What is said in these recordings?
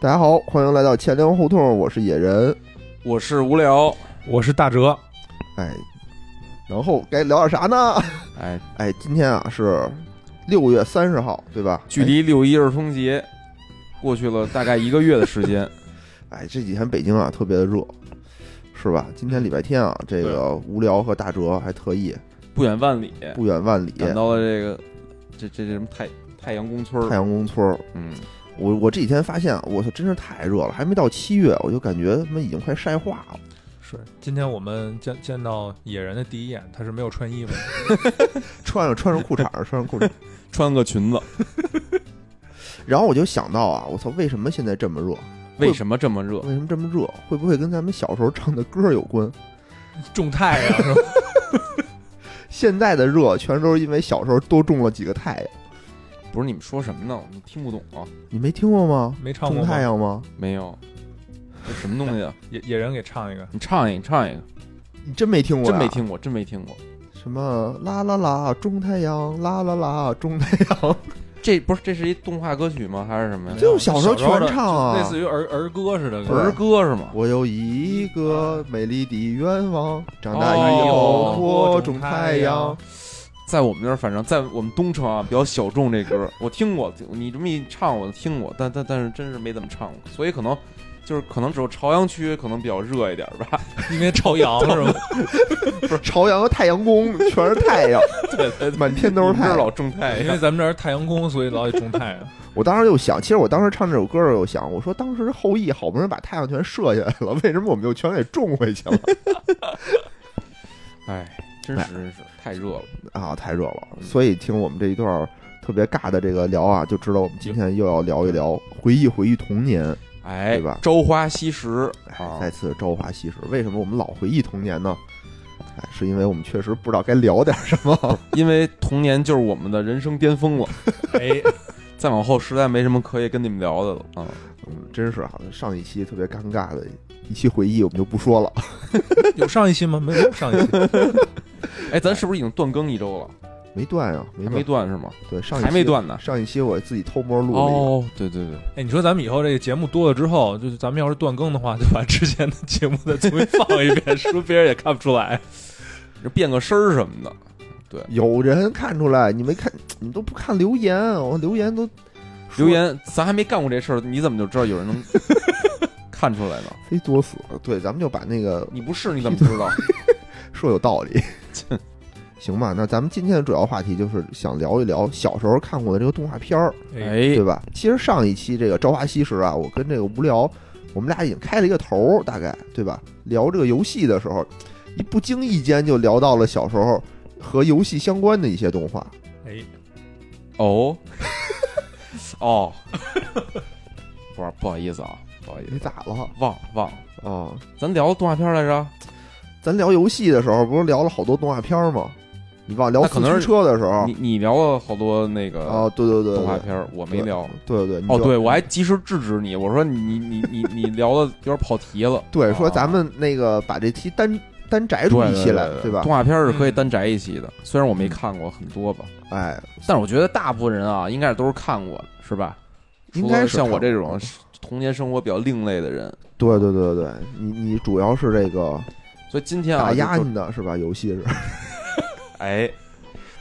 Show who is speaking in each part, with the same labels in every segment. Speaker 1: 大家好，欢迎来到钱粮胡同，我是野人。
Speaker 2: 我是无聊，
Speaker 3: 我是大哲，
Speaker 1: 哎，然后该聊点啥呢？
Speaker 2: 哎，
Speaker 1: 哎，今天啊是六月三十号，对吧？
Speaker 2: 距离六一儿童节过去了大概一个月的时 间，
Speaker 1: 哎哎这几天北京啊特别的热，是吧？今天礼拜天啊，这个无聊和大哲还特意
Speaker 2: 不远万里
Speaker 1: 不远万里
Speaker 2: 赶到了这个这这这什么太太阳宫村
Speaker 1: 太
Speaker 2: 儿，
Speaker 1: 阳宫村儿。
Speaker 2: 嗯，
Speaker 1: 我我这几天发现啊，我操，真是太热了，还没到七月，我就感觉他妈已经快晒化了。
Speaker 3: 是今天我们见见到野人的第一眼，他是没有穿衣服 的，
Speaker 1: 穿上穿上裤衩儿，穿上 裤衩儿，
Speaker 2: 穿个裙子，
Speaker 1: 然后我就想到啊，我操，为什么现在这么热？
Speaker 2: 为什么这么热？
Speaker 1: 为什么这么热？会不会跟咱们小时候唱的歌有关？
Speaker 3: 种太阳啊是吧？
Speaker 1: 现在的热全都是因为小时候多种了几个太阳。
Speaker 2: 不是你们说什么呢？我们听不懂啊，
Speaker 1: 你没听过吗？
Speaker 3: 没唱
Speaker 1: 种
Speaker 3: 过
Speaker 1: 太
Speaker 3: 吗？
Speaker 1: 阳吗？
Speaker 2: 没有，这什么东西啊？
Speaker 3: 野野人给唱一个，
Speaker 2: 你唱一个，唱一个，
Speaker 1: 你真没听过、啊
Speaker 2: 真没。听过，真没听过。
Speaker 1: 什么啦啦啦，种太阳，啦啦啦， 种太阳。
Speaker 2: 这不是这是一动画歌曲吗？还是什么呀？
Speaker 1: 就小时候全唱啊
Speaker 3: 就类似于儿儿歌似的
Speaker 1: 对
Speaker 2: 儿
Speaker 3: 歌。
Speaker 2: 歌是吗？
Speaker 1: 我有一个美丽的愿望，长大
Speaker 2: 哦
Speaker 1: 以后我
Speaker 2: 能
Speaker 3: 哎播
Speaker 1: 种
Speaker 3: 种
Speaker 1: 太
Speaker 3: 太
Speaker 1: 阳
Speaker 3: 阳。
Speaker 2: 在我们那儿，反正在我们东城啊，比较小众这歌，我听过，你这么一唱我听过，但但但是真是没怎么唱过，所以可能就是可能只有朝阳区可能比较热一点吧。
Speaker 3: 因为 朝阳是吗？
Speaker 1: 不是朝阳和太阳宫，全是太 阳，
Speaker 2: 对对对，
Speaker 1: 满天都是太阳。
Speaker 2: 老种太
Speaker 3: 哎因为
Speaker 2: 阳，
Speaker 3: 咱们这儿太阳宫，所以老得啊种太 阳。
Speaker 1: 我当时就想，其实我当时唱这首歌的时候，我想，我说当时后羿好不容易把太阳全射下来了，为什么我们就全给种回去了？
Speaker 2: 哎，真是真是太热了。
Speaker 1: 啊，太热了，
Speaker 2: 嗯
Speaker 1: 所以听我们这一段儿特别尬的这个聊啊，就知道我们今天又要聊一聊，回忆回忆童年，
Speaker 2: 哎，
Speaker 1: 对吧
Speaker 2: 朝花夕拾
Speaker 1: 哎，
Speaker 2: 啊
Speaker 1: 再，次朝花夕拾。为什么我们老回忆童年呢？哎，是因为我们确实不知道该聊点什么。
Speaker 2: 因为童年就是我们的人生巅峰了，
Speaker 3: 哎，
Speaker 2: 再往后实在没什么可以跟你们聊的了啊。
Speaker 1: 嗯，真是啊，上一期特别尴尬的一期回忆，我们就不说了。
Speaker 3: 有上一期吗？没有上一期，
Speaker 2: 哎，咱是不是已经断更一周了？
Speaker 1: 没断呀、啊，没
Speaker 2: 还没
Speaker 1: 断，
Speaker 2: 断是吗？
Speaker 1: 对，上一期
Speaker 2: 还没。断呢。
Speaker 1: 上一期我自己偷摸录了一个，
Speaker 2: 哦，对对对，
Speaker 3: 哎，你说咱们以后这个节目多了之后，就是咱们要是断更的话，就把之前的节目再重新放一遍，是不是别人也看不出来？
Speaker 2: 这变个声儿什么的，
Speaker 1: 有人看出来，你没看，你都不看留言，啊我留言都说
Speaker 2: 留言，咱还没干过这事儿，你怎么就知道有人能看出 来呢？
Speaker 1: 非作死。对，咱们就把那个
Speaker 2: 你不是你怎 么知道？
Speaker 1: 说有道理。 行吧，那咱们今天的主要话题就是想聊一聊小时候看过的这个动画片儿，
Speaker 3: 哎，
Speaker 2: 哎
Speaker 1: 对，吧？其实上一期这个《朝花夕拾》啊，我跟这个无聊，我们俩已经开了一个头儿，大概对吧？聊这个游戏的时候，一不经意间就聊到了小时候和游戏相关的一些动画。
Speaker 3: 哎，
Speaker 2: 哦，哦，不是不好意思啊，不好意思
Speaker 1: 你，咋了？
Speaker 2: 忘忘了，
Speaker 1: 哦，
Speaker 2: 咱聊动画片来着，
Speaker 1: 咱聊游戏的时候不是聊了好多动画片儿吗？你忘了聊
Speaker 2: 那
Speaker 1: 四
Speaker 2: 可能
Speaker 1: 驱
Speaker 2: 是
Speaker 1: 车的时候
Speaker 2: 你你聊了好多那个
Speaker 1: 啊？对对对，
Speaker 2: 动画
Speaker 1: 对
Speaker 2: 片儿，我没聊。
Speaker 1: 对对对，你
Speaker 2: 哦，
Speaker 1: 就
Speaker 2: 对，我还及时制止你，我说你你你你你聊的有点跑题了。
Speaker 1: 对，
Speaker 2: 啊
Speaker 1: 说咱们那个把这期单单摘
Speaker 2: 对
Speaker 1: 出
Speaker 2: 对
Speaker 1: 一期来，
Speaker 2: 对嗯
Speaker 1: 对吧
Speaker 2: 动？画片儿是可以单摘一期的，虽然我没看过很多吧，
Speaker 1: 哎，
Speaker 2: 但是我觉得大部分人啊，应该是都是看过的，是吧？
Speaker 1: 应该是
Speaker 2: 除了像我
Speaker 1: 看
Speaker 2: 这种童年生活比较另类的人，
Speaker 1: 对对对对对，你你主要是这个
Speaker 2: 所以今天啊，
Speaker 1: 打
Speaker 2: 就
Speaker 1: 压
Speaker 2: 就
Speaker 1: 你的是吧？游戏是，
Speaker 2: 哎，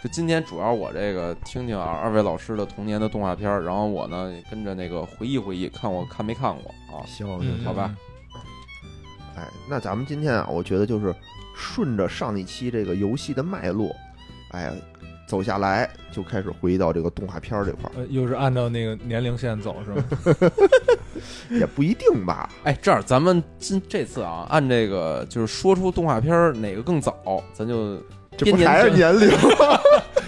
Speaker 2: 就今天主要我这个听听啊，二位老师的童年的动画片儿，然后我呢也跟着那个回忆回忆，看我看没看过啊。
Speaker 1: 行
Speaker 3: 嗯，
Speaker 2: 好吧，
Speaker 1: 哎，那咱们今天啊，我觉得就是顺着上一期这个游戏的脉络，哎，走下来就开始回忆到这个动画片儿这块儿，
Speaker 3: 呃，又是按照那个年龄线走是吗？
Speaker 1: 也不一定吧？
Speaker 2: 哎，这样咱们今这次啊，按这个就是说出动画片儿哪个更早，咱就
Speaker 1: 这不
Speaker 2: 编年
Speaker 1: 还是
Speaker 2: 史
Speaker 1: 年龄？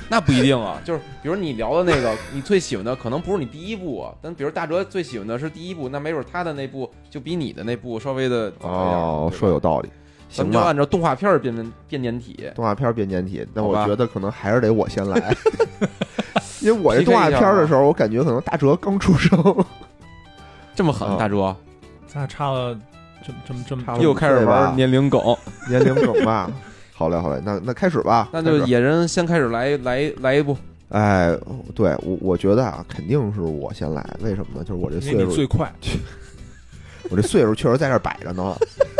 Speaker 2: 那不一定啊。就是比如你聊的那个，你最喜欢的可能不是你第一部啊，但比如大哲最喜欢的是第一部，那没准他的那部就比你的那部稍微的早一点。
Speaker 1: 哦，
Speaker 2: 对吧
Speaker 1: 说有道理，
Speaker 2: 咱
Speaker 1: 行
Speaker 2: 们就
Speaker 1: 吧。
Speaker 2: 按照动画片儿变成变年体。
Speaker 1: 动画片儿编年体，那
Speaker 2: 好
Speaker 1: 我
Speaker 2: 吧
Speaker 1: 觉得可能还是得我先来， 因为我这动画片儿的时候，我感觉可能大哲刚出生，
Speaker 2: 这么狠，
Speaker 1: 啊
Speaker 2: 大哲
Speaker 3: 咱俩差了这么这么这么
Speaker 1: 差了
Speaker 2: 又嗯开始玩年龄梗。
Speaker 1: 年龄梗吧。好嘞，好嘞，那那开始吧，
Speaker 2: 那就
Speaker 1: 开始
Speaker 2: 野人先开始来来来一部，
Speaker 1: 哎，对我我觉得啊，肯定是我先来，为什么呢？就是我这
Speaker 3: 因
Speaker 1: 岁
Speaker 3: 为你
Speaker 1: 数
Speaker 3: 最快，
Speaker 1: 我这岁数确实在这儿摆着呢。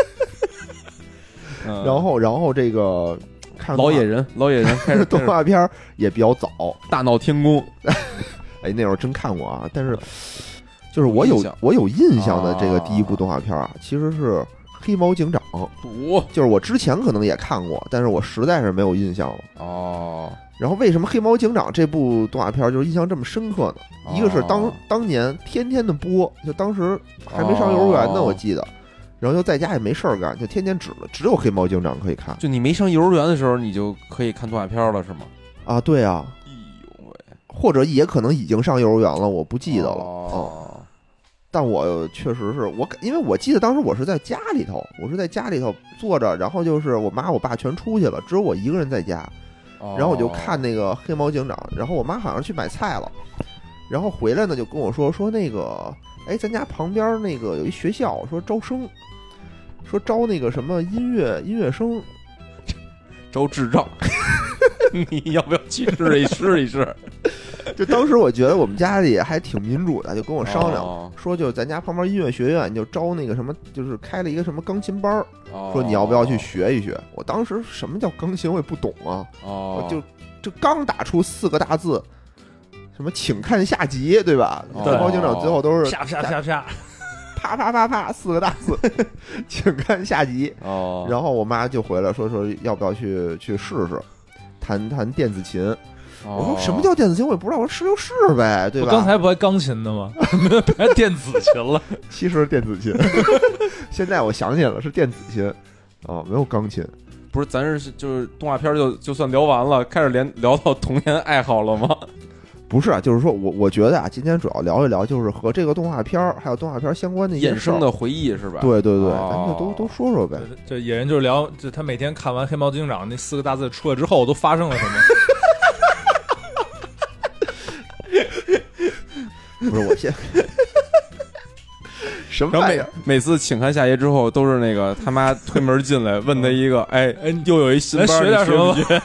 Speaker 2: 嗯
Speaker 1: 然后，然后这个看
Speaker 2: 老野人，老野 人开始
Speaker 1: 动
Speaker 2: 开始
Speaker 1: 画片儿也比较早，
Speaker 2: 大闹天宫，
Speaker 1: 哎，那会儿真看过啊，但是就是我有
Speaker 2: 嗯有印象
Speaker 1: 我有印象的这个
Speaker 2: 啊
Speaker 1: 第一部动画片儿啊，其实是《黑猫警长》，
Speaker 2: 赌
Speaker 1: 就是我之前可能也看过，但是我实在是没有印象了。
Speaker 2: 哦，
Speaker 1: 然后为什么《黑猫警长》这部动画片儿就是印象这么深刻呢？一个是当
Speaker 2: 哦
Speaker 1: 当年天天的播，就当时还没上幼儿园呢，
Speaker 2: 哦
Speaker 1: 我记得，然后就在家也没事儿干，就天天只只有《黑猫警长》可以看
Speaker 2: 就你没上幼儿园的时候，你就可以看动画片了，是吗？
Speaker 1: 啊。对啊，
Speaker 2: 哎呦喂，
Speaker 1: 或者也可能已经上幼儿园了，我不记得了。嗯
Speaker 2: 哦，
Speaker 1: 但我确实是我感，因为我记得当时我是在家里头，我是在家里头坐着，然后就是我妈我爸全出去了，只有我一个人在家，
Speaker 2: 然
Speaker 1: 然后我就看
Speaker 2: 哦
Speaker 1: 那个黑猫警长，然后我妈好像去买菜了，然后回来呢就跟我说说那个，哎，咱家旁边那个有一学校说招生，说招那个什么音乐音乐生，
Speaker 2: 招智障， 你要不要去试一试一试？
Speaker 1: 就当时我觉得我们家里还挺民主的，就跟 我商量。
Speaker 2: 哦，
Speaker 1: 说就咱家旁边音乐学院就招那个什么，就是开了一个什么钢琴班儿，
Speaker 2: 哦
Speaker 1: 说你要不要去？学一学？我当时什么叫钢琴我也不懂啊，
Speaker 2: 哦，
Speaker 1: 我就就刚打出四个大字，什么请看下集，对吧？
Speaker 2: 哦
Speaker 1: 对，包警长最后都是
Speaker 3: 啪啪啪啪，
Speaker 1: 啪啪啪啪四个大字， 请看下集。
Speaker 2: 哦，
Speaker 1: 然后我妈就回来说说要不要去去试试，弹弹电子琴。
Speaker 2: 哦
Speaker 1: 我说什么叫电子琴我也不知道，我说试就试呗，对
Speaker 3: 我
Speaker 1: 吧？
Speaker 3: 刚才不还钢琴呢吗？ 别电子 琴了，
Speaker 1: 其实是电子琴， 现在我想起来了是电子琴。哦，没有钢琴，
Speaker 2: 不是？咱是就是动画片就就算聊完了，开始连聊到童年爱好了 吗？
Speaker 1: 不是啊，就是说我我觉得啊，今天主要聊一聊，就是和这个动画片儿还有动画片儿相关的一些
Speaker 2: 衍
Speaker 1: 事儿
Speaker 2: 生。的回忆是吧？
Speaker 1: 对对对，
Speaker 2: 哦
Speaker 1: 咱就都都说说呗。
Speaker 3: 这野人就是聊，就他每天看完《黑猫警长》那四个大字出来之后，都发生了什么？
Speaker 1: 不是我先， 什么
Speaker 2: 然后
Speaker 1: 玩意
Speaker 2: 每
Speaker 1: 儿？
Speaker 2: 每次请看下爷之后，都是那个他妈推门进来问他 一个，哎 哎，又有一新
Speaker 3: 咱
Speaker 2: 班儿，
Speaker 3: 学点
Speaker 2: 你
Speaker 3: 什么
Speaker 2: 不学？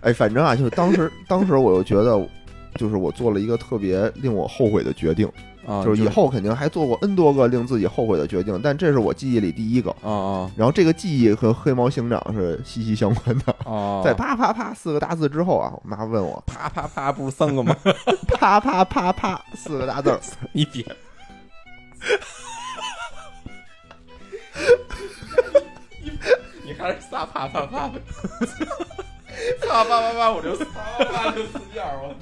Speaker 1: 哎，反正啊，就是当时当时我就觉得，就是我做了一个特别令我后悔的决定，
Speaker 2: 啊，
Speaker 1: 就是以
Speaker 2: 就
Speaker 1: 后肯定还做过 N 多个令自己后悔的决定，但这是我记忆里第一个。
Speaker 2: 啊啊
Speaker 1: 然后这个记忆和黑猫警长是息息相关的。
Speaker 2: 啊，
Speaker 1: 在啪啪啪四个大字之后啊，我妈问我
Speaker 2: 啪啪啪，不是三个吗？
Speaker 1: 啪啪啪啪四个大 字儿，
Speaker 2: 你别， 你还是撒啪啪啪吧，撒啪啪啪，我就撒啪啪就死角了。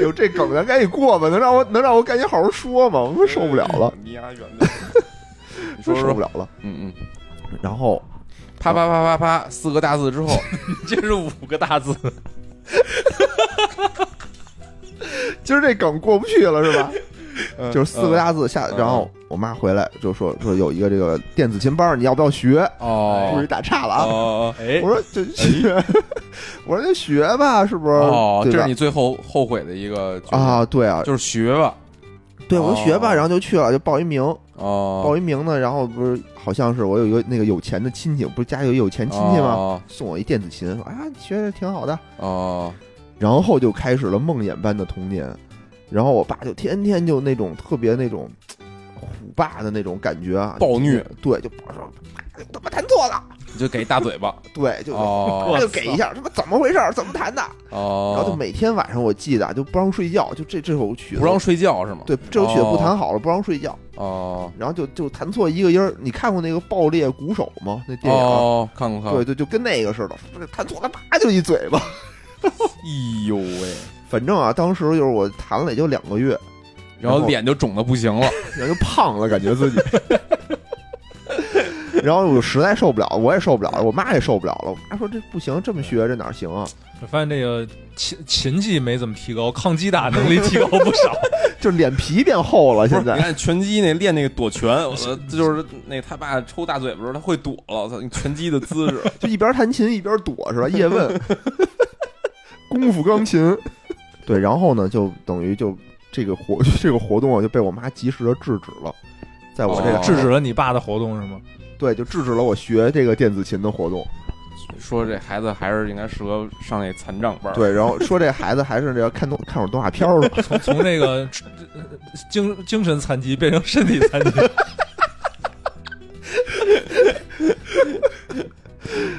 Speaker 1: 有这梗咱赶紧过吧，能让我能让我赶紧好好说吗？我受不了了，，
Speaker 2: 你丫远 点。你说
Speaker 1: 真受
Speaker 2: 说
Speaker 1: 不，了了。
Speaker 2: 嗯嗯，
Speaker 1: 然后
Speaker 2: 啪啪啪啪啪，四个大字之后，
Speaker 3: 这是五个大字，
Speaker 1: 今儿这梗过不去了是吧？
Speaker 2: 嗯
Speaker 1: 就是四个大字下，
Speaker 2: 嗯
Speaker 1: 然后我妈回来就说说有一个这个电子琴班儿，你要不要学？
Speaker 2: 哦
Speaker 1: 故意打岔了啊！
Speaker 2: 哦哎
Speaker 3: 哎
Speaker 1: 我，说就学， 我说就学吧，是不是？
Speaker 2: 哦，
Speaker 1: 对
Speaker 2: 这是
Speaker 1: 吧
Speaker 2: 你？最后后悔的一个决定，
Speaker 1: 啊，对啊，
Speaker 2: 就是学吧，
Speaker 1: 对，我就学吧，
Speaker 2: 哦
Speaker 1: 然后就去了，就报一名，报
Speaker 2: 哦，
Speaker 1: 一名呢，然后不是好像是我有一个那个有钱的亲戚，不是家里有有钱亲戚吗？
Speaker 2: 哦
Speaker 1: 送我一电子琴，说啊，你学的挺好的，
Speaker 2: 哦，
Speaker 1: 然后就开始了梦魇般的童年。然后我爸就天天就那种特别那种嘖虎爸的那种感觉啊，
Speaker 2: 暴虐，
Speaker 1: 对，就说哎他妈弹错了，
Speaker 2: 你就给一大嘴巴，
Speaker 1: 对，就
Speaker 2: 哦
Speaker 1: 他就给一下，他妈怎么回事儿？怎么弹的？然后就
Speaker 2: 哦，
Speaker 1: 每天晚上我记得啊就不让睡觉，就这这首曲子
Speaker 2: 不让睡觉是吗？
Speaker 1: 对这首曲子不
Speaker 2: 哦
Speaker 1: 弹好了不让睡觉，
Speaker 2: 哦
Speaker 1: 然后就就弹错一个音儿。你看过那个《爆裂鼓手》吗？那电影儿。
Speaker 2: 哦，看过看过
Speaker 1: 对，对，就跟那个似的，这弹错了，啪就一嘴巴。
Speaker 2: 哎呦喂，
Speaker 1: 反正啊，当时就是我弹了也就两个月，
Speaker 2: 然后脸就肿的不行了，
Speaker 1: 然后就胖 了，感觉自己。然后我实在受不了，我也受不了，我妈也受不了了。我妈说这不行，这么学这哪行啊？
Speaker 3: 我发现这个琴琴技没怎么提高，抗击打能力提高不 少。
Speaker 1: 就脸皮变厚了，
Speaker 2: 不是？
Speaker 1: 现
Speaker 2: 你
Speaker 1: 在。
Speaker 2: 看拳击那练那个躲拳， 我的这就是那他爸抽大嘴巴的时候他会躲了，我操，你拳击的姿 势，
Speaker 1: 就一边弹琴一边躲是吧？叶问， 功夫钢琴，对，然后呢，就等于就这个活 这个活动啊就被我妈及时的制止了，在我这个
Speaker 2: 哦
Speaker 3: 制止了你爸的活动是吗？
Speaker 1: 对，就制止了我学这个电子琴的活动。
Speaker 2: 说这孩子还是应该适合上那残障班儿。
Speaker 1: 对，然后说这孩子还是这个看动看会儿动画片儿吧，
Speaker 3: 从从这个精精神残疾变成身体 残疾，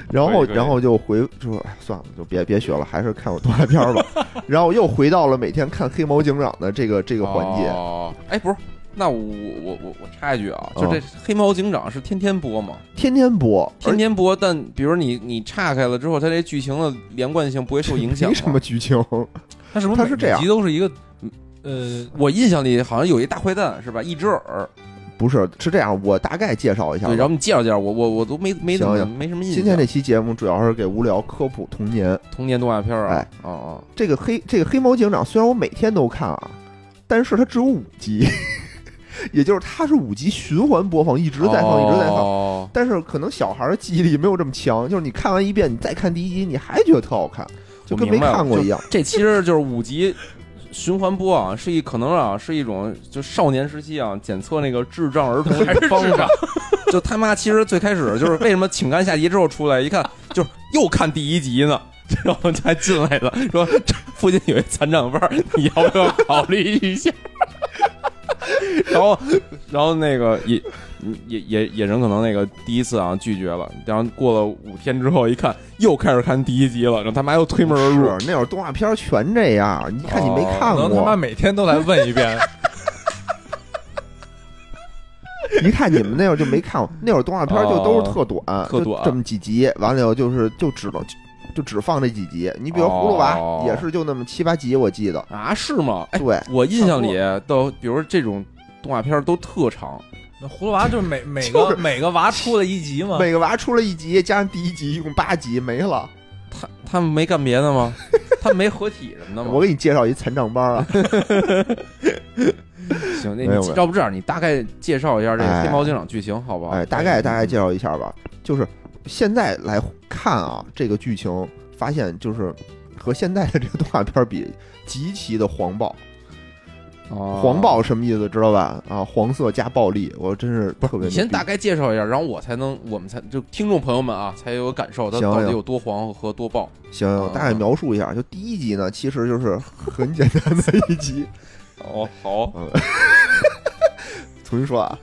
Speaker 1: 然后
Speaker 2: 可以可以
Speaker 1: 然后就回说哎算了，就别别学了，还是看会儿动画片儿 吧。然后又回到了每天看黑猫警长的这个这
Speaker 2: 这
Speaker 1: 个环节，
Speaker 2: 哦，哎，不是，那我我我我插一句啊，就
Speaker 1: 嗯
Speaker 2: 这黑猫警长是天天播吗？
Speaker 1: 天天播，
Speaker 2: 天天播，但比如你你岔开了之后，它这剧情的连贯性不会受影响
Speaker 1: 没
Speaker 2: 吗？
Speaker 1: 什么剧情，
Speaker 3: 他是不
Speaker 1: 他是这样嗯
Speaker 3: 每集都是一个呃
Speaker 2: 我印象里好像有一大坏蛋是吧？一只耳，
Speaker 1: 不是是这样，我大概介绍一下
Speaker 2: 对，
Speaker 1: 吧。
Speaker 2: 然后你介绍介绍我，我我都没没怎
Speaker 1: 行
Speaker 2: 么
Speaker 1: 行
Speaker 2: 没什么印象。
Speaker 1: 今天这期节目主要是给无聊科普童年。
Speaker 2: 童年动画片儿啊
Speaker 1: 哎，
Speaker 2: 哦哦，
Speaker 1: 这个黑这个黑猫警长虽然我每天都看啊，但是它只有五集， 也就是它是五集循环播放，一直在放，一直在放。
Speaker 2: 哦，
Speaker 1: 但是可能小孩的记忆力没有这么强，就是你看完一遍，你再看第一集，你还觉得特好看，就
Speaker 2: 我
Speaker 1: 跟没
Speaker 2: 明白了
Speaker 1: 看过一样。
Speaker 2: 这其实就是五集循环播啊，是一可能啊，是一种就少年时期啊检测那个智障儿童
Speaker 3: 呃
Speaker 2: 的一个方法。就他妈其实最开始就是为什么请干下集之后出来一看，就是又看第一集呢。然后才进来的，说这附近有一残障班儿，你要不要考虑一下？ 然后，然后那个野野野野人可能那个第一次啊拒绝了，然后过了五天之后一看，又开始看第一集了，然后他妈又推门而入，
Speaker 1: 是那会儿动画片全这样，你看你没
Speaker 2: 哦
Speaker 1: 看
Speaker 3: 可能他妈
Speaker 1: 过，
Speaker 3: 每天都来问一遍，
Speaker 1: 一看你们那会儿就没看过。那会儿动画片就都是特短，
Speaker 2: 哦特短
Speaker 1: 就这么几集，完了以后就是就只能就只放这几集。你比如葫芦娃
Speaker 2: 哦
Speaker 1: 也是就那么七八集，我记得。
Speaker 2: 啊，是吗？哎，
Speaker 1: 对，
Speaker 2: 我印象里都，比如说这种动画片儿都特长，
Speaker 3: 那葫芦娃就是每每
Speaker 1: 就
Speaker 3: 个
Speaker 1: 是
Speaker 3: 每个娃出了一集嘛，
Speaker 1: 每个娃出了一集，加上第一集一共八集没了。
Speaker 2: 他他们没干别的吗？他们没合体什么的吗？
Speaker 1: 我给你介绍一残障班啊，
Speaker 2: 行，
Speaker 1: 没
Speaker 2: 那
Speaker 1: 有没
Speaker 2: 你
Speaker 1: 有
Speaker 2: 要不这样，你大概介绍一下这个
Speaker 1: 哎
Speaker 2: 黑猫警长剧情好不好？嗯
Speaker 1: 哎，大概大概介绍一下吧。就是现在来看啊，这个剧情发现就是和现在的这个动画片比，极其的黄暴。
Speaker 2: 哦
Speaker 1: 黄。暴什么意思？知道吧？啊，黄色加暴力，我真是特别
Speaker 2: 你先
Speaker 1: 牛逼
Speaker 2: 大概介绍一下，然后我才能，我们才就听众朋友们啊，才有感受它
Speaker 1: 行
Speaker 2: 到底
Speaker 1: 行
Speaker 2: 有多黄和多暴。
Speaker 1: 行，
Speaker 2: 啊
Speaker 1: 我大概描述一下。就第一集呢，其实就是很简单的一集。
Speaker 2: 哦，好，
Speaker 1: 重新说啊，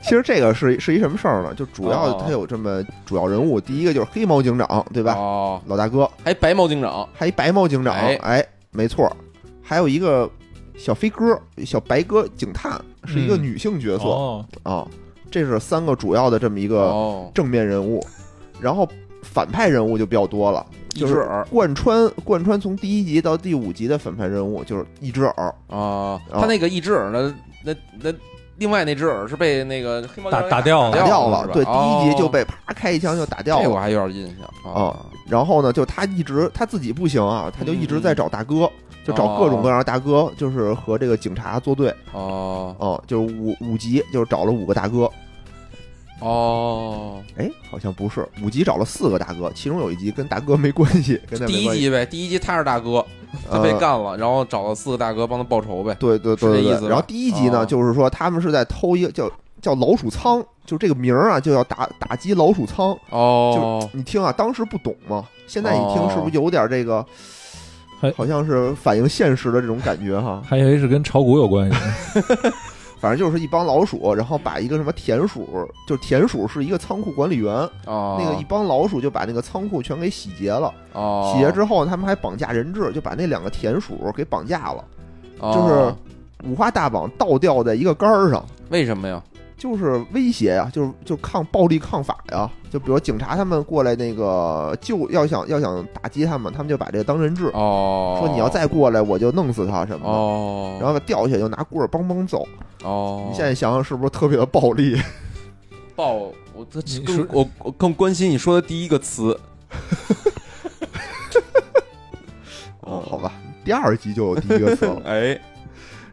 Speaker 1: 其实这个是是一什么事儿呢？就主要
Speaker 2: 哦
Speaker 1: 它有这么主要人物，第一个就是黑猫警长，对吧？
Speaker 2: 哦，
Speaker 1: 老大哥，
Speaker 2: 还白猫警长，
Speaker 1: 还有一白猫警长，
Speaker 2: 哎
Speaker 1: 哎，没错，还有一个小飞哥，小白哥警探是一个
Speaker 3: 嗯
Speaker 1: 女性角色
Speaker 3: 哦，
Speaker 1: 啊，这是三个主要的这么一个
Speaker 2: 哦，
Speaker 1: 正面人物，然后反派人物就比较多了，
Speaker 2: 一
Speaker 1: 就
Speaker 2: 只
Speaker 1: 是
Speaker 2: 耳
Speaker 1: 贯穿贯穿从第一集到第五集的反派人物就是一只耳，
Speaker 2: 啊，
Speaker 1: 哦
Speaker 2: 他那个一只耳呢，那那另外那只耳是被那个黑猫警
Speaker 3: 打
Speaker 2: 长给
Speaker 3: 打掉
Speaker 1: 打掉
Speaker 3: 了，
Speaker 2: 是
Speaker 1: 了，
Speaker 2: 吧
Speaker 1: 对，第一集就
Speaker 2: 哦
Speaker 1: 被啪开一枪就打掉
Speaker 2: 这我
Speaker 1: 了。
Speaker 2: 还有点印象啊
Speaker 1: 哦然后呢，就他一直他自己不行啊，他就一直在
Speaker 2: 嗯
Speaker 1: 找大哥，就找各种各样的大哥，就是和这个警察作对。
Speaker 2: 哦
Speaker 1: 哦，就是五五级，就是找了五个大哥。
Speaker 2: 哦，
Speaker 1: 哎，好像不是，五级找了四个大哥，其中有一集跟大哥没关系，跟他
Speaker 2: 第
Speaker 1: 没
Speaker 2: 一
Speaker 1: 关系。
Speaker 2: 集呗，第一集他是大哥，他被
Speaker 1: 呃
Speaker 2: 干了，然后找了四个大哥帮他报仇呗。
Speaker 1: 对对
Speaker 2: 是这
Speaker 1: 对
Speaker 2: 意
Speaker 1: 对
Speaker 2: 思吧
Speaker 1: 对。然后第一集呢，
Speaker 2: 哦
Speaker 1: 就是说他们是在偷一个叫叫老鼠仓，就这个名儿啊，就要打打击老鼠仓。
Speaker 2: 哦，
Speaker 1: 你听啊，当时不懂嘛，现在你听
Speaker 2: 哦
Speaker 1: 是不是有点这个
Speaker 3: 还，
Speaker 1: 好像是反映现实的这种感觉哈？
Speaker 3: 还以为是跟炒股有关系，
Speaker 1: 反正就是一帮老鼠，然后把一个什么田鼠，就是田鼠是一个仓库管理员，
Speaker 2: 哦，
Speaker 1: 那个一帮老鼠就把那个仓库全给洗劫了。
Speaker 2: 哦，
Speaker 1: 洗劫之后，他们还绑架人质，就把那两个田鼠给绑架了，
Speaker 2: 哦
Speaker 1: 就是五花大绑，倒吊在一个杆儿上，
Speaker 2: 为什么呀？
Speaker 1: 就是威胁呀、就是就抗暴力抗法呀、就比如警察他们过来那个就要想要想打击他们，他们就把这个当人质，
Speaker 2: 哦，
Speaker 1: 说你要再过来我就弄死他什么的。
Speaker 2: 哦，
Speaker 1: 然后掉下去就拿棍儿梆梆揍，
Speaker 2: 哦，
Speaker 1: 你现在想想是不是特别的暴力？
Speaker 2: 报我这
Speaker 3: 你
Speaker 2: 更
Speaker 3: 说
Speaker 2: 我我更关心你说的第一个词。
Speaker 1: 哦，好吧，第二集就有第一个词了。
Speaker 2: 哎，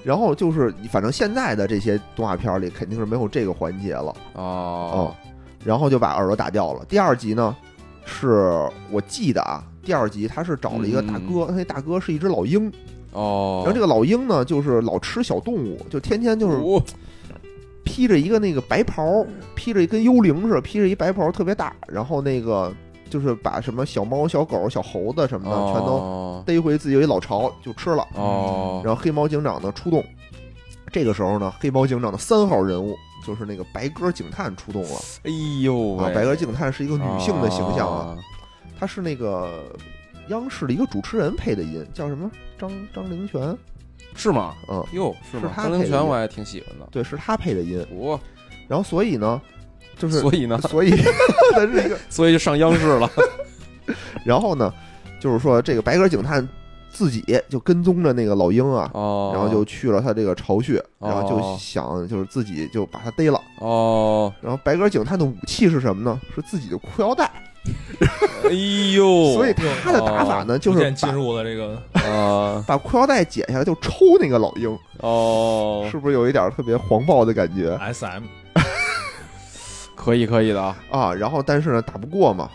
Speaker 1: 然后就是，反正现在的这些动画片儿里肯定是没有这个环节了。
Speaker 2: 哦
Speaker 1: 哦，，然后就把耳朵打掉了。第二集呢，是我记得啊，第二集他是找了一个大哥，那大哥是一只老鹰，
Speaker 2: 嗯哦，
Speaker 1: 然后这个老鹰呢，就是老吃小动物，就天天就是
Speaker 2: 哦
Speaker 1: 披着一个那个白袍，披着一跟幽灵似的，披着一白袍特别大，然后那个就是把什么小猫、小狗、小猴子什么的全都
Speaker 2: 哦
Speaker 1: 逮回自己一老巢就吃了。
Speaker 2: 哦，
Speaker 1: 然后黑猫警长呢出动，这个时候呢，黑猫警长的三号人物就是那个白鸽警探出动了
Speaker 2: 哎呦喂
Speaker 1: 啊。白鸽警探是一个女性的形象啊，
Speaker 2: 哦，
Speaker 1: 她是那个央视的一个主持人配的音，叫什么张张灵泉，
Speaker 2: 是吗？
Speaker 1: 嗯，
Speaker 2: 哟，是吗
Speaker 1: 是？他
Speaker 2: 张灵
Speaker 1: 配
Speaker 2: 泉
Speaker 1: 的
Speaker 2: 我还挺喜欢的。
Speaker 1: 对，是她配的音。
Speaker 2: 哦，
Speaker 1: 然后所以呢，就是
Speaker 2: 所以呢，啊
Speaker 1: 所以 它是一个，
Speaker 2: 所以就上央视 了。
Speaker 1: 然后呢，就是说这个白鸽警探自己就跟踪着那个老鹰啊，
Speaker 2: 哦，
Speaker 1: 然后就去了他这个巢穴，
Speaker 2: 哦
Speaker 1: 然后就想就是自己就把他逮了。
Speaker 2: 哦，
Speaker 1: 然后白鸽警探的武器是什么呢？是自己的裤腰带。
Speaker 2: 哎呦，
Speaker 1: 所以他的打法
Speaker 2: 哦
Speaker 1: 呢，就
Speaker 3: 逐
Speaker 1: 是
Speaker 3: 渐进
Speaker 1: 把
Speaker 3: 入了这个
Speaker 2: 啊，
Speaker 1: 把裤腰带解下来就抽那个老鹰，
Speaker 2: 哦，
Speaker 1: 是不是有一点特别黄暴的感觉
Speaker 3: S M，
Speaker 2: 可以可以的啊。
Speaker 1: 啊？然后但是呢，打不过 嘛。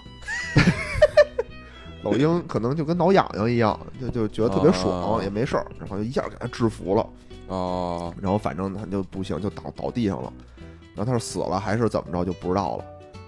Speaker 1: 老鹰可能就跟挠痒痒一样，就就觉得特别爽，
Speaker 3: 啊
Speaker 2: 哦
Speaker 1: 也没事儿，然后就一下给他制服了。
Speaker 2: 哦，
Speaker 1: 然后反正他就不行，就倒倒地上了。然后他是死了还是怎么着就不知道了。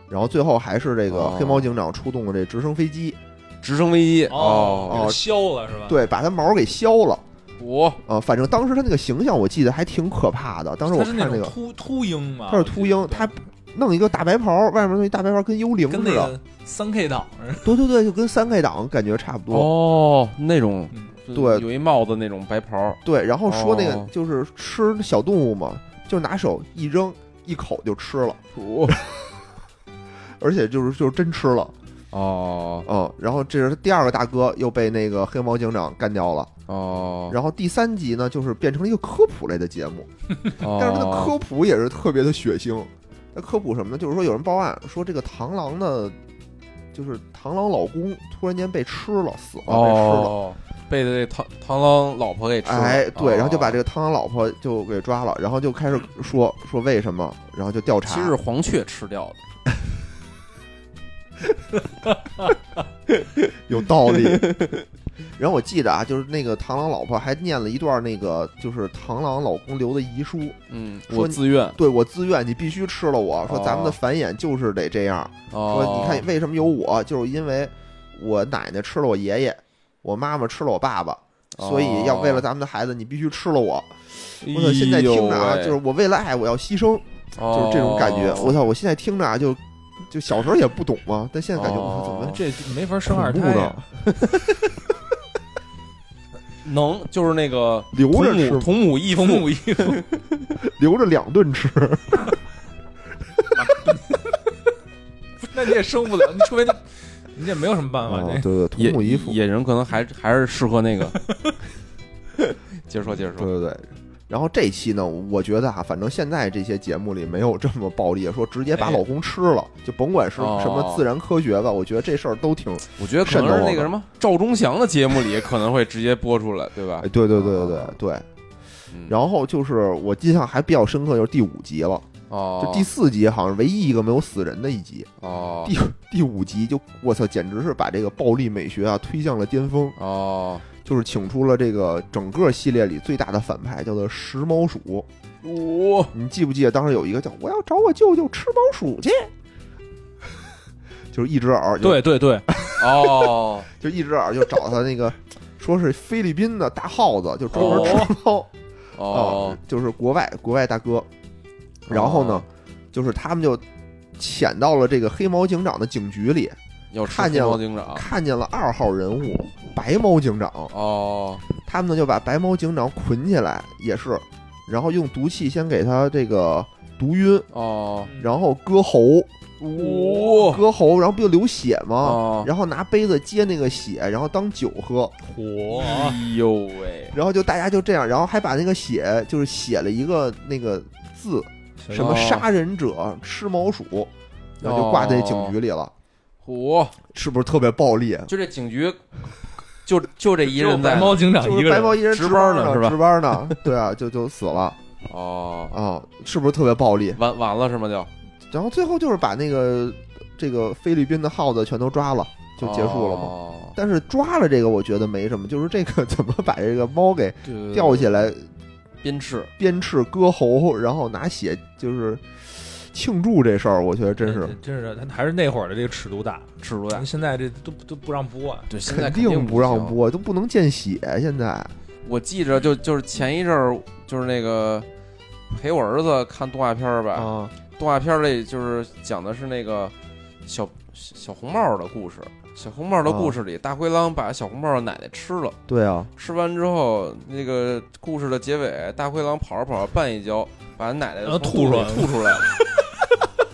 Speaker 1: 然后最后还是这个
Speaker 3: 啊
Speaker 2: 哦
Speaker 1: 黑猫警长出动了这直升飞机，
Speaker 2: 直升飞机
Speaker 1: 哦
Speaker 2: 哦，
Speaker 3: 消了是吧？，
Speaker 1: 对，把他毛给削了。
Speaker 2: 我
Speaker 1: 啊、反正当时他那个形象我记得还挺可怕的。当时我
Speaker 3: 它是
Speaker 1: 看
Speaker 3: 那
Speaker 1: 那
Speaker 3: 种
Speaker 1: 个，
Speaker 3: 秃秃鹰嘛，
Speaker 1: 他是秃鹰
Speaker 3: 我，记得
Speaker 1: 他弄一个大白袍，外面弄一大白袍跟幽灵
Speaker 3: 跟
Speaker 1: 似
Speaker 3: 那
Speaker 1: 的。
Speaker 3: 个三 K 党似的
Speaker 1: 对对对，就跟三 K 党感觉差不多。
Speaker 2: 哦，那种
Speaker 3: 嗯
Speaker 2: 就
Speaker 1: 对
Speaker 2: 有一帽子那种白袍儿，
Speaker 1: 对，然后说那个
Speaker 2: 哦
Speaker 1: 就是吃小动物嘛，就拿手一扔，一口就吃了，
Speaker 2: 哦
Speaker 1: 而且就是就是真吃了。
Speaker 2: 哦
Speaker 1: 嗯，然后这是第二个大哥又被那个黑猫警长干掉了，
Speaker 2: 哦，
Speaker 1: 然后第三集呢就是变成了一个科普类的节目，但是它
Speaker 2: 哦
Speaker 1: 的科普也是特别的血腥。它科普什么呢？就是说有人报案说这个螳螂呢，就是螳螂老公突然间被吃了，死了，被吃了。
Speaker 2: 哦，被这螳螳螂老婆给吃了，哦
Speaker 1: 哎，对，然后就把这
Speaker 2: 个
Speaker 1: 个螳螂老婆就给抓了，然后就开始说说为什么，然后就调查。
Speaker 2: 其实是黄雀吃掉的。
Speaker 1: 有道理。 然后我记得啊，就是那个螳螂老婆还念了一段那个就是螳螂老公留的遗书，
Speaker 2: 嗯，
Speaker 1: 说
Speaker 2: 我
Speaker 1: 你
Speaker 2: 自愿。
Speaker 1: 对我自愿，你必须吃了我。说
Speaker 2: 哦
Speaker 1: 咱们的繁衍就是得这样。
Speaker 2: 哦，
Speaker 1: 说你看为什么有我，就是因为我奶奶吃了我爷爷，我妈妈吃了我爸爸，
Speaker 2: 哦
Speaker 1: 所以要为了咱们的孩子，你必须吃了我。我操，现在听着啊，
Speaker 2: 哎呦喂
Speaker 1: 就是我为了爱我要牺牲，就是这种感觉。我
Speaker 2: 哦
Speaker 1: 操，我现在听着啊，就就小时候也不懂嘛，但现在感觉我操怎么
Speaker 2: 哦
Speaker 3: 这没法生二
Speaker 1: 恐怖
Speaker 3: 胎啊
Speaker 1: 呢
Speaker 3: 呀，？
Speaker 2: 能就是那个
Speaker 1: 留
Speaker 2: 同
Speaker 1: 着
Speaker 2: 母
Speaker 1: 吃，
Speaker 2: 同母异父
Speaker 3: 父母一父，
Speaker 1: 留着两顿吃。
Speaker 3: 那你也生不了，你除非你你也没有什么办法，
Speaker 1: 啊
Speaker 3: 这
Speaker 1: 对对，
Speaker 2: 野
Speaker 1: 同母异父。
Speaker 2: 野人可能还还是适合 那个。接着说，接着
Speaker 1: 对
Speaker 2: 说。
Speaker 1: 对对。然后这期呢，我觉得啊，反正现在这些节目里没有这么暴力，说直接把
Speaker 3: 哎
Speaker 1: 老公吃了，就甭管是什
Speaker 2: 哦啊
Speaker 1: 么自然科学吧，我觉得这事儿都挺……
Speaker 2: 我觉得可能是那个什么赵忠祥的节目里可能会直接播出来，对吧
Speaker 1: 哎，？对对对对
Speaker 2: 啊
Speaker 1: 对对。
Speaker 2: 嗯
Speaker 1: 然后就是我印象还比较深刻，就是第五集了，
Speaker 2: 哦，
Speaker 1: 就第四集好像唯一一个没有死人的一集，
Speaker 2: 哦
Speaker 1: 第第五集就我操，简直是把这个暴力美学啊推向了巅峰，
Speaker 2: 哦，
Speaker 1: 就是请出了这个整个系列里最大的反派，叫做食猫鼠。
Speaker 2: 我
Speaker 1: 你记不记得当时有一个叫“我要找我舅舅吃猫鼠去”， 就是一只耳，就，
Speaker 3: 对对对，
Speaker 2: 哦，
Speaker 1: 就一只耳就找他那个， 说是菲律宾的大耗子，就专门吃猫啊、
Speaker 2: 哦，
Speaker 1: 就是国外国外大哥。然后呢，就是他们就潜到了这个黑猫警长的警局里，
Speaker 2: 要吃
Speaker 1: 看见
Speaker 2: 黑猫
Speaker 1: 了
Speaker 2: 警长，
Speaker 1: 看见了二号人物白猫警长，
Speaker 2: 哦，
Speaker 1: 他们呢就把白猫警长捆起来，也是，然后用毒气先给他这个毒晕，
Speaker 2: 哦，
Speaker 3: 嗯
Speaker 1: 然后割喉。
Speaker 2: 我
Speaker 1: 割喉，然后不就流血吗？
Speaker 2: 哦
Speaker 1: 然后拿杯子接那个血，然后当酒喝，
Speaker 3: 火啊
Speaker 2: 哎呦喂，
Speaker 1: 然后就大家就这样，然后还把那个血就是写了一个那个字，什么
Speaker 2: 哦
Speaker 1: 杀人者吃猫鼠，然后就挂在警局里了，
Speaker 2: 我
Speaker 1: 是不是特别暴力？
Speaker 2: 就这警局，就就这一
Speaker 3: 只有
Speaker 2: 人在
Speaker 3: 白
Speaker 2: 呢
Speaker 3: 猫警长
Speaker 1: 就
Speaker 3: 一
Speaker 1: 是
Speaker 3: 个
Speaker 1: 白
Speaker 3: 人
Speaker 1: 毛一人
Speaker 2: 值班
Speaker 1: 班
Speaker 2: 呢
Speaker 1: 呢，
Speaker 2: 是吧
Speaker 1: 值班呢， 对啊，就就死了
Speaker 2: 哦，
Speaker 1: 啊，是不是特别暴力？
Speaker 2: 完完了是吗？就
Speaker 1: 然后最后就是把那个这个菲律宾的耗子全都抓了，就结束了嘛。
Speaker 2: 嘛，
Speaker 1: 但是抓了这个，我觉得没什么，就是这个 怎么把这个猫给
Speaker 2: 对对对
Speaker 1: 吊起来，
Speaker 2: 鞭笞，
Speaker 1: 鞭笞、割喉，然后拿血就是庆祝这事儿，我觉得真是
Speaker 3: 这真是，他还是那会儿的这个尺度大，
Speaker 2: 尺度大
Speaker 3: 咱。现在这都都不让播啊。
Speaker 2: 对，现在
Speaker 1: 嗯肯定
Speaker 2: 不
Speaker 1: 不让
Speaker 2: 行。
Speaker 1: 播，都不能见血。现在
Speaker 2: 我记着就就是前一阵儿，就是那个陪我儿子看动画片儿吧，
Speaker 1: 啊，
Speaker 2: 动画片儿里就是讲的是那个小小小红帽儿的故事。小红帽儿的
Speaker 1: 哦
Speaker 2: 故事里，大灰狼把小红帽儿的奶奶吃了，
Speaker 1: 对啊，
Speaker 2: 吃完之后，那个故事的结尾，大灰狼跑着跑着绊一跤，把奶奶
Speaker 3: 然后
Speaker 2: 从
Speaker 3: 呃吐
Speaker 2: 肚
Speaker 3: 出
Speaker 2: 里
Speaker 3: 来
Speaker 2: 吐出来了。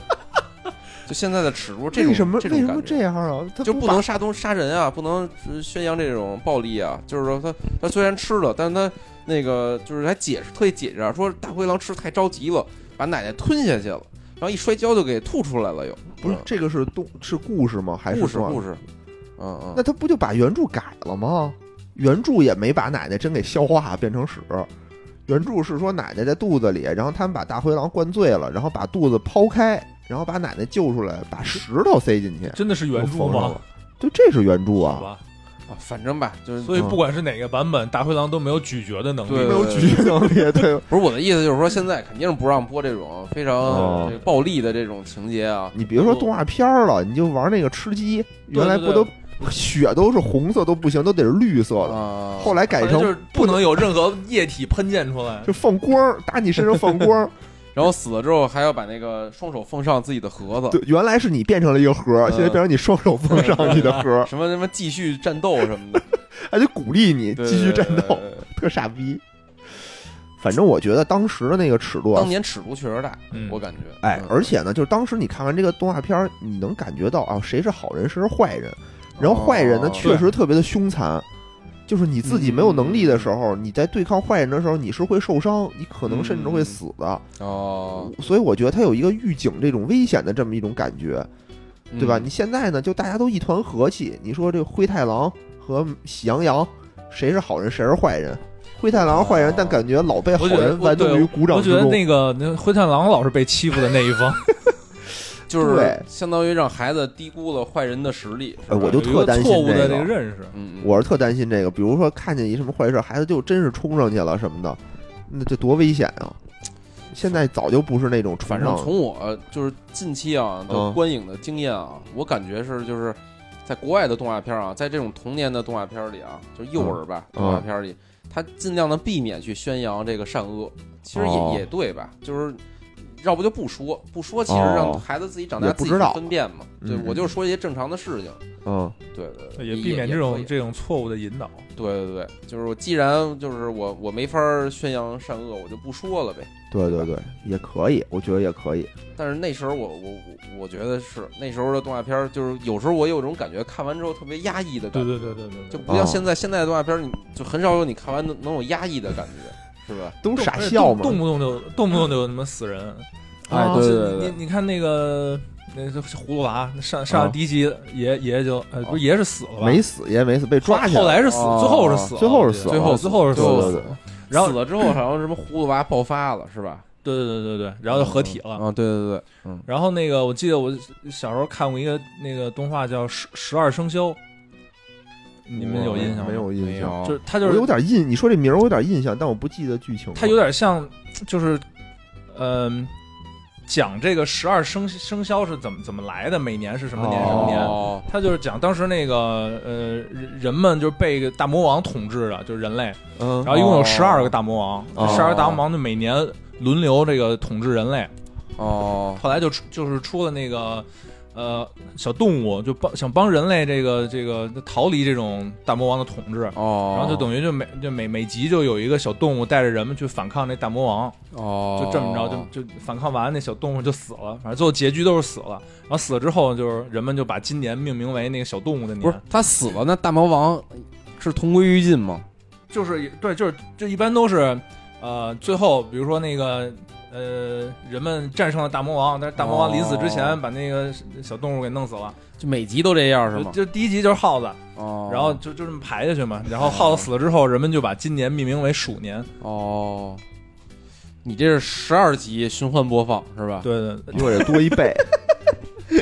Speaker 2: 就现在的尺度，这种
Speaker 1: 为什么
Speaker 2: 这
Speaker 1: 为
Speaker 2: 种
Speaker 1: 什
Speaker 2: 感
Speaker 1: 么
Speaker 2: 觉
Speaker 1: 这样啊？他
Speaker 2: 就
Speaker 1: 不
Speaker 2: 不
Speaker 1: 把
Speaker 2: 能杀东杀人啊，不能呃宣扬这种暴力啊。就是说他他虽然吃了，但是他那个就是还解释特意解释啊，说大灰狼吃太着急了，把奶奶吞下去了，然后一摔跤就给吐出来了又。
Speaker 1: 不是这个是动是故事吗？还
Speaker 2: 嗯
Speaker 1: 是
Speaker 2: 故事
Speaker 1: 说
Speaker 2: 故事，嗯嗯。
Speaker 1: 那他不就把原著改了吗？原著也没把奶奶真给消化变成屎，原著是说奶奶在肚子里，然后他们把大灰狼灌醉了，然后把肚子剖开，然后把奶奶救出来，把石头塞进去，
Speaker 3: 真的是原著
Speaker 1: 又缝上
Speaker 3: 吗
Speaker 1: 了？？对，这是原著
Speaker 3: 好
Speaker 1: 啊，
Speaker 3: 吧，
Speaker 2: 啊反正吧，就是
Speaker 3: 所以
Speaker 1: 嗯
Speaker 3: 不管是哪个版本，大灰狼都没有咀嚼的能
Speaker 2: 对
Speaker 1: 没
Speaker 3: 力。
Speaker 1: 有拒绝能力，对。
Speaker 2: 不是我的意思，就是说现在肯定不让播这种非常
Speaker 1: 哦
Speaker 2: 这个暴力的这种情节啊。
Speaker 1: 你别说动画片儿了，你就玩那个吃鸡，原来不都血都是红色都不行，都得是绿色的，
Speaker 2: 啊，
Speaker 1: 后来改
Speaker 3: 反正就
Speaker 1: 成
Speaker 3: 是不能有任何液体喷溅出来
Speaker 1: 就。放光儿，打你身上放光 儿，
Speaker 2: 然后死了之后还要把那个双手奉上自己的盒子，
Speaker 1: 对，原来是你变成了一个盒儿，
Speaker 2: 嗯
Speaker 1: 现在变成你双手奉上你的盒儿，
Speaker 2: 什么什么继续战斗什么的，
Speaker 1: 还得鼓励你
Speaker 2: 对
Speaker 1: 继续战
Speaker 2: 对对
Speaker 1: 斗，
Speaker 2: 对对
Speaker 1: 特傻逼。反正我觉得当时的那个尺度啊
Speaker 2: 当，年尺度确实大，
Speaker 3: 嗯
Speaker 2: 我感觉。
Speaker 1: 哎
Speaker 2: 嗯，
Speaker 1: 而且呢，就是当时你看完这个动画片儿，你能感觉到啊，谁是好人，谁是坏人。然后坏人呢，
Speaker 2: 哦
Speaker 1: 确实特别的凶残，就是你自己没有能力的时
Speaker 3: 嗯
Speaker 1: 候，你在对抗坏人的时候，你是会受伤，你可能甚至
Speaker 3: 嗯
Speaker 1: 会死的。
Speaker 2: 哦，
Speaker 1: 所以我觉得它有一个预警这种危险的这么一种感觉。
Speaker 2: 嗯
Speaker 1: 对吧？你现在呢，就大家都一团和气。你说这灰太狼和喜羊羊，谁是好人，谁是坏人？灰太狼是坏人
Speaker 2: 哦，
Speaker 1: 但感觉老被好
Speaker 3: 我觉得
Speaker 1: 人玩弄于股掌
Speaker 3: 我
Speaker 1: 之
Speaker 3: 觉得
Speaker 1: 中。
Speaker 3: 那个那灰太狼老是被欺负的那一方，
Speaker 2: 就是
Speaker 1: 对
Speaker 2: 相当于让孩子低估了坏人的实力。是
Speaker 1: 哎
Speaker 2: 吧
Speaker 1: 我就特
Speaker 3: 有一个
Speaker 1: 担心
Speaker 3: 错误的
Speaker 1: 这个
Speaker 3: 个认识。
Speaker 2: 嗯，嗯
Speaker 1: 我是特担心这个，比如说看见一什么坏事，孩子就真是冲上去了什么的，那这多危险啊！现在早就不是那种
Speaker 2: 反
Speaker 1: 崇
Speaker 2: 正
Speaker 1: 尚
Speaker 2: 从我呃就是近期啊的
Speaker 1: 嗯
Speaker 2: 观影的经验啊，我感觉是就是在国外的动画片啊，在这种童年的动画片里啊，就是幼儿吧
Speaker 1: 嗯
Speaker 2: 动画片里，他尽量的避免去宣扬这个善恶，其实
Speaker 1: 哦
Speaker 2: 也也对吧？就是。要不就不说，不说其实
Speaker 1: 哦
Speaker 2: 让孩子自己长大
Speaker 1: 也不
Speaker 2: 自己
Speaker 1: 知道
Speaker 2: 去分辨嘛。对，
Speaker 1: 嗯
Speaker 2: 我就说一些正常的事情。
Speaker 1: 嗯
Speaker 2: 对对对，
Speaker 3: 也避免这
Speaker 2: 可以
Speaker 3: 种这种错误的引导。
Speaker 2: 对对对，就是我既然就是我我没法儿宣扬善恶，我就不说了呗。
Speaker 1: 对对对，也可以，我觉得也可以。
Speaker 2: 但是那时候我我我我觉得是那时候的动画片，儿，就是有时候我有种感觉，看完之后特别压抑的感
Speaker 3: 对
Speaker 2: 觉，
Speaker 3: 对对对对，
Speaker 2: 就不像现在、现在的动画片，儿，你就很少有你看完能能有压抑的感觉，是吧？
Speaker 1: 都
Speaker 3: 动
Speaker 1: 傻笑嘛，
Speaker 3: 动不动就动不动就他妈死人。
Speaker 1: 哎
Speaker 3: 啊
Speaker 2: 对
Speaker 3: 是
Speaker 2: 对对
Speaker 3: 你你看那个那个葫芦娃那上上
Speaker 1: 啊
Speaker 3: 第一集爷爷就呃不是爷是死了吧？
Speaker 1: 没死也没死，被抓
Speaker 3: 后
Speaker 1: 起来
Speaker 3: 后
Speaker 1: 了。
Speaker 3: 来是死，
Speaker 2: 哦
Speaker 3: 最后是死了，
Speaker 1: 最后是死了
Speaker 3: 最后最后是死
Speaker 2: 最后
Speaker 3: 了，
Speaker 2: 死
Speaker 1: 了
Speaker 3: 然后
Speaker 2: 死了之后，好像什么葫芦娃爆发了，是吧？
Speaker 3: 对对对对对，然后就合体了。
Speaker 1: 嗯
Speaker 2: 啊，对对对，
Speaker 3: 然后那个我记得我小时候看过一个那个动画叫《十十二生
Speaker 1: 哦
Speaker 3: 肖》，你们有印象吗？
Speaker 1: 没有印象？
Speaker 3: 就是它就
Speaker 1: 我
Speaker 3: 是
Speaker 1: 有点印，你说这名儿我有点印象，但我不记得剧情了。
Speaker 3: 它有点像，就是，嗯、讲这个十二生生肖是怎么怎么来的，每年是什么年什么年。
Speaker 2: 哦
Speaker 3: 它就是讲当时那个呃人人们就是被一个大魔王统治的，就是人类，
Speaker 1: 嗯，
Speaker 2: 哦
Speaker 3: 然后一共有十二个大魔王，
Speaker 1: 哦
Speaker 3: 十二、个大魔王就每年轮流这个统治人类。
Speaker 2: 哦
Speaker 3: 后来就出就是出了那个呃小动物，就帮想帮人类这个这个逃离这种大魔王的统治，
Speaker 2: 哦，
Speaker 3: 然后就等于就每就每每集就有一个小动物带着人们去反抗那大魔王，
Speaker 2: 哦，
Speaker 3: 就这么着就就反抗完那小动物就死了，反正最后结局都是死了。然后死了之后，就是人们就把今年命名为那个小动物的
Speaker 2: 不是
Speaker 3: 年，
Speaker 2: 他死了，那大魔王是同归于尽吗？
Speaker 3: 就是对，就是就一般都是呃最后比如说那个。呃，人们战胜了大魔王，但是大魔王临死之
Speaker 2: 哦
Speaker 3: 前把那个小动物给弄死了。
Speaker 2: 就每集都这样是
Speaker 3: 就
Speaker 2: 吗？
Speaker 3: 就第一集就是耗子，
Speaker 2: 哦，
Speaker 3: 然后就就这么排下去嘛。然后耗子死了之后，人们就把今年命名为鼠年。
Speaker 2: 哦，你这是十二集循环播放是吧？
Speaker 3: 对对，
Speaker 1: 比我这多一倍，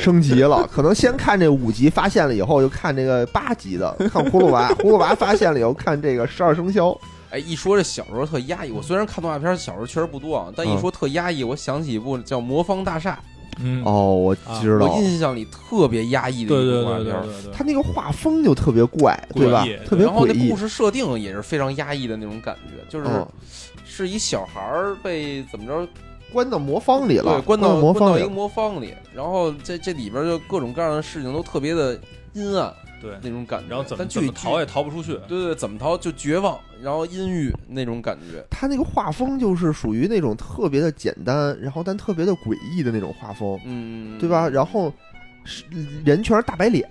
Speaker 1: 升级了。可能先看这五集，发现了以后就看这个八集的，看葫芦娃。葫芦娃发现了以后看这个十二生肖，
Speaker 2: 哎，一说这小时候特压抑，我虽然看动画片小时候确实不多啊，但一
Speaker 1: 嗯
Speaker 2: 说特压抑，我想起一部叫《魔方大厦
Speaker 3: 嗯，
Speaker 1: 哦，我知》，道
Speaker 2: 我，印象里特别压抑的
Speaker 3: 对
Speaker 2: 一部
Speaker 3: 对
Speaker 2: 动画
Speaker 3: 对对
Speaker 2: 片儿。
Speaker 3: 对对，
Speaker 1: 他那个画风就特别怪，对吧
Speaker 3: 诡异？
Speaker 1: 特别
Speaker 2: 然后
Speaker 1: 诡
Speaker 2: 那
Speaker 1: 异
Speaker 2: 故。事设定也是非常压抑的那种感觉，就是
Speaker 1: 嗯，
Speaker 2: 是一小孩儿被怎么着
Speaker 1: 关到魔方里了，
Speaker 2: 对，关
Speaker 1: 到
Speaker 2: 到
Speaker 1: 魔
Speaker 2: 关
Speaker 1: 方
Speaker 2: 到
Speaker 1: 里
Speaker 2: 一个
Speaker 1: 了。
Speaker 2: 魔方里，然后这这里边就各种各样的事情都特别的阴暗
Speaker 3: 对，
Speaker 2: 那种感觉，
Speaker 3: 然后怎么
Speaker 2: 但具
Speaker 3: 怎
Speaker 2: 体
Speaker 3: 么逃也逃不出去，
Speaker 2: 对对，怎么逃就绝望，然后阴郁那种感觉，
Speaker 1: 他那个画风就是属于那种特别的简单，然后但特别的诡异的那种画风，
Speaker 2: 嗯，
Speaker 1: 对吧？然后是人全是大白脸，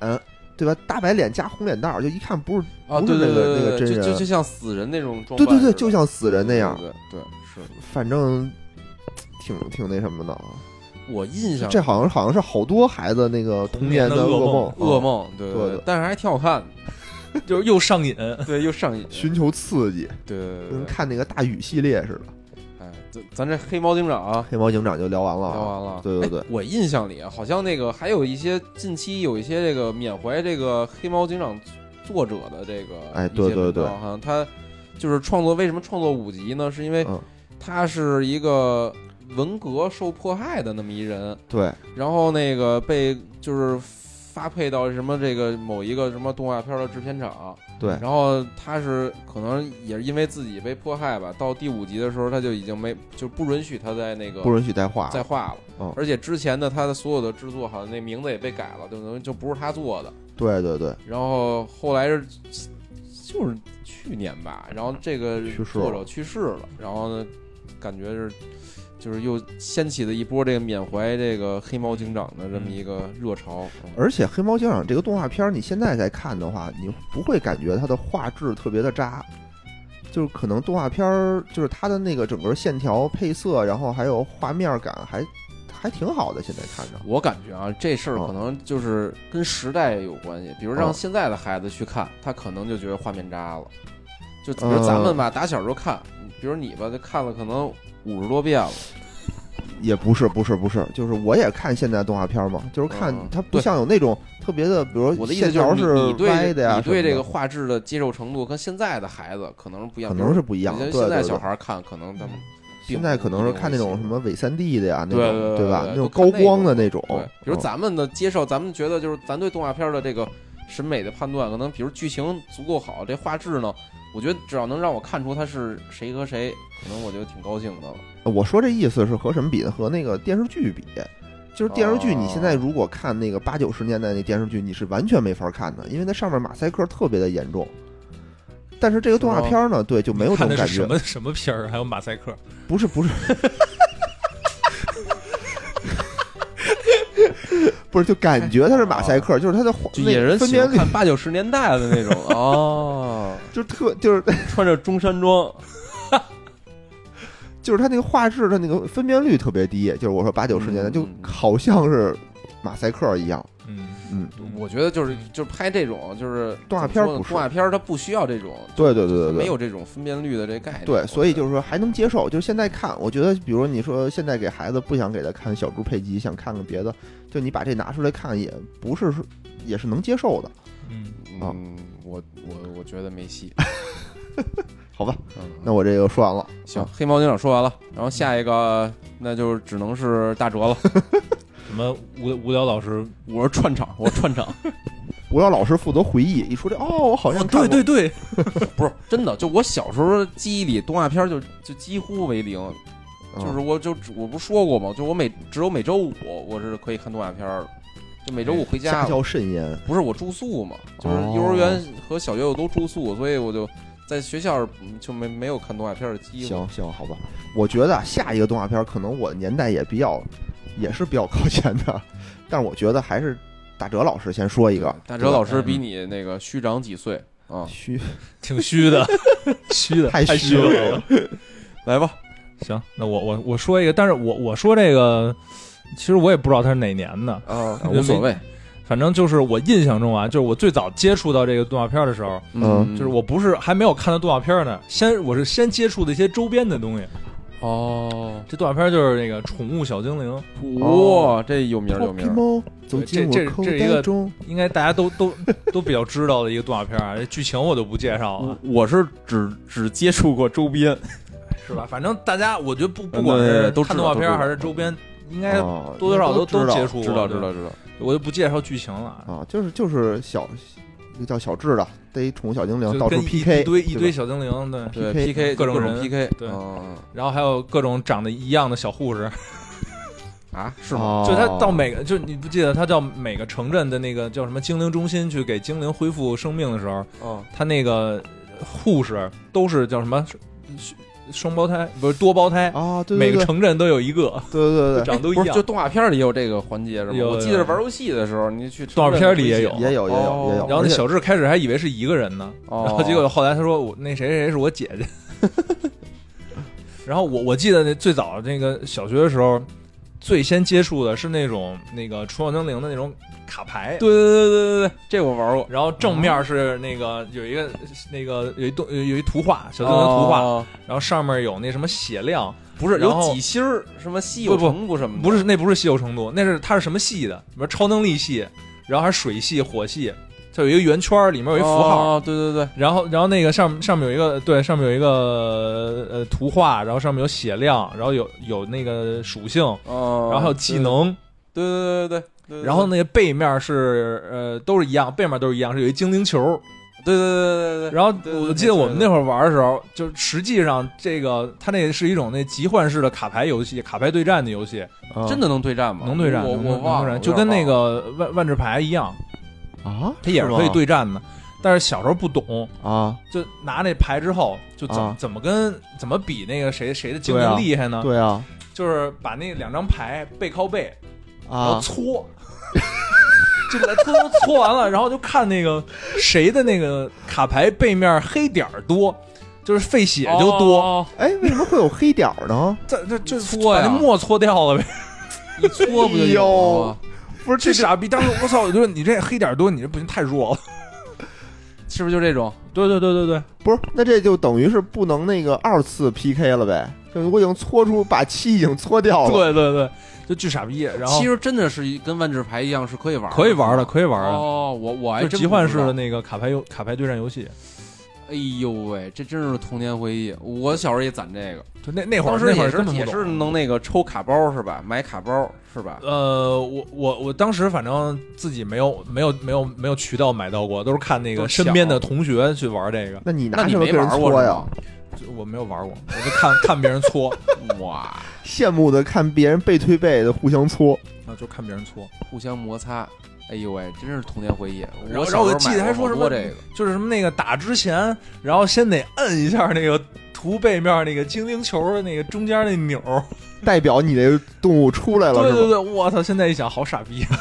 Speaker 1: 对吧？大白脸加红脸蛋儿，就一看不是
Speaker 2: 啊，
Speaker 1: 不是
Speaker 2: 对对
Speaker 1: 那个那
Speaker 2: 对
Speaker 1: 个真
Speaker 2: 对，就就
Speaker 1: 人
Speaker 2: 就像死人那种装
Speaker 1: 对
Speaker 2: 扮似的，嗯
Speaker 1: 对对，就像死人那样。
Speaker 2: 对对对是
Speaker 1: 反正挺挺那什么的啊，
Speaker 2: 我印象
Speaker 1: 这好像好像是好多孩子那个童年
Speaker 3: 童年的
Speaker 1: 噩
Speaker 3: 噩
Speaker 1: 梦
Speaker 3: 梦，
Speaker 2: 噩
Speaker 1: 啊
Speaker 2: 梦，对
Speaker 1: 对
Speaker 2: 对
Speaker 1: 对，
Speaker 2: 但是还挺好看的，
Speaker 3: 就是又上瘾。
Speaker 2: 对，又上瘾，
Speaker 1: 寻求刺激，
Speaker 2: 对对对
Speaker 1: 跟
Speaker 2: 对，
Speaker 1: 看那个大雨系列似的。
Speaker 2: 哎，咱咱这黑猫警长啊，
Speaker 1: 黑猫警长就聊完了啊，
Speaker 2: 聊完了，
Speaker 1: 对对对
Speaker 2: 哎，我印象里啊好像那个还有一些近期有一些这个缅怀这个黑猫警长作者的这个
Speaker 1: 哎
Speaker 2: 一
Speaker 1: 对
Speaker 2: 些
Speaker 1: 对
Speaker 2: 文章
Speaker 1: 对
Speaker 2: 好像他就是创作为什么创作五集呢？是因为
Speaker 1: 嗯
Speaker 2: 他是一个文革受迫害的那么一人，
Speaker 1: 对，
Speaker 2: 然后那个被就是发配到什么这个某一个什么动画片的制片厂，
Speaker 1: 对
Speaker 2: 然后他是可能也是因为自己被迫害吧，到第五集的时候他就已经没就不允许他在那个
Speaker 1: 不允许带画，
Speaker 2: 再画了，
Speaker 1: 嗯
Speaker 2: 而且之前的他的所有的制作好像那名字也被改了，就等于就不是他做的。
Speaker 1: 对对对，
Speaker 2: 然后后来是就是去年吧，然后这个
Speaker 1: 去世了
Speaker 2: 作者去世了，然后呢，感觉是就是又掀起了一波这个缅怀这个黑猫警长的这
Speaker 1: 嗯
Speaker 2: 么一个热潮。嗯
Speaker 1: 而且《黑猫警长》这个动画片，儿，你现在再看的话，你不会感觉它的画质特别的渣，就是可能动画片儿就是它的那个整个线条配色，然后还有画面感还还挺好的，现在看着。
Speaker 2: 我感觉啊，这事儿
Speaker 1: 嗯
Speaker 2: 可能就是跟时代有关系。比如让
Speaker 1: 嗯
Speaker 2: 现在的孩子去看，他可能就觉得画面渣了。就比如咱们
Speaker 1: 嗯
Speaker 2: 吧，打小就看，比如你吧，就看了可能五十多遍了。
Speaker 1: 也不是不是不是，就是我也看现在动画片儿嘛，就是看
Speaker 2: 嗯
Speaker 1: 它不
Speaker 2: 对
Speaker 1: 像有那种特别的，比如
Speaker 2: 我的意
Speaker 1: 呃线条
Speaker 2: 思就是你，你对
Speaker 1: 歪的呀
Speaker 2: 你
Speaker 1: 什么的，
Speaker 2: 对这个画质的接受程度跟现在的孩子可能是不一样，
Speaker 1: 可能是不一
Speaker 2: 一
Speaker 1: 样。对
Speaker 2: 现
Speaker 1: 对
Speaker 2: 在
Speaker 1: 对
Speaker 2: 小孩看，可能他们并
Speaker 1: 现在可能是看那种什么伪三 D 的呀，那
Speaker 2: 对
Speaker 1: 种
Speaker 2: 对对
Speaker 1: 吧？
Speaker 2: 对
Speaker 1: 那
Speaker 2: 对
Speaker 1: 种
Speaker 2: 都看
Speaker 1: 高
Speaker 2: 那
Speaker 1: 光的那种
Speaker 2: 不。一定会喜欢。对，比如
Speaker 1: 嗯
Speaker 2: 咱们的接受，咱们觉得就是咱对动画片的这个审美的判断，可能比如剧情足够好，这画质呢，我觉得只要能让我看出他是谁和谁，可能我就挺高兴的了。
Speaker 1: 我说这意思是和什么比呢？和那个电视剧比，就是电视剧，
Speaker 2: 哦
Speaker 1: 你现在如果看那个八九十年代那电视剧，你是完全没法看的，因为它上面马赛克特别的严重。但是这个动画片
Speaker 2: 哦
Speaker 1: 呢，对，就没有这
Speaker 3: 看
Speaker 1: 种
Speaker 3: 的是
Speaker 1: 感
Speaker 3: 什
Speaker 1: 觉。
Speaker 3: 么什么片儿，还有马赛克，
Speaker 1: 不是 不是，不是，就感觉它是马赛克，就是它的画
Speaker 2: 就
Speaker 1: 那
Speaker 2: 野人
Speaker 1: 分
Speaker 2: 喜
Speaker 1: 辨
Speaker 2: 欢
Speaker 1: 率
Speaker 2: 看八九十年代的那种 哦，
Speaker 1: 就特就是
Speaker 2: 穿着中山装，
Speaker 1: 就是它那个画质的那个分辨率特别低，就是我说八九十年代，
Speaker 2: 嗯
Speaker 1: 就好像是马赛克一样。
Speaker 3: 嗯，
Speaker 1: 嗯，
Speaker 2: 我觉得就是就是拍这种就是
Speaker 1: 动画片儿
Speaker 2: 怎
Speaker 1: 不
Speaker 2: 么说呢
Speaker 1: 是
Speaker 2: 动画片儿它不需要这种
Speaker 1: 对对对对
Speaker 2: 没
Speaker 1: 对。
Speaker 2: 有这种分辨率的这概念。
Speaker 1: 对，所以就是是说还能接受，就是现在看，我觉得，比如你说现在给孩子不想给他看小猪佩奇，想看看别的，就你把这拿出来看，也不是说也是能接受的，
Speaker 3: 嗯，
Speaker 1: 啊
Speaker 2: 嗯，我我我觉得没戏。
Speaker 1: 好吧？
Speaker 2: 嗯，
Speaker 1: 那我这个说完了，
Speaker 2: 行，黑猫警长说完了，然后下一个那就只能是大哲了。
Speaker 3: 什么无无聊老师，
Speaker 2: 我是串场，我是串场，
Speaker 1: 无聊老师负责回忆，一说这哦，我好像看过
Speaker 3: 对对对，
Speaker 2: 不是真的。就我小时候记忆里动画片就就几乎为零，
Speaker 1: 嗯
Speaker 2: 就是我就我不说过吗？就我每只有每周五我是可以看动画片儿的，就每周五回
Speaker 1: 嗯家
Speaker 2: 家，
Speaker 1: 教甚严，
Speaker 2: 不是我住宿嘛，就是
Speaker 1: 哎哦
Speaker 2: 幼儿园和小学我都住宿，所以我就在学校嗯就没没有看动画片的机会。
Speaker 1: 行行，好吧，我觉得啊下一个动画片儿可能我年代也比较，也是比较靠前的，但是我觉得还是大哲老师先说一个。
Speaker 2: 大哲老师
Speaker 1: 嗯
Speaker 2: 比你那个虚长几岁啊？
Speaker 1: 虚
Speaker 3: 挺虚 的，虚的，
Speaker 1: 太
Speaker 3: 虚
Speaker 1: 虚了，
Speaker 2: 来吧，
Speaker 3: 行，那我我我说一个，但是我我说这个，其实我也不知道它是哪年的，
Speaker 2: 啊，无所谓，
Speaker 3: 反正就是我印象中啊，就是我最早接触到这个动画片的时候，
Speaker 1: 嗯
Speaker 3: 就是我不是还没有看到动画片呢，先我是先接触的一些周边的东西，
Speaker 2: 哦，
Speaker 3: 这动画片就是那个《宠物小精灵》，
Speaker 2: 哇，这有名儿有名儿，
Speaker 1: 猫走进
Speaker 3: 这
Speaker 1: 我
Speaker 3: 这
Speaker 1: 口
Speaker 3: 这一个
Speaker 1: 袋中，
Speaker 3: 应该大家都都都比较知道的一个动画片啊，这剧情我就不介绍了
Speaker 2: 我，我是只只接触过周边，
Speaker 3: 是吧？反正大家我觉得不不
Speaker 2: 嗯
Speaker 3: 管
Speaker 2: 对
Speaker 3: 是
Speaker 2: 对都
Speaker 3: 看
Speaker 2: 知
Speaker 3: 动画
Speaker 2: 道
Speaker 3: 片
Speaker 2: 都知
Speaker 3: 还
Speaker 2: 道
Speaker 3: 是周边，应该
Speaker 1: 哦
Speaker 3: 多多少少都
Speaker 1: 都知道
Speaker 3: 都接触过
Speaker 2: 知道知道知道，
Speaker 3: 我就不介绍剧情了，
Speaker 1: 啊，就是就是小那个叫小智的，逮宠物小精灵
Speaker 3: 就
Speaker 1: 到处
Speaker 3: 跟一
Speaker 1: PK，
Speaker 3: 一堆一
Speaker 1: 对吧
Speaker 3: 堆小精灵，对，
Speaker 2: 对
Speaker 1: PK
Speaker 2: PK
Speaker 3: 各种人
Speaker 2: PK，
Speaker 3: 对
Speaker 2: 嗯
Speaker 3: 然后还有各种长得一样的小护士，
Speaker 2: 啊是吗？
Speaker 1: 哦
Speaker 3: 就他到每个，就你不记得他到每个城镇的那个叫什么精灵中心去给精灵恢复生命的时候，
Speaker 2: 嗯
Speaker 3: 他那个护士都是叫什么双胞胎，不是多胞胎，
Speaker 1: 啊，对
Speaker 3: 每
Speaker 1: 对
Speaker 3: 个
Speaker 1: 对
Speaker 3: 城镇都有一个，
Speaker 1: 对对对
Speaker 3: 长得都
Speaker 2: 不
Speaker 3: 一
Speaker 2: 是，
Speaker 3: 样
Speaker 2: 就。动画片里也有这个环节是吗？
Speaker 3: 有
Speaker 2: 我记
Speaker 3: 有
Speaker 2: 得玩游戏的时候，你去
Speaker 3: 动画片里也有
Speaker 1: 对，也有也有也有，
Speaker 3: 哦然后那
Speaker 1: 而且
Speaker 3: 小智开始还以为是一个人呢，
Speaker 2: 哦
Speaker 3: 然后 结果后来他说我那谁谁谁是我姐姐， 然后我我记得那最早那个小学的时候，最先接触的是那种那个《除暴精灵》的那种卡牌，
Speaker 2: 对对对对对对，这我玩过。
Speaker 3: 然后正面是那个有一个那个有一动有一图画小精灵图画，
Speaker 2: 哦
Speaker 3: 然后上面有那什么血量，
Speaker 2: 不是
Speaker 3: 然
Speaker 2: 有
Speaker 3: 后
Speaker 2: 几星儿，什么稀有
Speaker 3: 不不
Speaker 2: 程度什么的，
Speaker 3: 不是那不是稀有程度，那是它是什么系的？比如超能力系，然后还是水系、火系，它有一个圆圈儿，里面有一符号。
Speaker 2: 哦，对对对，
Speaker 3: 然后，然后那个上上面有一个对，上面有一个呃图画，然后上面有血量，然后有有那个属性，
Speaker 2: 哦，
Speaker 3: 然后还有技，能，
Speaker 2: 对对对对对哦对对，
Speaker 3: 然后那个背面是呃都是一样，背面都是一样，是有一精灵球。
Speaker 2: 对，对对对对对，
Speaker 3: 然后
Speaker 2: 对对
Speaker 3: 我
Speaker 2: 没
Speaker 3: 记得
Speaker 2: 错
Speaker 3: 我
Speaker 2: 没
Speaker 3: 们
Speaker 2: 错
Speaker 3: 那会儿玩的时候，就实际上这个它那是一种那集换式的卡牌游戏，卡牌对战的游戏，
Speaker 1: 啊
Speaker 2: 哦真的能对战吗？哦
Speaker 3: 能对战，
Speaker 2: 我
Speaker 3: 能
Speaker 2: 我
Speaker 3: 能
Speaker 2: 忘
Speaker 3: 对
Speaker 2: 了，
Speaker 3: 战，就跟那
Speaker 2: 有点忘了
Speaker 3: 个万万智牌一样，
Speaker 1: 啊，
Speaker 3: 它也是
Speaker 1: 吗
Speaker 3: 可以对战的。但是小时候不懂，
Speaker 1: 啊，
Speaker 3: 就拿那牌之后，就怎么、
Speaker 1: 啊
Speaker 3: 怎么跟怎么比那个谁谁的精
Speaker 1: 对啊
Speaker 3: 灵厉害呢？
Speaker 1: 对啊
Speaker 3: 就是把那两张牌背靠背，然后
Speaker 1: 啊，
Speaker 3: 搓， 就给它搓搓搓完了，然后就看那个谁的那个卡牌背面黑点儿多，就是费血就多，
Speaker 2: 哦
Speaker 1: 哎，为什么会有黑点儿呢？
Speaker 3: 这这这
Speaker 2: 搓呀
Speaker 3: 把那墨搓掉了呗。
Speaker 2: 一搓不就
Speaker 1: 哎
Speaker 2: 有
Speaker 1: 呦
Speaker 2: 了吗？
Speaker 3: 不 是这傻逼，当时我操，我就说你这黑点儿多，你这不行，太弱了。
Speaker 2: 是不是就这种？
Speaker 3: 对对对对对，
Speaker 1: 不是，那这就等于是不能那个二次 PK 了呗？就我已经搓出把七已经搓掉了，
Speaker 3: 对对对，就巨傻逼。然后
Speaker 2: 其实真的是一跟万智牌一样，是可以玩，
Speaker 3: 可以玩的，可以玩的，
Speaker 2: 哦，我我还
Speaker 3: 就
Speaker 2: 真
Speaker 3: 集
Speaker 2: 不
Speaker 3: 换
Speaker 2: 知
Speaker 3: 式
Speaker 2: 道
Speaker 3: 的那个卡牌游卡牌对战游戏。
Speaker 2: 哎呦喂，这真是童年回忆。我小时候也攒这个，
Speaker 3: 就那那会儿
Speaker 2: 当时
Speaker 3: 那会
Speaker 2: 也
Speaker 3: 儿
Speaker 2: 是
Speaker 3: 真的
Speaker 2: 也
Speaker 3: 不懂
Speaker 2: 是能那个抽卡包是吧？买卡包是吧？
Speaker 3: 呃，我我我当时反正自己没有没有没有没有渠道买到过，都是看那
Speaker 2: 都
Speaker 3: 个
Speaker 2: 抢
Speaker 3: 身边的同学去玩这个，
Speaker 1: 那你
Speaker 2: 那
Speaker 1: 拿
Speaker 2: 你
Speaker 1: 什么
Speaker 2: 没
Speaker 1: 跟人
Speaker 2: 玩过
Speaker 1: 搓
Speaker 2: 是
Speaker 1: 呀
Speaker 2: 吗？？
Speaker 3: 就我没有玩过，我就看看别人搓，
Speaker 2: 哇，
Speaker 1: 羡慕的看别人背对背的互相搓，
Speaker 3: 啊，就看别人搓，
Speaker 2: 互相摩擦，哎呦喂，真是童年回忆。
Speaker 3: 然
Speaker 2: 我
Speaker 3: 后
Speaker 2: 小
Speaker 3: 然后我
Speaker 2: 时候
Speaker 3: 记得
Speaker 2: 买
Speaker 3: 还
Speaker 2: 过
Speaker 3: 说什
Speaker 2: 好多
Speaker 3: 么
Speaker 2: 这个，
Speaker 3: 就是什么那个打之前，然后先得摁一下那个图背面那个精灵球那个中间那钮儿，
Speaker 1: 代表你这动物出来了
Speaker 3: 对对
Speaker 1: 是吧？
Speaker 3: 对，我操！现在一想好傻逼，啊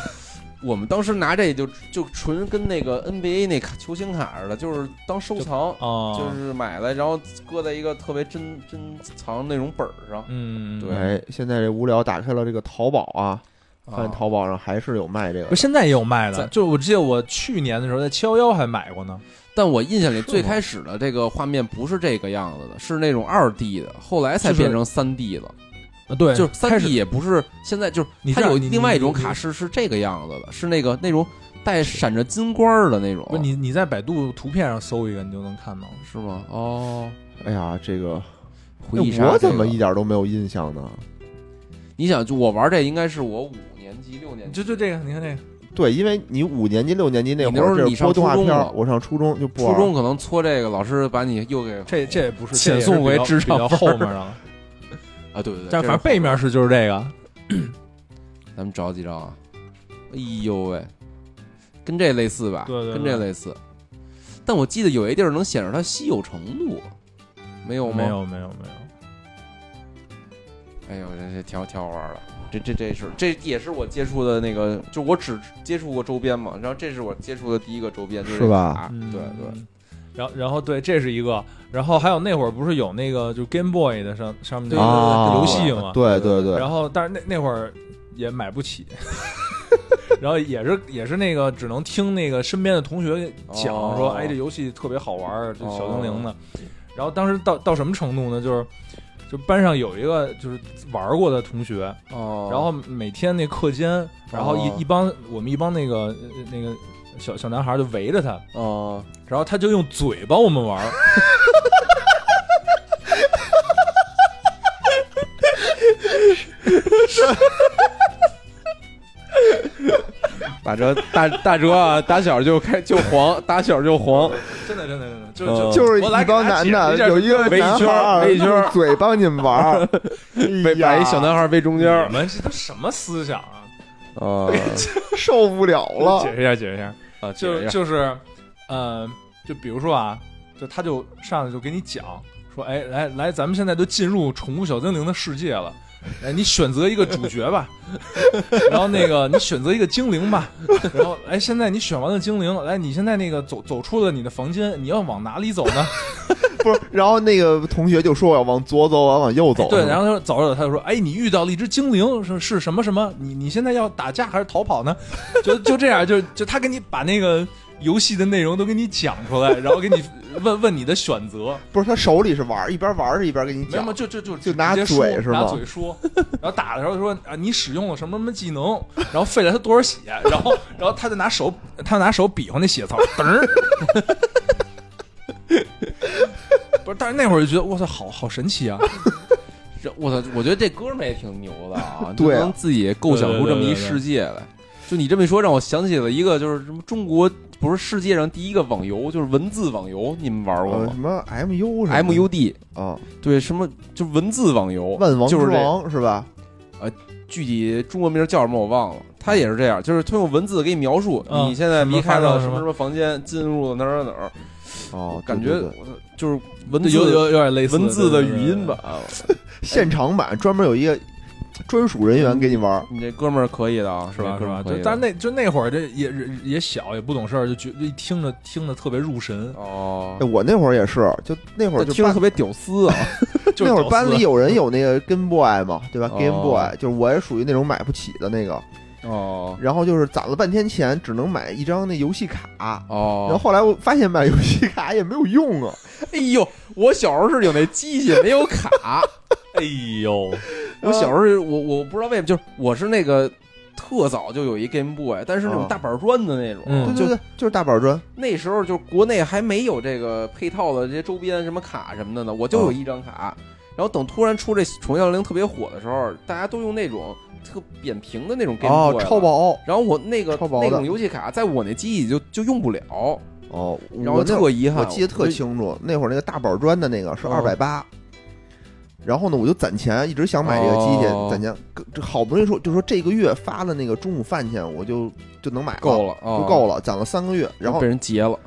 Speaker 2: 我们当时拿这就就纯跟那个 NBA 那卡球星卡似的，就是当收藏，
Speaker 3: 啊，
Speaker 2: 就是买来然后搁在一个特别珍珍藏那种本儿上。
Speaker 3: 嗯，
Speaker 2: 对
Speaker 1: 哎，现在这无聊打开了这个淘宝啊，
Speaker 2: 啊
Speaker 1: 看淘宝上还是有卖这个
Speaker 3: 不，现在也有卖
Speaker 2: 在
Speaker 3: 的，就是我记得我去年的时候在七幺幺还买过呢，
Speaker 2: 但我印象里
Speaker 3: 吗
Speaker 2: 最开始的这个画面不是这个样子的，是那种二 D 的，后来才
Speaker 3: 就是
Speaker 2: 变成三 D 了。
Speaker 3: 啊，对，
Speaker 2: 就是三
Speaker 3: 开
Speaker 2: D
Speaker 3: 始
Speaker 2: 也不是现在就是
Speaker 3: 你
Speaker 2: 它
Speaker 3: 这
Speaker 2: 有
Speaker 3: 样你
Speaker 2: 另外一种
Speaker 3: 你你
Speaker 2: 卡是是这个样子的，是那个那种带闪着金光儿的那种，
Speaker 3: 不是你你在百度图片上搜一个，你就能看到。
Speaker 2: 是吗？哦，
Speaker 1: 哎呀，这个
Speaker 2: 回
Speaker 3: 哎
Speaker 2: 忆
Speaker 1: 那
Speaker 2: 杀
Speaker 1: 我
Speaker 2: 这
Speaker 1: 怎
Speaker 2: 个
Speaker 1: 么一点都没有印象呢？
Speaker 2: 你想，就我玩这应该是我五年级六年级，
Speaker 3: 就就这个，你看这个，
Speaker 1: 对，因为你五年级、六年级那
Speaker 2: 你
Speaker 1: 会
Speaker 2: 那时候
Speaker 1: 儿，这
Speaker 2: 你
Speaker 1: 是
Speaker 2: 上
Speaker 1: 播动画
Speaker 2: 初中
Speaker 1: 片儿
Speaker 2: 了，
Speaker 1: 我上初中就不玩
Speaker 2: 初中可能搓这个，老师把你又给
Speaker 3: 这这也不是
Speaker 2: 遣送为职场
Speaker 3: 这也是比较比较后面 了。
Speaker 2: 啊，对对对，
Speaker 3: 但
Speaker 2: 这
Speaker 3: 是反正背面是就是这个，
Speaker 2: 咱们找几张啊，哎呦喂，跟这类似吧？
Speaker 3: 对对对
Speaker 2: 跟这类似。但我记得有一地儿能显示它稀有程度，啊没有吗？
Speaker 3: 没。有没有没有，
Speaker 2: 哎呦，这这挺好挺好玩的。这这这是这也是我接触的那个，就我只接触过周边嘛，然后这是我接触的第一个周边，就是
Speaker 1: 吧
Speaker 2: 卡
Speaker 3: 嗯
Speaker 2: 对对，。
Speaker 3: 然后，然后对，这是一个，然后还有那会儿不是有那个就 Game Boy 的上上面那
Speaker 2: 对
Speaker 3: 个
Speaker 1: 啊
Speaker 3: 游戏嘛，
Speaker 1: 对
Speaker 2: 对
Speaker 1: 对对，
Speaker 3: 然后但是那那会儿也买不起， 然后也是也是那个只能听那个身边的同学讲
Speaker 2: 哦
Speaker 3: 说，哦哎，这游戏特别好玩儿，这小精灵的。然后当时到到什么程度呢？就是就班上有一个就是玩过的同学，
Speaker 2: 哦，
Speaker 3: 嗯然后每天那课间，然后一、
Speaker 2: 哦
Speaker 3: 一帮我们一帮那个呃那个小小男孩就围着他，
Speaker 2: 哦，
Speaker 3: 然后他就用嘴帮我们玩儿。
Speaker 2: 打折大大折啊，打小就开就黄，打小就 黄，
Speaker 3: 真的，真的，真的，就
Speaker 2: 嗯
Speaker 3: 就
Speaker 1: 就是
Speaker 3: 我来
Speaker 1: 一
Speaker 3: 给大
Speaker 1: 帮
Speaker 3: 家
Speaker 1: 男
Speaker 3: 解释一下
Speaker 1: 的，有一个
Speaker 2: 围一
Speaker 1: 男
Speaker 2: 圈
Speaker 1: 孩
Speaker 2: 儿
Speaker 1: 儿啊
Speaker 2: 围一圈儿
Speaker 1: 用嘴帮你们玩儿，哎
Speaker 2: 被
Speaker 1: 被
Speaker 2: 把一小男孩围中间儿
Speaker 3: 你们这都什么思想啊？
Speaker 2: 啊
Speaker 1: 受不了了
Speaker 3: 解。释一下，解释一下，
Speaker 2: 啊，解
Speaker 3: 就
Speaker 2: 释一下
Speaker 3: 就是，呃，就比如说啊，就他就上来就给你讲说，哎，来来，咱们现在都进入宠物小精灵的世 界了。哎，你选择一个主角吧，然后那个你选择一个精灵吧，然后哎，现在你选完了精灵，来，你现在那个走走出了你的房间，你要往哪里走呢？
Speaker 1: 不是，然后那个同学就说我要往左走，我要往右走。
Speaker 3: 对，
Speaker 1: 是吧
Speaker 3: 然后他说走着走，他就说：“哎，你遇到了一只精灵，是是什么什么？你你现在要打架还是逃跑呢？” 就就这样，就就他给你把那个游戏的内容都给你讲出来，然后给你问问你的选择，
Speaker 1: 不是他手里是玩儿，一边玩儿是一边给你
Speaker 3: 没有
Speaker 1: 讲
Speaker 3: 吗，就就就
Speaker 1: 就拿
Speaker 3: 直接说
Speaker 1: 嘴是吗
Speaker 3: 拿嘴说， 然后打的时候说啊，你使用了什么什么技能，然后费了他多少血，然后然后他就拿手他拿手比划那血槽，噔儿。不是，但是那会儿就觉得，我操，好好神奇啊！
Speaker 2: 这我操，我觉得这哥们儿也挺牛的 啊，
Speaker 1: 对啊
Speaker 2: 就能自己构想出这么一世界来。就你这么一说，让我想起了一个，就是什么中国不是世界上第一个网游，就是文字网游，你们玩过
Speaker 1: 呃
Speaker 2: 吗
Speaker 1: 什么 MU 什么的
Speaker 2: ？MUD，
Speaker 1: 啊，
Speaker 2: 对，什么就文字网游，
Speaker 1: 万王之
Speaker 2: 就是这
Speaker 1: 王是吧？
Speaker 2: 具体中文名叫什么我忘了。他也是这样，就是他用文字给你描述，
Speaker 3: 嗯
Speaker 2: 你现在离开了
Speaker 3: 什
Speaker 2: 什
Speaker 3: 么
Speaker 2: 么什么房间，进入了哪儿哪儿哪儿，
Speaker 1: 哦，
Speaker 2: 感
Speaker 1: 对
Speaker 2: 觉
Speaker 1: 对对
Speaker 2: 我操就是文
Speaker 3: 对
Speaker 2: 字
Speaker 3: 有有有点类似
Speaker 2: 文字的
Speaker 3: 对对
Speaker 2: 语
Speaker 3: 对
Speaker 2: 音版。
Speaker 1: 现场版专门有一个专属人员给你玩儿，
Speaker 2: 你这哥们儿可以的啊，
Speaker 3: 是吧？是吧？
Speaker 2: 就
Speaker 3: 就但是那就那会儿这也也也小，也不懂事儿，就觉得一听着听着特别入神，
Speaker 2: 哦
Speaker 1: 哎，我那会儿也是，就那会儿就
Speaker 2: 听着
Speaker 1: 班
Speaker 2: 特别屌丝啊，
Speaker 3: 就是
Speaker 1: 那会儿
Speaker 3: 屌丝
Speaker 1: 班里有人有那个 Game Boy 嘛，对吧
Speaker 2: 哦
Speaker 1: ？Game Boy 就是我也属于那种买不起的那个，
Speaker 2: 哦
Speaker 1: 然后就是攒了半天钱，只能买一张那游戏卡。然后
Speaker 2: 哦，
Speaker 1: 后来我发现买游戏卡也没有用啊，
Speaker 2: 哎呦，我小时候是有那机器，没有 卡。
Speaker 3: 哎呦，
Speaker 2: 我小时候是我我不知道为什么，就是我是那个特早就有一 Game Boy，但是那种
Speaker 1: 哦
Speaker 2: 大板砖的那种，
Speaker 3: 嗯
Speaker 1: 对
Speaker 2: 哦就
Speaker 1: 对对，就是大板砖，
Speaker 2: 那时候就国内还没有这个配套的这些周边什么卡什么的呢，我就
Speaker 1: 嗯
Speaker 2: 有一张卡。然后等突然出这《宠物小精灵》特别火的时候，大家都用那种特扁平的那种 Game
Speaker 1: 哦，
Speaker 2: Boy，了
Speaker 1: 超。薄
Speaker 2: 然后我那个
Speaker 1: 超薄的
Speaker 2: 那种游戏卡，在我那机器就就用不了，
Speaker 1: 哦，
Speaker 2: 然后
Speaker 1: 我那会
Speaker 2: 特
Speaker 1: 儿
Speaker 2: 遗
Speaker 1: 我
Speaker 2: 憾。
Speaker 1: 记得特清楚，那会儿那个大板砖的那个是
Speaker 2: 哦
Speaker 1: 二百八。然后呢，我就攒钱，一直想买这个机器，
Speaker 2: 哦
Speaker 1: 攒钱，这好不容易说，就说这个月发了那个中午饭钱，我就就能买了啊
Speaker 2: 啊够了，
Speaker 1: 就
Speaker 2: 就
Speaker 1: 够了，攒了三个月，然后
Speaker 2: 被人劫了。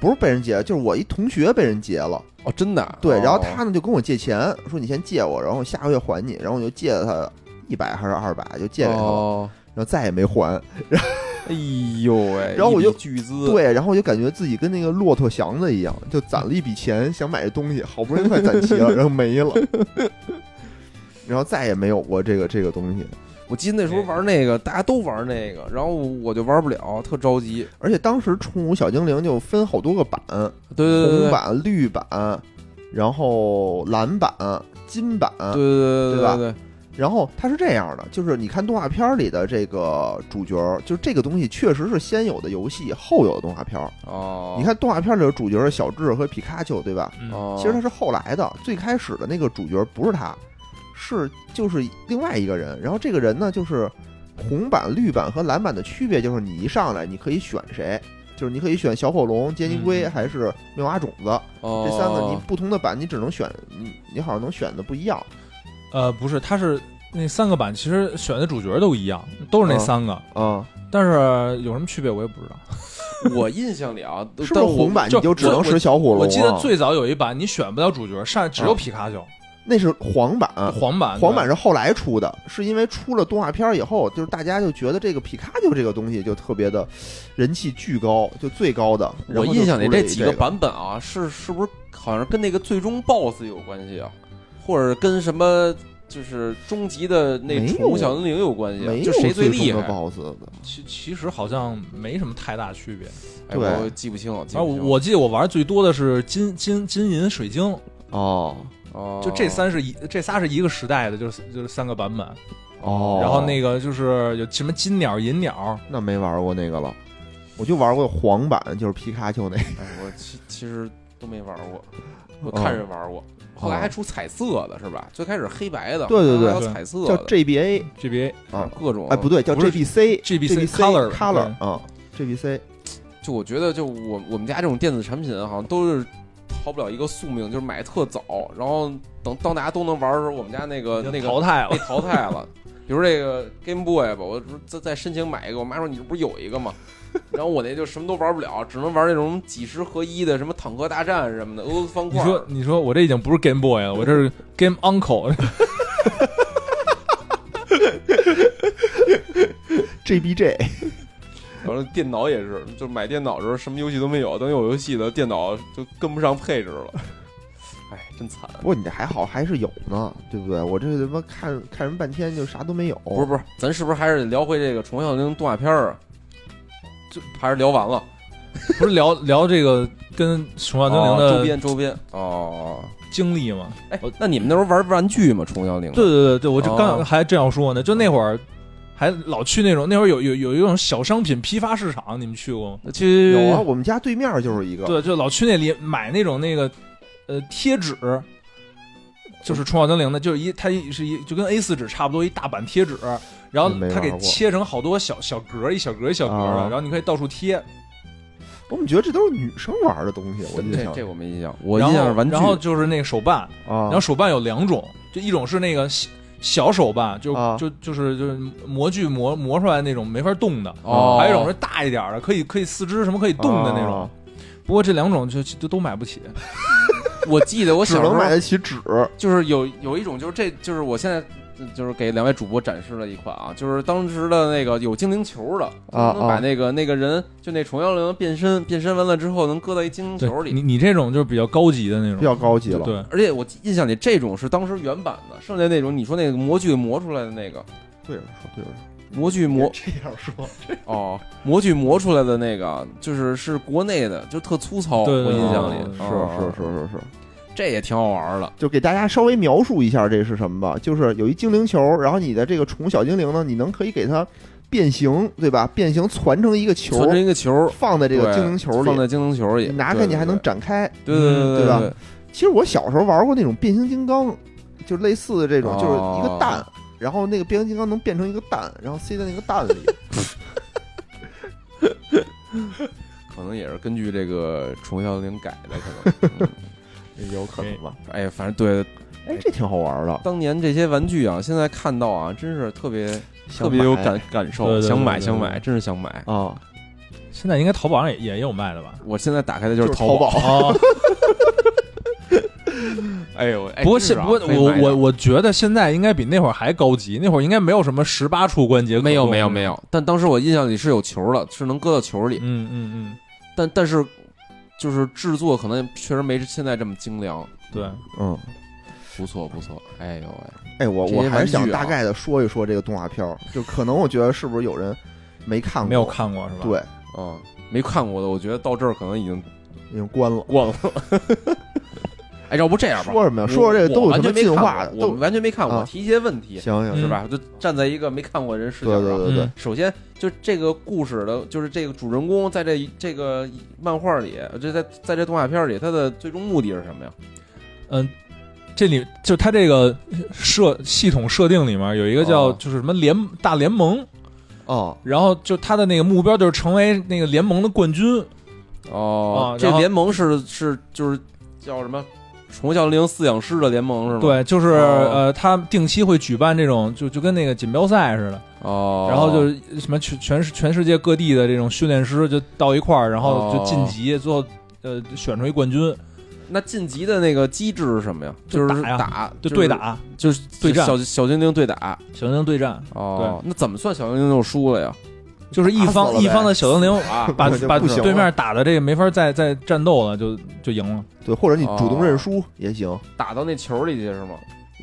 Speaker 1: 不是被人劫，就是我一同学被人劫了，
Speaker 2: 哦，真的啊、
Speaker 1: 对，
Speaker 2: 哦
Speaker 1: 然后他呢就跟我借钱，说你先借我，然后下个月还你，然后我就借了他一百还是二百，就借给他了，
Speaker 2: 哦、
Speaker 1: 然后再也没还。
Speaker 2: 哎呦喂，
Speaker 1: 然后我就
Speaker 2: 一笔巨资，
Speaker 1: 对，然后我就感觉自己跟那个骆驼祥子一样，就攒了一笔钱，想买这东西，好不容易快攒齐了，然后没了，然后再也没有过这个这个东西。
Speaker 2: 我记得那时候玩那个，大家都玩那个，然后我就玩不了，特着急。
Speaker 1: 而且当时《宠物小精灵》就分好多个版，
Speaker 2: 对对对
Speaker 1: 红
Speaker 2: 对对
Speaker 1: 版、绿版，然后蓝版、金版，
Speaker 2: 对对
Speaker 1: 对吧
Speaker 2: 对对，
Speaker 1: 然后它是这样的，就是你看动画片里的这个主角，就是这个东西确实是先有的游戏，后有的动画片。
Speaker 2: 哦，
Speaker 1: 你，看动画片里的主角是小智和皮卡丘，对吧？
Speaker 3: 嗯
Speaker 2: 哦、
Speaker 1: 其实他是后来的，最开始的那个主角不是他，是就是另外一个人。然后这个人呢，就是红版、绿版和蓝版的区别就是，你一上来你可以选谁，就是你可以选小火龙、杰尼龟
Speaker 3: 嗯
Speaker 1: 还是妙蛙种子，
Speaker 2: 哦
Speaker 1: 这三个你不同的版你只能选，你你好像能选的不一样。
Speaker 3: 呃，不是，他是那三个版其实选的主角都一样，都是那三个，
Speaker 1: 啊、
Speaker 3: 但是有什么区别我也不知道。
Speaker 2: 哦我印象里啊，
Speaker 1: 嗯是不
Speaker 2: 但
Speaker 1: 是
Speaker 2: 我
Speaker 1: 红版
Speaker 3: 就
Speaker 1: 你就只能
Speaker 3: 我
Speaker 1: 使小火龙、啊
Speaker 3: 我记得最早有一版你选不了主角，上来只有皮卡丘，
Speaker 1: 那是黄版，
Speaker 3: 黄
Speaker 2: 啊
Speaker 3: 版
Speaker 1: 嗯黄版是后来出的，是因为出了动画片以后，就是大家就觉得这个皮卡丘这个东西就特别的人气巨高，就最高的。
Speaker 2: 我印象里
Speaker 1: 这
Speaker 2: 几个版本啊，是是不是好像跟那个最终 BOSS 有关系啊，或者跟什么就是终极的那
Speaker 1: 没有
Speaker 2: 宠物小精灵有关系啊、
Speaker 1: 没有
Speaker 2: 就谁
Speaker 1: 最
Speaker 2: 厉
Speaker 1: 终的
Speaker 2: 害？
Speaker 1: BOSS 的，
Speaker 3: 其其实好像没什么太大区别。
Speaker 2: 哎，
Speaker 1: 对
Speaker 3: 啊
Speaker 2: 我记不清了。记
Speaker 3: 然后
Speaker 2: 不清了
Speaker 3: 我我记得我玩最多的是金金金银水晶，
Speaker 1: 哦，
Speaker 2: 哦，
Speaker 3: 就这三是一这仨是一个时代的，就是就是三个版本。
Speaker 1: 哦
Speaker 3: 然后那个就是有什么金鸟、银鸟，
Speaker 1: 那没玩过那个了，我就玩过黄版，就是皮卡丘那个。
Speaker 2: 哎，我其其实都没玩过，我
Speaker 1: 哦
Speaker 2: 看人玩过，后来还出彩色的是吧？最开始黑白的，
Speaker 1: 对对对
Speaker 2: 后来还有彩色
Speaker 1: 叫
Speaker 2: 的，哦
Speaker 1: GBA
Speaker 3: 这别
Speaker 1: 啊，
Speaker 2: 各种
Speaker 1: 哎不对，叫
Speaker 3: 不是
Speaker 1: GBC
Speaker 3: GBC
Speaker 1: Color Color
Speaker 3: Color
Speaker 1: 啊，GBC
Speaker 2: 就我觉得，就我我们家这种电子产品，好像都是逃不了一个宿命，就是买特早，然后等当大家都能玩的时候，我们家那个那个
Speaker 3: 淘汰
Speaker 2: 被
Speaker 3: 了。
Speaker 2: 淘汰了。比如这个 Game Boy 吧，我不是再再申请买一个，我妈说你这不是有一个吗？然后我那就什么都玩不了，只能玩那种几十合一的，什么坦克大战什么的，俄罗斯方
Speaker 3: 你
Speaker 2: 块。
Speaker 3: 说，你说我这已经不是 Game Boy 了，我这是 Game Uncle，
Speaker 1: GBJ
Speaker 2: 然后电脑也是，就买电脑的时候什么游戏都没有，等有游戏的电脑就跟不上配置了。哎，真惨。
Speaker 1: 不过你这还好，还是有呢，对不对？我这他妈看看人半天就啥都没有。
Speaker 3: 哦
Speaker 2: 不是不是，咱是不是还是聊回这个《宠物小精灵》动画片儿啊？就还是聊完了。
Speaker 3: 不是聊聊这个跟《宠物小精
Speaker 2: 哦周
Speaker 3: 灵》的
Speaker 2: 边周边哦。
Speaker 3: 经历吗？
Speaker 2: 哎
Speaker 3: 我，
Speaker 2: 那你们那时候玩玩具吗？《宠物小精灵》
Speaker 3: 对对对对，我就刚
Speaker 2: 哦
Speaker 3: 还正要说呢，就那会儿还老去那种，那会儿有有有一种小商品批发市场，你们去过吗？
Speaker 2: 去
Speaker 1: 有啊，我们家对面就是一个。
Speaker 3: 对，就老去那里买那种那个呃贴纸，就是《虫草精灵》的，就是一它一是一就跟 A 4纸差不多一大版贴纸，然后
Speaker 1: 嗯没
Speaker 3: 它给
Speaker 1: 玩过
Speaker 3: 切成好多小小格儿，一小格儿一小格儿的，
Speaker 1: 啊
Speaker 3: 然后你可以到处贴。
Speaker 1: 我们觉得这都是女生玩的东西，我印
Speaker 2: 这
Speaker 1: 象
Speaker 2: 这我没印象，我
Speaker 3: 然
Speaker 2: 印
Speaker 3: 后
Speaker 2: 象是玩具。
Speaker 3: 然后就是那个手办，
Speaker 1: 啊
Speaker 3: 然后手办有两种，就一种是那个小小手办，就、
Speaker 1: 啊
Speaker 3: 就就是就是模具磨磨出来那种没法动的，
Speaker 2: 哦，
Speaker 3: 还有一种是大一点儿的，可以可以四肢什么可以动的那种。
Speaker 1: 啊
Speaker 3: 不过这两种就就都买不起。
Speaker 2: 我记得我
Speaker 1: 只
Speaker 2: 小时
Speaker 1: 能买
Speaker 2: 候
Speaker 1: 得起纸。
Speaker 2: 就是有有一种就是这就是我现在。就是给两位主播展示了一款啊，就是当时的那个有精灵球的，
Speaker 1: 啊
Speaker 2: 能把那个那个人就那虫妖灵变身，变身完了之后能搁到一精灵
Speaker 3: 对
Speaker 2: 球，里
Speaker 3: 你。你这种就是比较高级的那种，
Speaker 1: 比较高级了。
Speaker 3: 对。
Speaker 2: 而且我印象里这种是当时原版的，剩下那种你说那个模具磨出来的那个
Speaker 1: 对着说，对着说，
Speaker 2: 模具磨
Speaker 1: 这样说，
Speaker 2: 哦，模具磨出来的那个就是是国内的，就特粗糙，
Speaker 3: 对对
Speaker 2: 我
Speaker 3: 对
Speaker 2: 印象里
Speaker 3: 对
Speaker 2: 啊
Speaker 1: 是是是是是，
Speaker 2: 这也挺好玩的。
Speaker 1: 就给大家稍微描述一下这是什么吧。就是有一精灵球，然后你的这个宠物小精灵呢，你能可以给它变形，对吧？变形攒成一个球，
Speaker 2: 存成一个球，
Speaker 1: 放在这个
Speaker 2: 对
Speaker 1: 精灵球
Speaker 2: 放
Speaker 1: 里，
Speaker 2: 在精灵球里，
Speaker 1: 你拿开你还能展开。
Speaker 2: 对，对嗯对
Speaker 1: 对吧
Speaker 2: 对，
Speaker 1: 其实我小时候玩过那种变形金刚，就类似的这种，
Speaker 2: 哦
Speaker 1: 就是一个蛋，然后那个变形金刚能变成一个蛋，然后塞在那个蛋里。
Speaker 2: 可能也是根据这个《宠物小精灵》改的，可能。嗯
Speaker 1: 有可能吧？
Speaker 2: 哎，反正对，
Speaker 1: 哎，这挺好玩的，
Speaker 2: 当年这些玩具啊，现在看到啊，真是特别
Speaker 1: 想
Speaker 2: 特别有
Speaker 1: 买
Speaker 2: 感感
Speaker 3: 对
Speaker 2: 受，
Speaker 3: 对对
Speaker 2: 想买
Speaker 3: 对对
Speaker 2: 想
Speaker 3: 对
Speaker 2: 买，真是想买。
Speaker 1: 啊！
Speaker 3: 现在应该淘宝上也也有卖的吧？
Speaker 2: 我现在打开的就是
Speaker 1: 是
Speaker 2: 淘宝，
Speaker 1: 宝，
Speaker 3: 哦，
Speaker 2: 哎呦，哎
Speaker 3: 不过
Speaker 2: 真
Speaker 3: 现
Speaker 2: 是啊
Speaker 3: 不过
Speaker 2: 可以
Speaker 3: 我
Speaker 2: 买的
Speaker 3: 我我觉得现在应该比那会儿还高级，那会儿应该没有什么十八处关节，
Speaker 2: 没有没有没，有，但当时我印象里是有球的，是能搁到球里，
Speaker 3: 嗯嗯
Speaker 2: 但但是就是制作可能确实没现在这么精良，
Speaker 3: 嗯，对，
Speaker 1: 嗯。
Speaker 2: 不错不错，哎呦喂，
Speaker 1: 哎，我
Speaker 2: 这些
Speaker 1: 我还是
Speaker 2: 玩
Speaker 1: 想
Speaker 2: 具啊
Speaker 1: 大概的说一说这个动画片儿，就可能我觉得是不是有人没看过，
Speaker 3: 没有看过是吧？，
Speaker 1: 对，
Speaker 2: 嗯，没看过的，我觉得到这儿可能已经
Speaker 1: 已经关了。
Speaker 2: 惯了。哎，要不这样吧，
Speaker 1: 说什么呀？
Speaker 2: 我
Speaker 1: 啊说说这个都
Speaker 2: 我
Speaker 1: 有什
Speaker 2: 完
Speaker 1: 么
Speaker 2: 全没
Speaker 1: 进
Speaker 2: 看
Speaker 1: 化
Speaker 2: 过
Speaker 1: 的？
Speaker 2: 我
Speaker 1: 都
Speaker 2: 完全没看过，
Speaker 1: 啊
Speaker 2: 提一些问题嗯
Speaker 1: 行行，
Speaker 2: 是吧？就站在一个没看过人视角
Speaker 1: 对
Speaker 2: 上
Speaker 1: 对。对对
Speaker 3: 嗯，
Speaker 2: 首先，就这个故事的，就是这个主人公在这这个漫画里，这在在这动画片里，他的最终目的是什么呀？
Speaker 3: 嗯。这里就它这个设系统设定里面有一个叫
Speaker 2: 哦
Speaker 3: 就是什么联大联盟，
Speaker 1: 哦，
Speaker 3: 然后就它的那个目标就是成为那个联盟的冠军，
Speaker 2: 哦
Speaker 3: 啊
Speaker 2: 这
Speaker 3: 然后
Speaker 2: 联盟是是就是叫什么？宠物小精灵饲养师的联盟是吗？，
Speaker 3: 对，就是
Speaker 2: 哦
Speaker 3: 呃，它定期会举办这种就就跟那个锦标赛似的，
Speaker 2: 哦，
Speaker 3: 然后就是什么全全世全世界各地的这种训练师就到一块儿，然后就晋级，最后呃选出一冠军，
Speaker 2: 那晋级的那个机制是什么呀？
Speaker 3: 就
Speaker 2: 就是
Speaker 3: 打呀
Speaker 2: 打，
Speaker 3: 就是对，打
Speaker 2: 就是
Speaker 3: 对战
Speaker 2: 小小精灵对打。
Speaker 3: 小精灵对战，
Speaker 2: 哦，那怎么算小精灵就输了 呀？
Speaker 3: 就是一
Speaker 1: 打死
Speaker 3: 方
Speaker 1: 了呗
Speaker 3: 一方的小精灵
Speaker 2: 啊，
Speaker 3: 把
Speaker 1: 那就
Speaker 3: 把
Speaker 1: 不行了
Speaker 3: 对面打的这个没法再再战斗了，就就赢了。
Speaker 1: 对，或者你主动认
Speaker 2: 哦
Speaker 1: 输也行，
Speaker 2: 打到那球里去是吗？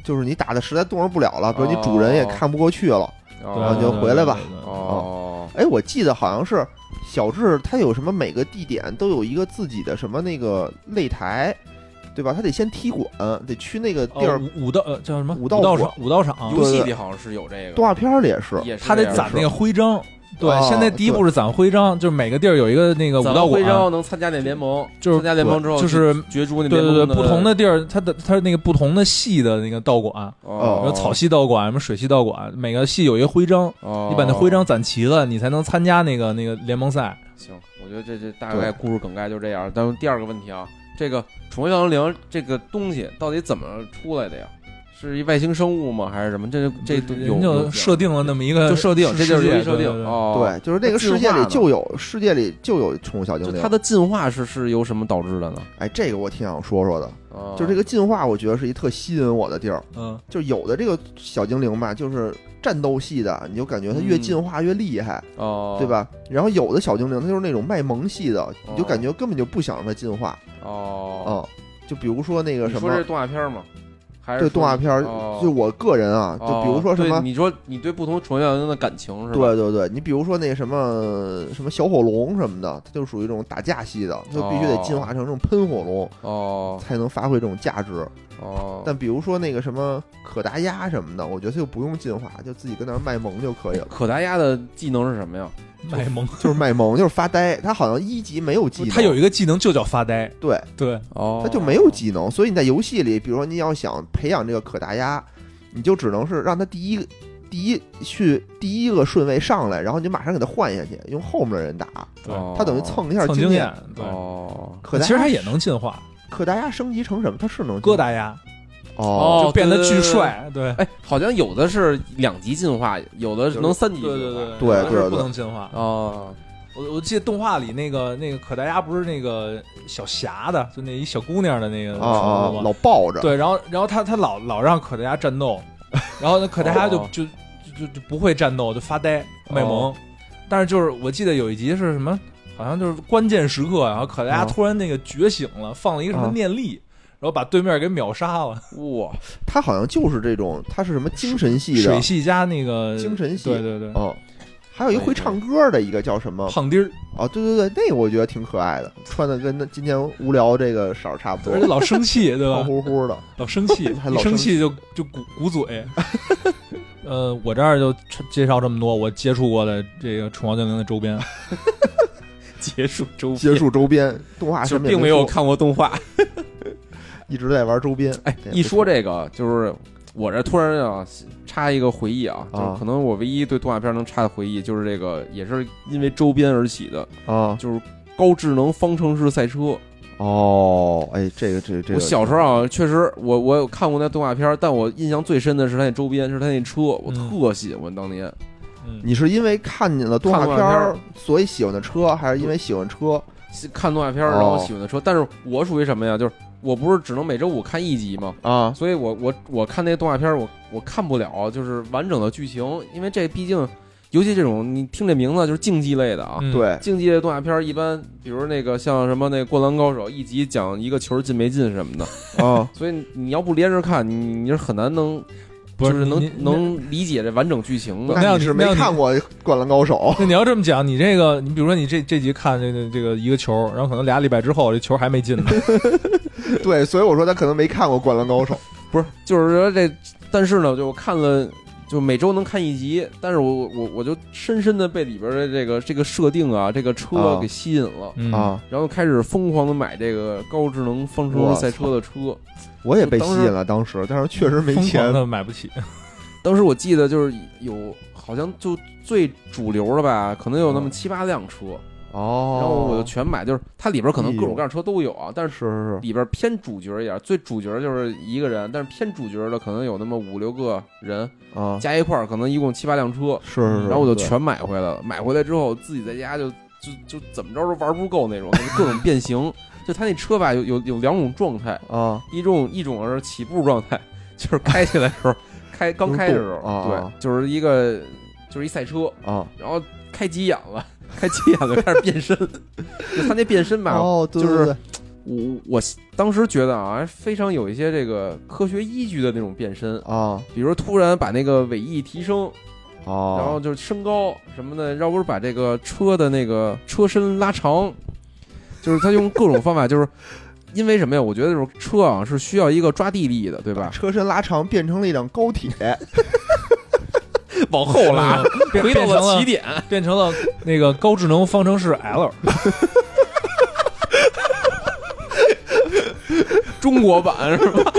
Speaker 1: 就是你打的实在动弹不了了，比如你主人也
Speaker 2: 哦
Speaker 1: 看不过去了。然
Speaker 2: 哦
Speaker 1: 后，就回来吧
Speaker 3: 对。啊对对对
Speaker 2: 哦，
Speaker 1: 哎，我记得好像是小智他有什么每个地点都有一个自己的什么那个擂台，对吧？他得先踢馆，得去那个地
Speaker 3: 哦
Speaker 1: 儿。
Speaker 3: 武武道呃叫什么
Speaker 1: 武道
Speaker 3: 道
Speaker 1: 馆
Speaker 3: 场武道场，
Speaker 2: 游戏里好像是有这
Speaker 1: 动
Speaker 2: 个，
Speaker 1: 画片儿里也是，
Speaker 2: 也是
Speaker 3: 他得
Speaker 2: 这样
Speaker 3: 攒那个徽章。对，
Speaker 1: 哦
Speaker 3: 现在第一步是攒徽章，就是每个地儿有一个那个武
Speaker 2: 攒
Speaker 3: 道
Speaker 2: 完
Speaker 3: 馆
Speaker 2: 徽，章能参加那联盟，
Speaker 3: 就是
Speaker 2: 参加联盟之后
Speaker 3: 就是
Speaker 2: 角逐那
Speaker 3: 对
Speaker 2: 联
Speaker 3: 对对，
Speaker 2: 盟
Speaker 3: 不同的地儿，它的它那个不同的系的那个道馆，
Speaker 1: 哦
Speaker 3: 有草系道馆，什么水系道馆，每个系有一个徽章，
Speaker 2: 哦
Speaker 3: 你把那徽章攒齐了，你才能参加那个那个联盟赛。
Speaker 2: 行，我觉得这这大概故事梗概就这样。咱们第二个问题啊，这个《宠物小精灵》这个东西到底怎么出来的呀？是一外星生物吗？还是什么？这这这有
Speaker 3: 人
Speaker 2: 有
Speaker 3: 就设定了那么一个
Speaker 2: 就设定，这就是游戏设定
Speaker 3: 哦。
Speaker 2: 哦。
Speaker 1: 对，就是那个世界里就有世界里就有宠物小精
Speaker 2: 就
Speaker 1: 灵
Speaker 2: 它。的进化是是由什么导致的呢？
Speaker 1: 哎，这个我挺想说说的，
Speaker 2: 哦
Speaker 1: 就是这个进化，我觉得是一特吸引我的地儿。
Speaker 3: 嗯，
Speaker 1: 就有的这个小精灵吧，就是战斗系的，你就感觉它越
Speaker 2: 嗯
Speaker 1: 进化越厉害，
Speaker 2: 哦，
Speaker 1: 对？吧？然后有的小精灵它就是那种卖萌系的，你就感觉根本就不想让它进化
Speaker 2: 哦，
Speaker 1: 啊、就比如说那个
Speaker 2: 你
Speaker 1: 什
Speaker 2: 说这
Speaker 1: 么
Speaker 2: 是，动画片吗？还是
Speaker 1: 对动画片儿，
Speaker 2: 哦
Speaker 1: 就我个人啊，就比如说什
Speaker 2: 哦
Speaker 1: 么
Speaker 2: 对，你说你对不同宠物小精灵的感情是吧？
Speaker 1: 对对对，你比如说那个什么什么小火龙什么的，它就属于这种打架系的，它
Speaker 3: 哦
Speaker 1: 就必须得进化成这种喷火龙，
Speaker 2: 哦
Speaker 1: 才能发挥这种价值。
Speaker 2: 哦，，
Speaker 1: 但比如说那个什么可达鸭什么的，我觉得它就不用进化，就自己跟那儿卖萌就可以了
Speaker 2: 可达鸭的技能是什么呀？
Speaker 3: 卖萌，
Speaker 1: 就是卖萌，就是发呆。它好像一级没有技能，
Speaker 3: 他有一个技能就叫发呆，
Speaker 1: 对，
Speaker 3: 对，
Speaker 2: 哦，
Speaker 1: 它就没有技能，所以你在游戏里，比如说你要想培养这个可达鸭，你就只能是让它第一第一去第一个顺位上来，然后你就马上给它换下去，用后面的人打，
Speaker 3: 对
Speaker 2: 哦
Speaker 1: 它等于蹭一下
Speaker 3: 蹭
Speaker 1: 经
Speaker 3: 经
Speaker 1: 验
Speaker 3: 验。，对，
Speaker 2: 哦
Speaker 1: 可达
Speaker 3: 其实它也能进化，
Speaker 1: 可达鸭升级成什么？它是能
Speaker 3: 哥达鸭
Speaker 1: 哦，
Speaker 3: 就变得巨。
Speaker 2: 对对对
Speaker 3: 帅，对，
Speaker 2: 哎，好像有的是两级进化，有的能三级进化。
Speaker 1: 对对
Speaker 3: 是
Speaker 1: 对
Speaker 3: 不能进化。
Speaker 2: 哦，
Speaker 3: 我我记得动画里那个那个可达鸭不是那个小霞的，就那一小姑娘的那个
Speaker 1: 啊啊
Speaker 3: 宠物，吗
Speaker 1: 老抱着，
Speaker 3: 哦对，然后然后他他老老让可达鸭战斗，然后那可达鸭就、
Speaker 2: 哦
Speaker 3: 就就就就不会战斗，就发呆卖
Speaker 1: 哦
Speaker 3: 萌。但是就是我记得有一集是什么，好像就是关键时刻，然后可达鸭
Speaker 1: 哦
Speaker 3: 突然那个觉醒了，放了一个什么
Speaker 1: 啊
Speaker 3: 念力，然后把对面给秒杀了。
Speaker 2: 哇，
Speaker 1: 它好像就是这种，它是什么精神系的
Speaker 3: 水，系加那个
Speaker 1: 精神系
Speaker 3: 对对对，
Speaker 1: 嗯，还有一会唱歌的一个叫什么？
Speaker 3: 胖丁儿，
Speaker 1: 哦，对对对，那个我觉得挺可爱的，穿的跟那今天无聊这个色儿差不
Speaker 3: 而且
Speaker 1: 多，
Speaker 3: 老生 气，对
Speaker 1: 胖
Speaker 3: 吧？
Speaker 1: 乎乎的。
Speaker 3: 老生气，
Speaker 1: 还
Speaker 3: 一
Speaker 1: 老生
Speaker 3: 生气就就鼓鼓嘴。 呃，我这儿就介绍这么多我接触过的这个《宠物精灵》的 周边，
Speaker 2: 结束周边
Speaker 1: 结束周边动画
Speaker 2: 就
Speaker 1: 什么也
Speaker 2: 并没有
Speaker 1: 说，
Speaker 2: 看过动画。
Speaker 1: 一直在玩周边。
Speaker 2: 哎，
Speaker 1: 也不
Speaker 2: 一说
Speaker 1: 错
Speaker 2: 这个，就是我这突然啊插一个回忆啊，就是
Speaker 1: 啊
Speaker 2: 可能我唯一对动画片能插的回忆，就是这个也是因为周边而起的，
Speaker 1: 啊，
Speaker 2: 就是高智能方程式赛车。
Speaker 1: 哦，哎，这个这个这个，
Speaker 2: 我小时候啊，确实我我有看过那动画片，但我印象最深的是它那周边，是它那车，我
Speaker 3: 嗯
Speaker 2: 特喜欢当年。
Speaker 3: 嗯，
Speaker 1: 你是因为看见了动画
Speaker 2: 看动
Speaker 1: 片
Speaker 2: 画片
Speaker 1: 儿
Speaker 2: 儿，
Speaker 1: 所以喜欢的车，还是因为喜欢车？
Speaker 2: 看动画片儿，
Speaker 1: 哦
Speaker 2: 然后喜欢的车。但是我属于什么呀？就是我不是只能每周五看一集嘛，
Speaker 1: 啊，
Speaker 2: 所以我我我看那动画片儿，我我看不了就是完整的剧情，因为这毕竟，尤其这种你听这名字就是竞技类的啊。
Speaker 3: 嗯，
Speaker 1: 对，
Speaker 2: 竞技类动画片儿一般，比如那个像什么那《灌篮高手》，一集讲一个球进没进什么的，
Speaker 1: 啊，
Speaker 2: 所以你要不连着看，你你是很难能
Speaker 3: 不是
Speaker 2: 就是
Speaker 3: 你
Speaker 2: 能能理解这完整剧情的。
Speaker 1: 那你是没看过《灌篮高手》
Speaker 3: 那你要这么讲，你这个，你比如说你这这集看这个这个一个球，然后可能俩礼拜之后这球还没 进呢，
Speaker 1: 对，所以我说他可能没看过《灌篮高手》
Speaker 2: 不是，就是说这，但是呢，就我看了，就每周能看一集，但是我我我就深深的被里边的这个这个设定啊，这个车
Speaker 1: 啊
Speaker 2: 给吸引了，
Speaker 3: 嗯，
Speaker 1: 啊，
Speaker 2: 然后开始疯狂的买这个高智能方程式赛车的车。
Speaker 1: 我也被吸引了，当时，但是确实没
Speaker 3: 疯狂
Speaker 1: 钱。
Speaker 3: 的买不起，
Speaker 2: 当时我记得就是有，好像就最主流的吧，可能有那么
Speaker 1: 嗯
Speaker 2: 七八辆车，
Speaker 1: 哦
Speaker 2: 然后我就全买，就是它里边可能各种各样的车都有啊，但是。
Speaker 1: 是是是，
Speaker 2: 里边偏主角一点，最主角就是一个人，但是偏主角的可能有那么五六个人，
Speaker 1: 啊，
Speaker 2: 加一块儿可能一共七八辆车，
Speaker 1: 是是是，
Speaker 2: 嗯然后我就
Speaker 1: 嗯对
Speaker 2: 全买回来了。买回来之后，自己在家就就就怎么着都玩不够那种，各种变形。 就他那车吧，有有有两种状态，
Speaker 1: 啊，
Speaker 2: 一种一种是起步状态， 就是开起来的 时候，开刚开的时
Speaker 1: 能动啊
Speaker 2: 候，对
Speaker 1: 啊，
Speaker 2: 就是一个就是一赛车，
Speaker 1: 啊，
Speaker 2: 然后开急眼了， 开急眼了就开始变身。 就他那变身吧，
Speaker 1: 哦，对
Speaker 2: 就
Speaker 1: 对
Speaker 2: 是
Speaker 1: 对，
Speaker 2: 我我当时觉得啊，非常有一些这个科学依据的那种变身，
Speaker 1: 啊，
Speaker 2: 比如突然把那个尾翼提升，
Speaker 1: 哦，
Speaker 2: 然后就是身高什么的，要不是把这个车的那个车身拉长，就是他用各种方法，就是 因为什么呀？我觉得就是车啊是需要一个抓地力的，对吧？
Speaker 1: 车身拉长变成了一辆高铁，
Speaker 2: 往 后拉，
Speaker 3: 变
Speaker 2: 回到
Speaker 3: 变成
Speaker 2: 了起
Speaker 3: 了
Speaker 2: 点。
Speaker 3: 变成了那个高智能方程式 L，
Speaker 2: 中国版是吧？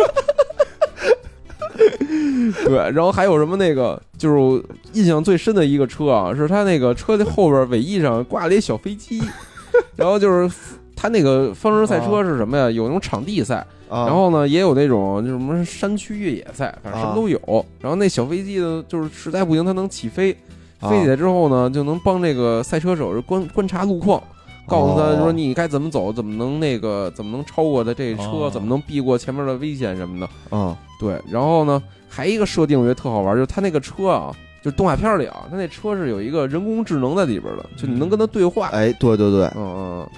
Speaker 2: 对，然后还有什么那个，就是我印象最深的一个车啊，是它那个车的后边尾翼上挂了一小飞机， 然后就是它那个方程式赛车是什么呀？有那种场地赛，
Speaker 1: 啊、
Speaker 2: 然后呢也有那种就是什么山区越野赛，反正
Speaker 1: 啊
Speaker 2: 什么都有。然后那小飞机呢，就是实在不行它能起飞，
Speaker 1: 啊
Speaker 2: 飞起来之后呢，就能帮这个赛车手观观察路况，告诉他
Speaker 1: 哦
Speaker 2: 说你该怎么走，怎么能那个，怎么能超过他这车，
Speaker 3: 哦
Speaker 2: 怎么能避过前面的危险什么的。
Speaker 1: 啊
Speaker 2: 对，然后呢，还一个设定我觉得特好玩，就是他那个车啊，就是动画片里啊，他那车是有一个人工智能在里边的，就你能跟他对话。
Speaker 1: 哎，对对对，
Speaker 2: 嗯嗯。嗯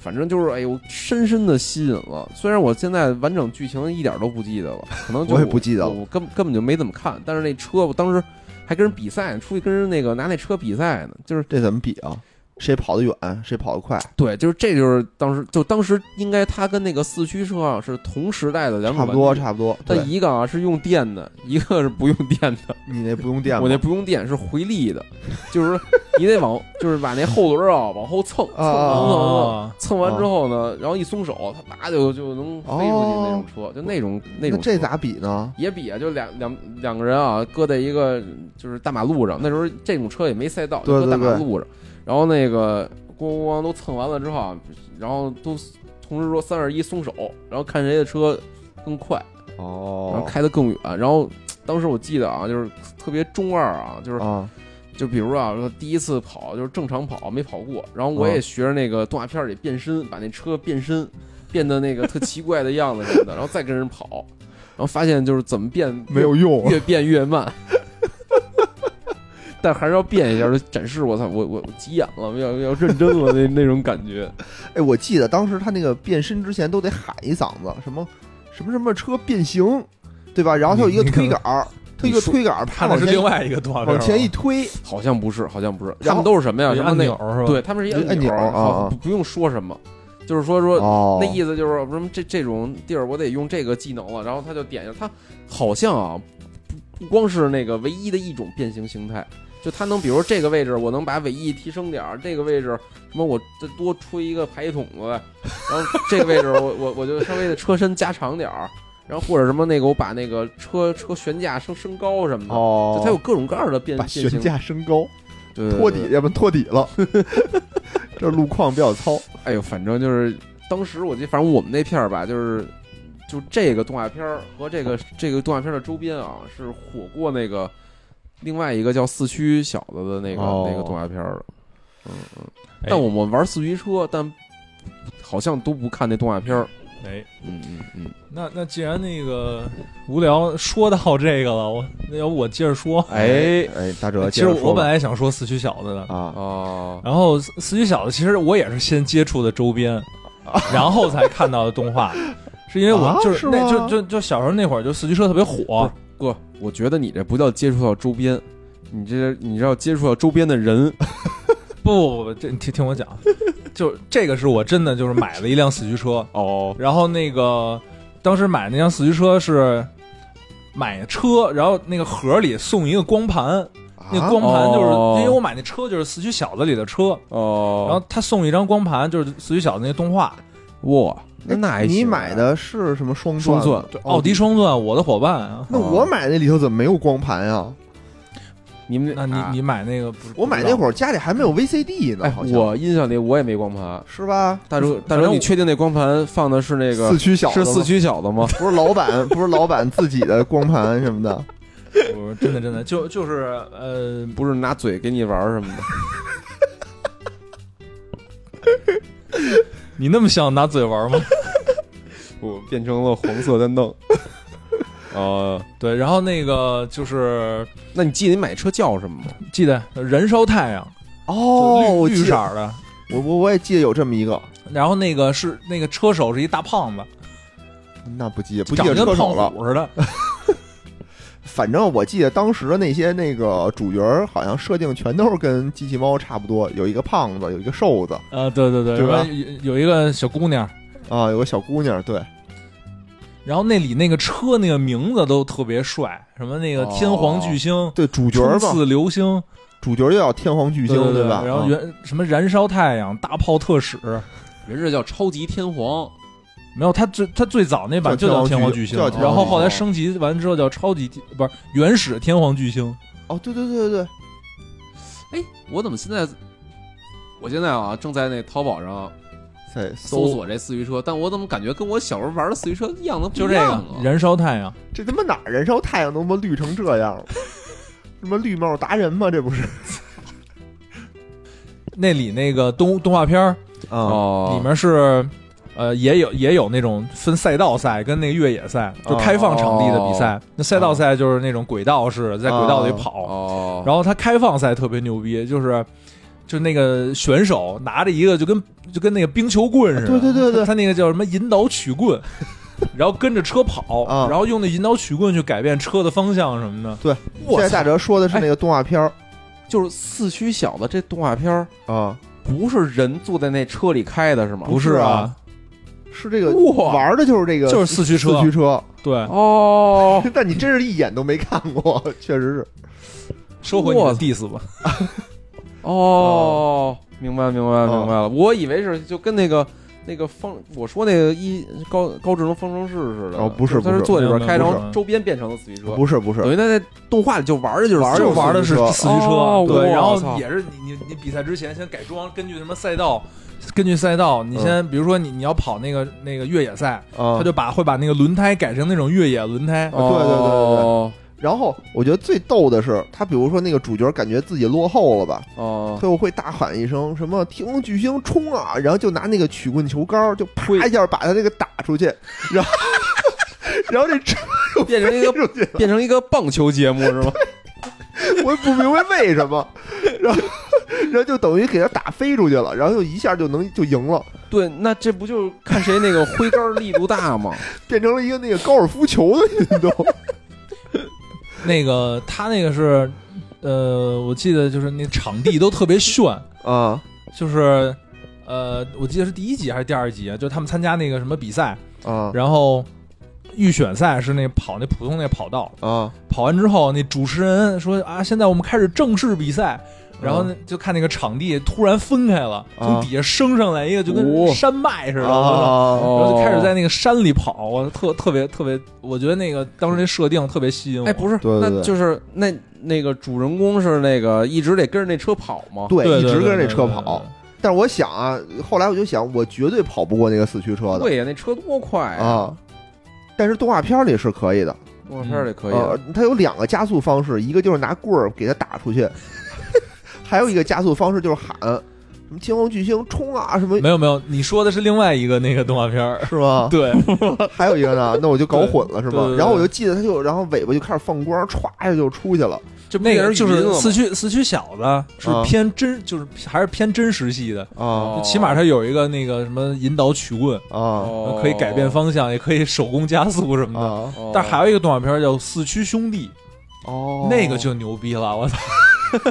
Speaker 2: 反正就是，哎呦，深深的吸引了。虽然我现在完整剧情一点都不记得了，可能就
Speaker 1: 我也不记得了
Speaker 2: 我我根根本就没怎么看。但是那车，我当时还跟人比赛，出去跟人那个拿那车比赛呢，就是
Speaker 1: 这怎么比啊？谁跑得远，谁跑得快，
Speaker 2: 对，就是这就是当时就当时应该它跟那个四驱车啊是同时代的两种
Speaker 1: 差
Speaker 2: 玩
Speaker 1: 不
Speaker 2: 具
Speaker 1: 多差不多。对
Speaker 2: 但，一个啊是用电的，一个是不用电的。
Speaker 1: 你那不用电吗，
Speaker 2: 我那不用电是回力的，就是你得往就是把那后轮啊往后蹭蹭蹭蹭蹭
Speaker 3: 啊，
Speaker 2: 蹭完之后呢，然后一松手，它叭就就能飞出去那种车，就那种那
Speaker 1: 那
Speaker 2: 种
Speaker 1: 这
Speaker 2: 车
Speaker 1: 咋比呢？
Speaker 2: 也比啊？就两两两个人啊，搁在一个就是大马路上，那时候这种车也没赛道，
Speaker 1: 对
Speaker 2: 就搁大
Speaker 1: 对
Speaker 2: 马
Speaker 1: 对
Speaker 2: 路上。然后那个咣咣咣都蹭完了之后啊，然后都同时说三二一松手，然后看谁的车更快，然后
Speaker 1: 哦，
Speaker 2: 开得更远。然后当时我记得啊，就是特别中二啊，就是
Speaker 1: 啊，
Speaker 2: 就比如说啊，说第一次跑就是正常跑没跑过，然
Speaker 1: 哦
Speaker 2: 后我也学着那个动画片里变身，把那车变身，变得那个特奇怪的样子什么的，然后再跟人跑，然后发现就是怎么变
Speaker 1: 没有用
Speaker 2: 越，越变越慢，但还是要变一下，就展示我操，我我我急眼了，要要认真了那那种感觉。
Speaker 1: 哎，我记得当时他那个变身之前都得喊一嗓子，什么什么什么车变形，对吧？然后他有一个
Speaker 3: 你
Speaker 1: 推杆儿，他有一个推杆儿，啪
Speaker 3: 看的
Speaker 1: 往
Speaker 3: 是
Speaker 1: 前
Speaker 3: 另
Speaker 1: 一
Speaker 3: 外一个动画片
Speaker 1: 往
Speaker 3: 儿，
Speaker 1: 前一推，
Speaker 2: 好像不是，好像不是，
Speaker 1: 然
Speaker 2: 他
Speaker 1: 后
Speaker 2: 们都是什么呀？
Speaker 3: 有一
Speaker 2: 什么
Speaker 3: 按
Speaker 2: 那
Speaker 3: 钮
Speaker 2: 个
Speaker 3: 是吧？
Speaker 2: 对，他们是一
Speaker 1: 有一按钮
Speaker 2: 钮，
Speaker 1: 啊啊
Speaker 2: 好不不用说什么，就是说说
Speaker 1: 哦
Speaker 2: 那意思就是什么这这种地儿我得用这个技能了，然后他就点一下，他好像啊不不光是那个唯一的一种变形形态，就他能比如说这个位置我能把尾翼提升点儿，这个位置什么我再多出一个排气筒子来，然后这个位置我我我就稍微的车身加长点儿，然后或者什么那个我把那个车车悬架升升高什么的，
Speaker 1: 哦
Speaker 2: 就它有各种各样的变
Speaker 1: 把
Speaker 2: 变
Speaker 1: 悬
Speaker 2: 形，
Speaker 1: 架升高，
Speaker 2: 对对
Speaker 1: 托
Speaker 2: 对
Speaker 1: 底，要不然托底了。 这路况比较糙，
Speaker 2: 哎呦，反正就是当时我记得，反正我们那片儿吧，就是就这个动画片儿和这个这个动画片儿的周边啊，是火过那个另外一个叫四驱小子的那个、
Speaker 1: 哦
Speaker 2: 那个动画片儿的。嗯嗯，
Speaker 3: 哎
Speaker 2: 但我们玩四驱车，但好像都不看那动画片儿。
Speaker 3: 哎，
Speaker 2: 嗯嗯嗯，
Speaker 3: 那那既然那个无聊说到这个了，我那要不我接着说。
Speaker 2: 哎
Speaker 1: 哎，大哲，
Speaker 3: 其实
Speaker 1: 接着说
Speaker 3: 我本
Speaker 1: 吧
Speaker 3: 来想说四驱小子的，
Speaker 1: 啊
Speaker 2: 哦，
Speaker 3: 然后四四驱小子其实我也是先接触的周边，然后才看到的 动画，是因为我
Speaker 1: 啊
Speaker 3: 就是是那
Speaker 1: 吗
Speaker 3: 就就就小时候那会儿就四驱车特别火，
Speaker 2: 哥，我觉得你这不叫接触到周边，你这你这要接触到周边的人。
Speaker 3: 不不不不，这你听听我讲， 就这个是我真的就是买了一辆四驱车，
Speaker 2: 哦
Speaker 3: 然后那个当时买那辆四驱车是买车，然后那个盒里送一个光盘，那
Speaker 1: 啊
Speaker 3: 光盘就是、
Speaker 2: 哦
Speaker 3: 因为我买那车就是四驱小子里的车，
Speaker 2: 哦，
Speaker 3: 然后他送一张光盘，就是四驱小子那动画，
Speaker 2: 哇，那那还
Speaker 1: 你
Speaker 2: 行啊
Speaker 1: 买的是什么双
Speaker 2: 双
Speaker 1: 钻
Speaker 2: 钻
Speaker 1: 吗？，
Speaker 3: 奥迪双钻，我的伙伴啊。
Speaker 1: 那我买那里头怎么没有光盘啊？
Speaker 2: 你们啊
Speaker 3: 那你你买那个不是？
Speaker 1: 我买那
Speaker 3: 儿
Speaker 1: 会儿家里还没有 VCD 呢，
Speaker 2: 哎，
Speaker 1: 好像
Speaker 2: 我印象里我也没光盘。
Speaker 1: 是吧？
Speaker 2: 大叔，大
Speaker 3: 反
Speaker 2: 叔，
Speaker 3: 正
Speaker 2: 你
Speaker 3: 我
Speaker 2: 确定那光盘放的是那个
Speaker 1: 四驱小子
Speaker 2: 是
Speaker 1: 吗
Speaker 2: 四，驱小子吗？
Speaker 1: 不是老板，不是老板自己的光盘什么的。
Speaker 3: 不是真的真的就就是呃，
Speaker 2: 不是拿嘴给你玩儿什 么的。
Speaker 3: 你那么想拿嘴玩吗？
Speaker 2: 我变成了黄色单 凳。哦，
Speaker 3: 对，然后那个就是
Speaker 2: 那你记得你买车叫什么吗？
Speaker 3: 记得燃烧太阳，
Speaker 1: 哦，
Speaker 3: 就
Speaker 1: 我
Speaker 3: 绿绿
Speaker 1: 记
Speaker 3: 色
Speaker 1: 得，
Speaker 3: 儿的。
Speaker 1: 我我我也记得有这么一个，
Speaker 3: 然后那个是那个车手是一大胖子，
Speaker 1: 那不记得不记
Speaker 3: 长
Speaker 1: 得
Speaker 3: 得跟
Speaker 1: 车
Speaker 3: 胖
Speaker 1: 手了。
Speaker 3: 虎似的。
Speaker 1: 反正我记得当时的那些那个主角儿好像设定全都是跟机器猫差不多，有一个胖子，有一个瘦子
Speaker 3: 呃，对对对，
Speaker 1: 对吧
Speaker 3: 然后有有一个小姑娘，
Speaker 1: 啊，有个小姑娘，对，
Speaker 3: 然后那里那个车那个名字都特别帅，什么那个天皇巨星、
Speaker 1: 对哦主角
Speaker 3: 冲
Speaker 1: 嘛，
Speaker 3: 刺流星、
Speaker 1: 主角就叫天皇巨星，
Speaker 3: 对对
Speaker 1: 吧？
Speaker 3: 然后
Speaker 1: 啊
Speaker 3: 原什么燃烧太阳、大炮特使，
Speaker 4: 人家叫超级天皇，
Speaker 3: 没有他最他最早那版
Speaker 1: 叫
Speaker 3: 就叫
Speaker 1: 天
Speaker 3: 天
Speaker 1: 皇
Speaker 3: 皇
Speaker 1: 巨
Speaker 3: 巨
Speaker 1: 星
Speaker 3: 星，
Speaker 1: 叫天皇
Speaker 3: 然后后来
Speaker 4: 巨星
Speaker 3: 升级完之后叫超级天不是原始天皇巨星，
Speaker 1: 哦，对对对对对，
Speaker 4: 哎，我怎么现在，我现在啊正在那淘宝上
Speaker 1: 在
Speaker 4: 搜，索这四驱车，但我怎么感觉跟我小时候玩的四驱车样子不
Speaker 3: 就
Speaker 4: 一
Speaker 3: 这
Speaker 4: 样
Speaker 3: 个
Speaker 4: 啊
Speaker 3: 燃烧太阳，
Speaker 1: 这他妈哪儿燃烧太阳能他妈绿成这样了？ 什么绿帽达人吗？这不是
Speaker 3: 那里那个动动画片儿
Speaker 1: 啊
Speaker 2: 哦，
Speaker 3: 里面是。呃，也有也有那种分赛道赛跟那个越野赛，
Speaker 1: 哦
Speaker 3: 就开放场地的比赛。那赛道赛就是那种轨道式，在轨道里
Speaker 1: 哦
Speaker 3: 跑。
Speaker 4: 哦，
Speaker 3: 然后他开放赛特别牛逼，就是就那个选手拿着一个就跟就跟那个冰球棍似的，
Speaker 1: 对啊对对对
Speaker 3: 他那个叫什么引导 曲棍，然后跟着车跑，
Speaker 1: 啊
Speaker 3: 然后用那引导曲棍去改变车的方向什么的。
Speaker 1: 对，
Speaker 3: 我
Speaker 1: 现在
Speaker 3: 操
Speaker 1: 大
Speaker 3: 哎
Speaker 1: 哲说的是那个动画片儿
Speaker 2: 就是四驱小子这动画片儿
Speaker 1: 啊，
Speaker 2: 不是人坐在那车里开的是吗？
Speaker 3: 不是啊，
Speaker 1: 是这
Speaker 3: 哦
Speaker 1: 个
Speaker 2: 哇
Speaker 1: 玩的就是这个，
Speaker 3: 就是四驱车
Speaker 1: 四驱车。
Speaker 3: 对，
Speaker 2: 哦，
Speaker 1: 但你真是一眼都没看 过，确实是。
Speaker 3: 收回你的 diss 吧。
Speaker 2: 哦，明白明白
Speaker 1: 哦
Speaker 2: 明白了，我以为是就跟那个那个方我说那个一高高智能方程式似的。
Speaker 1: 哦不是
Speaker 2: 就他
Speaker 1: 不
Speaker 2: 是
Speaker 1: 是
Speaker 2: 坐里边开，
Speaker 3: 不
Speaker 2: 然
Speaker 3: 是
Speaker 2: 后周边变成了四驱车。
Speaker 1: 不是不是
Speaker 2: 等，于他在动画里就玩的就是
Speaker 1: 玩
Speaker 2: 四
Speaker 1: 就
Speaker 2: 驱
Speaker 1: 是
Speaker 3: 玩的是
Speaker 1: 四驱车
Speaker 3: 四驱车，
Speaker 2: 哦
Speaker 3: 对，
Speaker 2: 我
Speaker 3: 然
Speaker 2: 操
Speaker 3: 后也是你你你比赛之前先改装，根据什么赛道，根据赛
Speaker 1: 嗯
Speaker 3: 道，你先、比如说你你要跑那个那个越野赛，
Speaker 1: 啊
Speaker 3: 他就把会把那个轮胎改成那种越野轮胎，
Speaker 1: 对对对对对
Speaker 2: 哦
Speaker 1: 然后我觉得最逗的是，他比如说那个主角感觉自己落后了吧，
Speaker 3: 啊
Speaker 2: 哦
Speaker 1: 最后会大喊一声什么“天空巨星冲啊”，然后就拿那个曲棍球杆儿就啪一下把他那个打出去，然后 然后这车就
Speaker 2: 变成 一个
Speaker 1: 飞出去了，
Speaker 2: 变成一个棒球节目是吗？
Speaker 1: 我也不明白为什么，然后然后就等于给他打飞出去了，然后就一下就能就赢了，
Speaker 2: 对，那这不就是看谁那个挥杆力度大 吗？
Speaker 1: 变成了一个那个高尔夫球的运 动。
Speaker 3: 那个他那个是，呃，我记得就是那场地都特别炫，
Speaker 1: 啊
Speaker 3: 就是，呃，我记得是第一集还是第二集啊，就他们参加那个什么比赛，
Speaker 1: 啊
Speaker 3: 然后预选赛是那跑那普通那跑道，
Speaker 1: 啊！
Speaker 3: 跑完之后那主持人说啊，现在我们开始正式比赛。然
Speaker 1: 哦
Speaker 3: 后呢，就看那个场地突然分开了，从底下升上来一个，就跟
Speaker 2: 哦
Speaker 3: 山脉似的，我
Speaker 1: 啊
Speaker 3: 操然后就开始在
Speaker 2: 那
Speaker 3: 那个山里跑，我特特别特别，我觉得那个当时那设定特别吸引我。
Speaker 2: 哎，不是，
Speaker 1: 对对对
Speaker 2: 那就是那那个主人公是那个一直得跟着那车跑吗？
Speaker 1: 对，
Speaker 3: 对，
Speaker 1: 一
Speaker 3: 对
Speaker 1: 直跟着
Speaker 3: 对
Speaker 1: 这车
Speaker 3: 对对
Speaker 1: 跑
Speaker 3: 对。
Speaker 1: 但是我想啊，后来我就想，我绝对跑不过那个四驱车的
Speaker 2: 对呀，那车多快！
Speaker 1: 啊。但是动画片里是可以的，
Speaker 2: 动画片里可以啊
Speaker 1: 呃
Speaker 2: 的，，
Speaker 1: 它有两个加速方式，一个就是拿棍儿给它打出去， 还有一个加速方式就是喊什么“天皇巨星冲啊”
Speaker 2: 呃
Speaker 1: 什么，
Speaker 3: 没有没有，你说的是另外一个那个动画片儿，
Speaker 1: 是吗？
Speaker 2: 哦
Speaker 3: 对，
Speaker 1: 还有一个呢，那我就搞混了，是
Speaker 3: 对对
Speaker 1: 吗？
Speaker 3: 对
Speaker 1: 然后我就记得它就，然后尾巴就开始放光，歘一下就出去了。
Speaker 2: 这不
Speaker 3: 那
Speaker 2: 也
Speaker 3: 个
Speaker 2: 是
Speaker 3: 就
Speaker 2: 语音了
Speaker 3: 是
Speaker 2: 吗哦
Speaker 3: 四驱四驱小子是
Speaker 1: 啊
Speaker 3: 偏真，就是还是偏真实系的，
Speaker 1: 啊
Speaker 3: 起码它有一个那个什么引导曲棍，
Speaker 1: 啊
Speaker 2: 哦
Speaker 3: 可以改变方向，也可以手工加速什么的。
Speaker 1: 啊！
Speaker 2: 哦
Speaker 3: 但是还有一个动画片叫《四驱兄弟
Speaker 1: 哦》，，
Speaker 3: 那个就牛逼了，我操！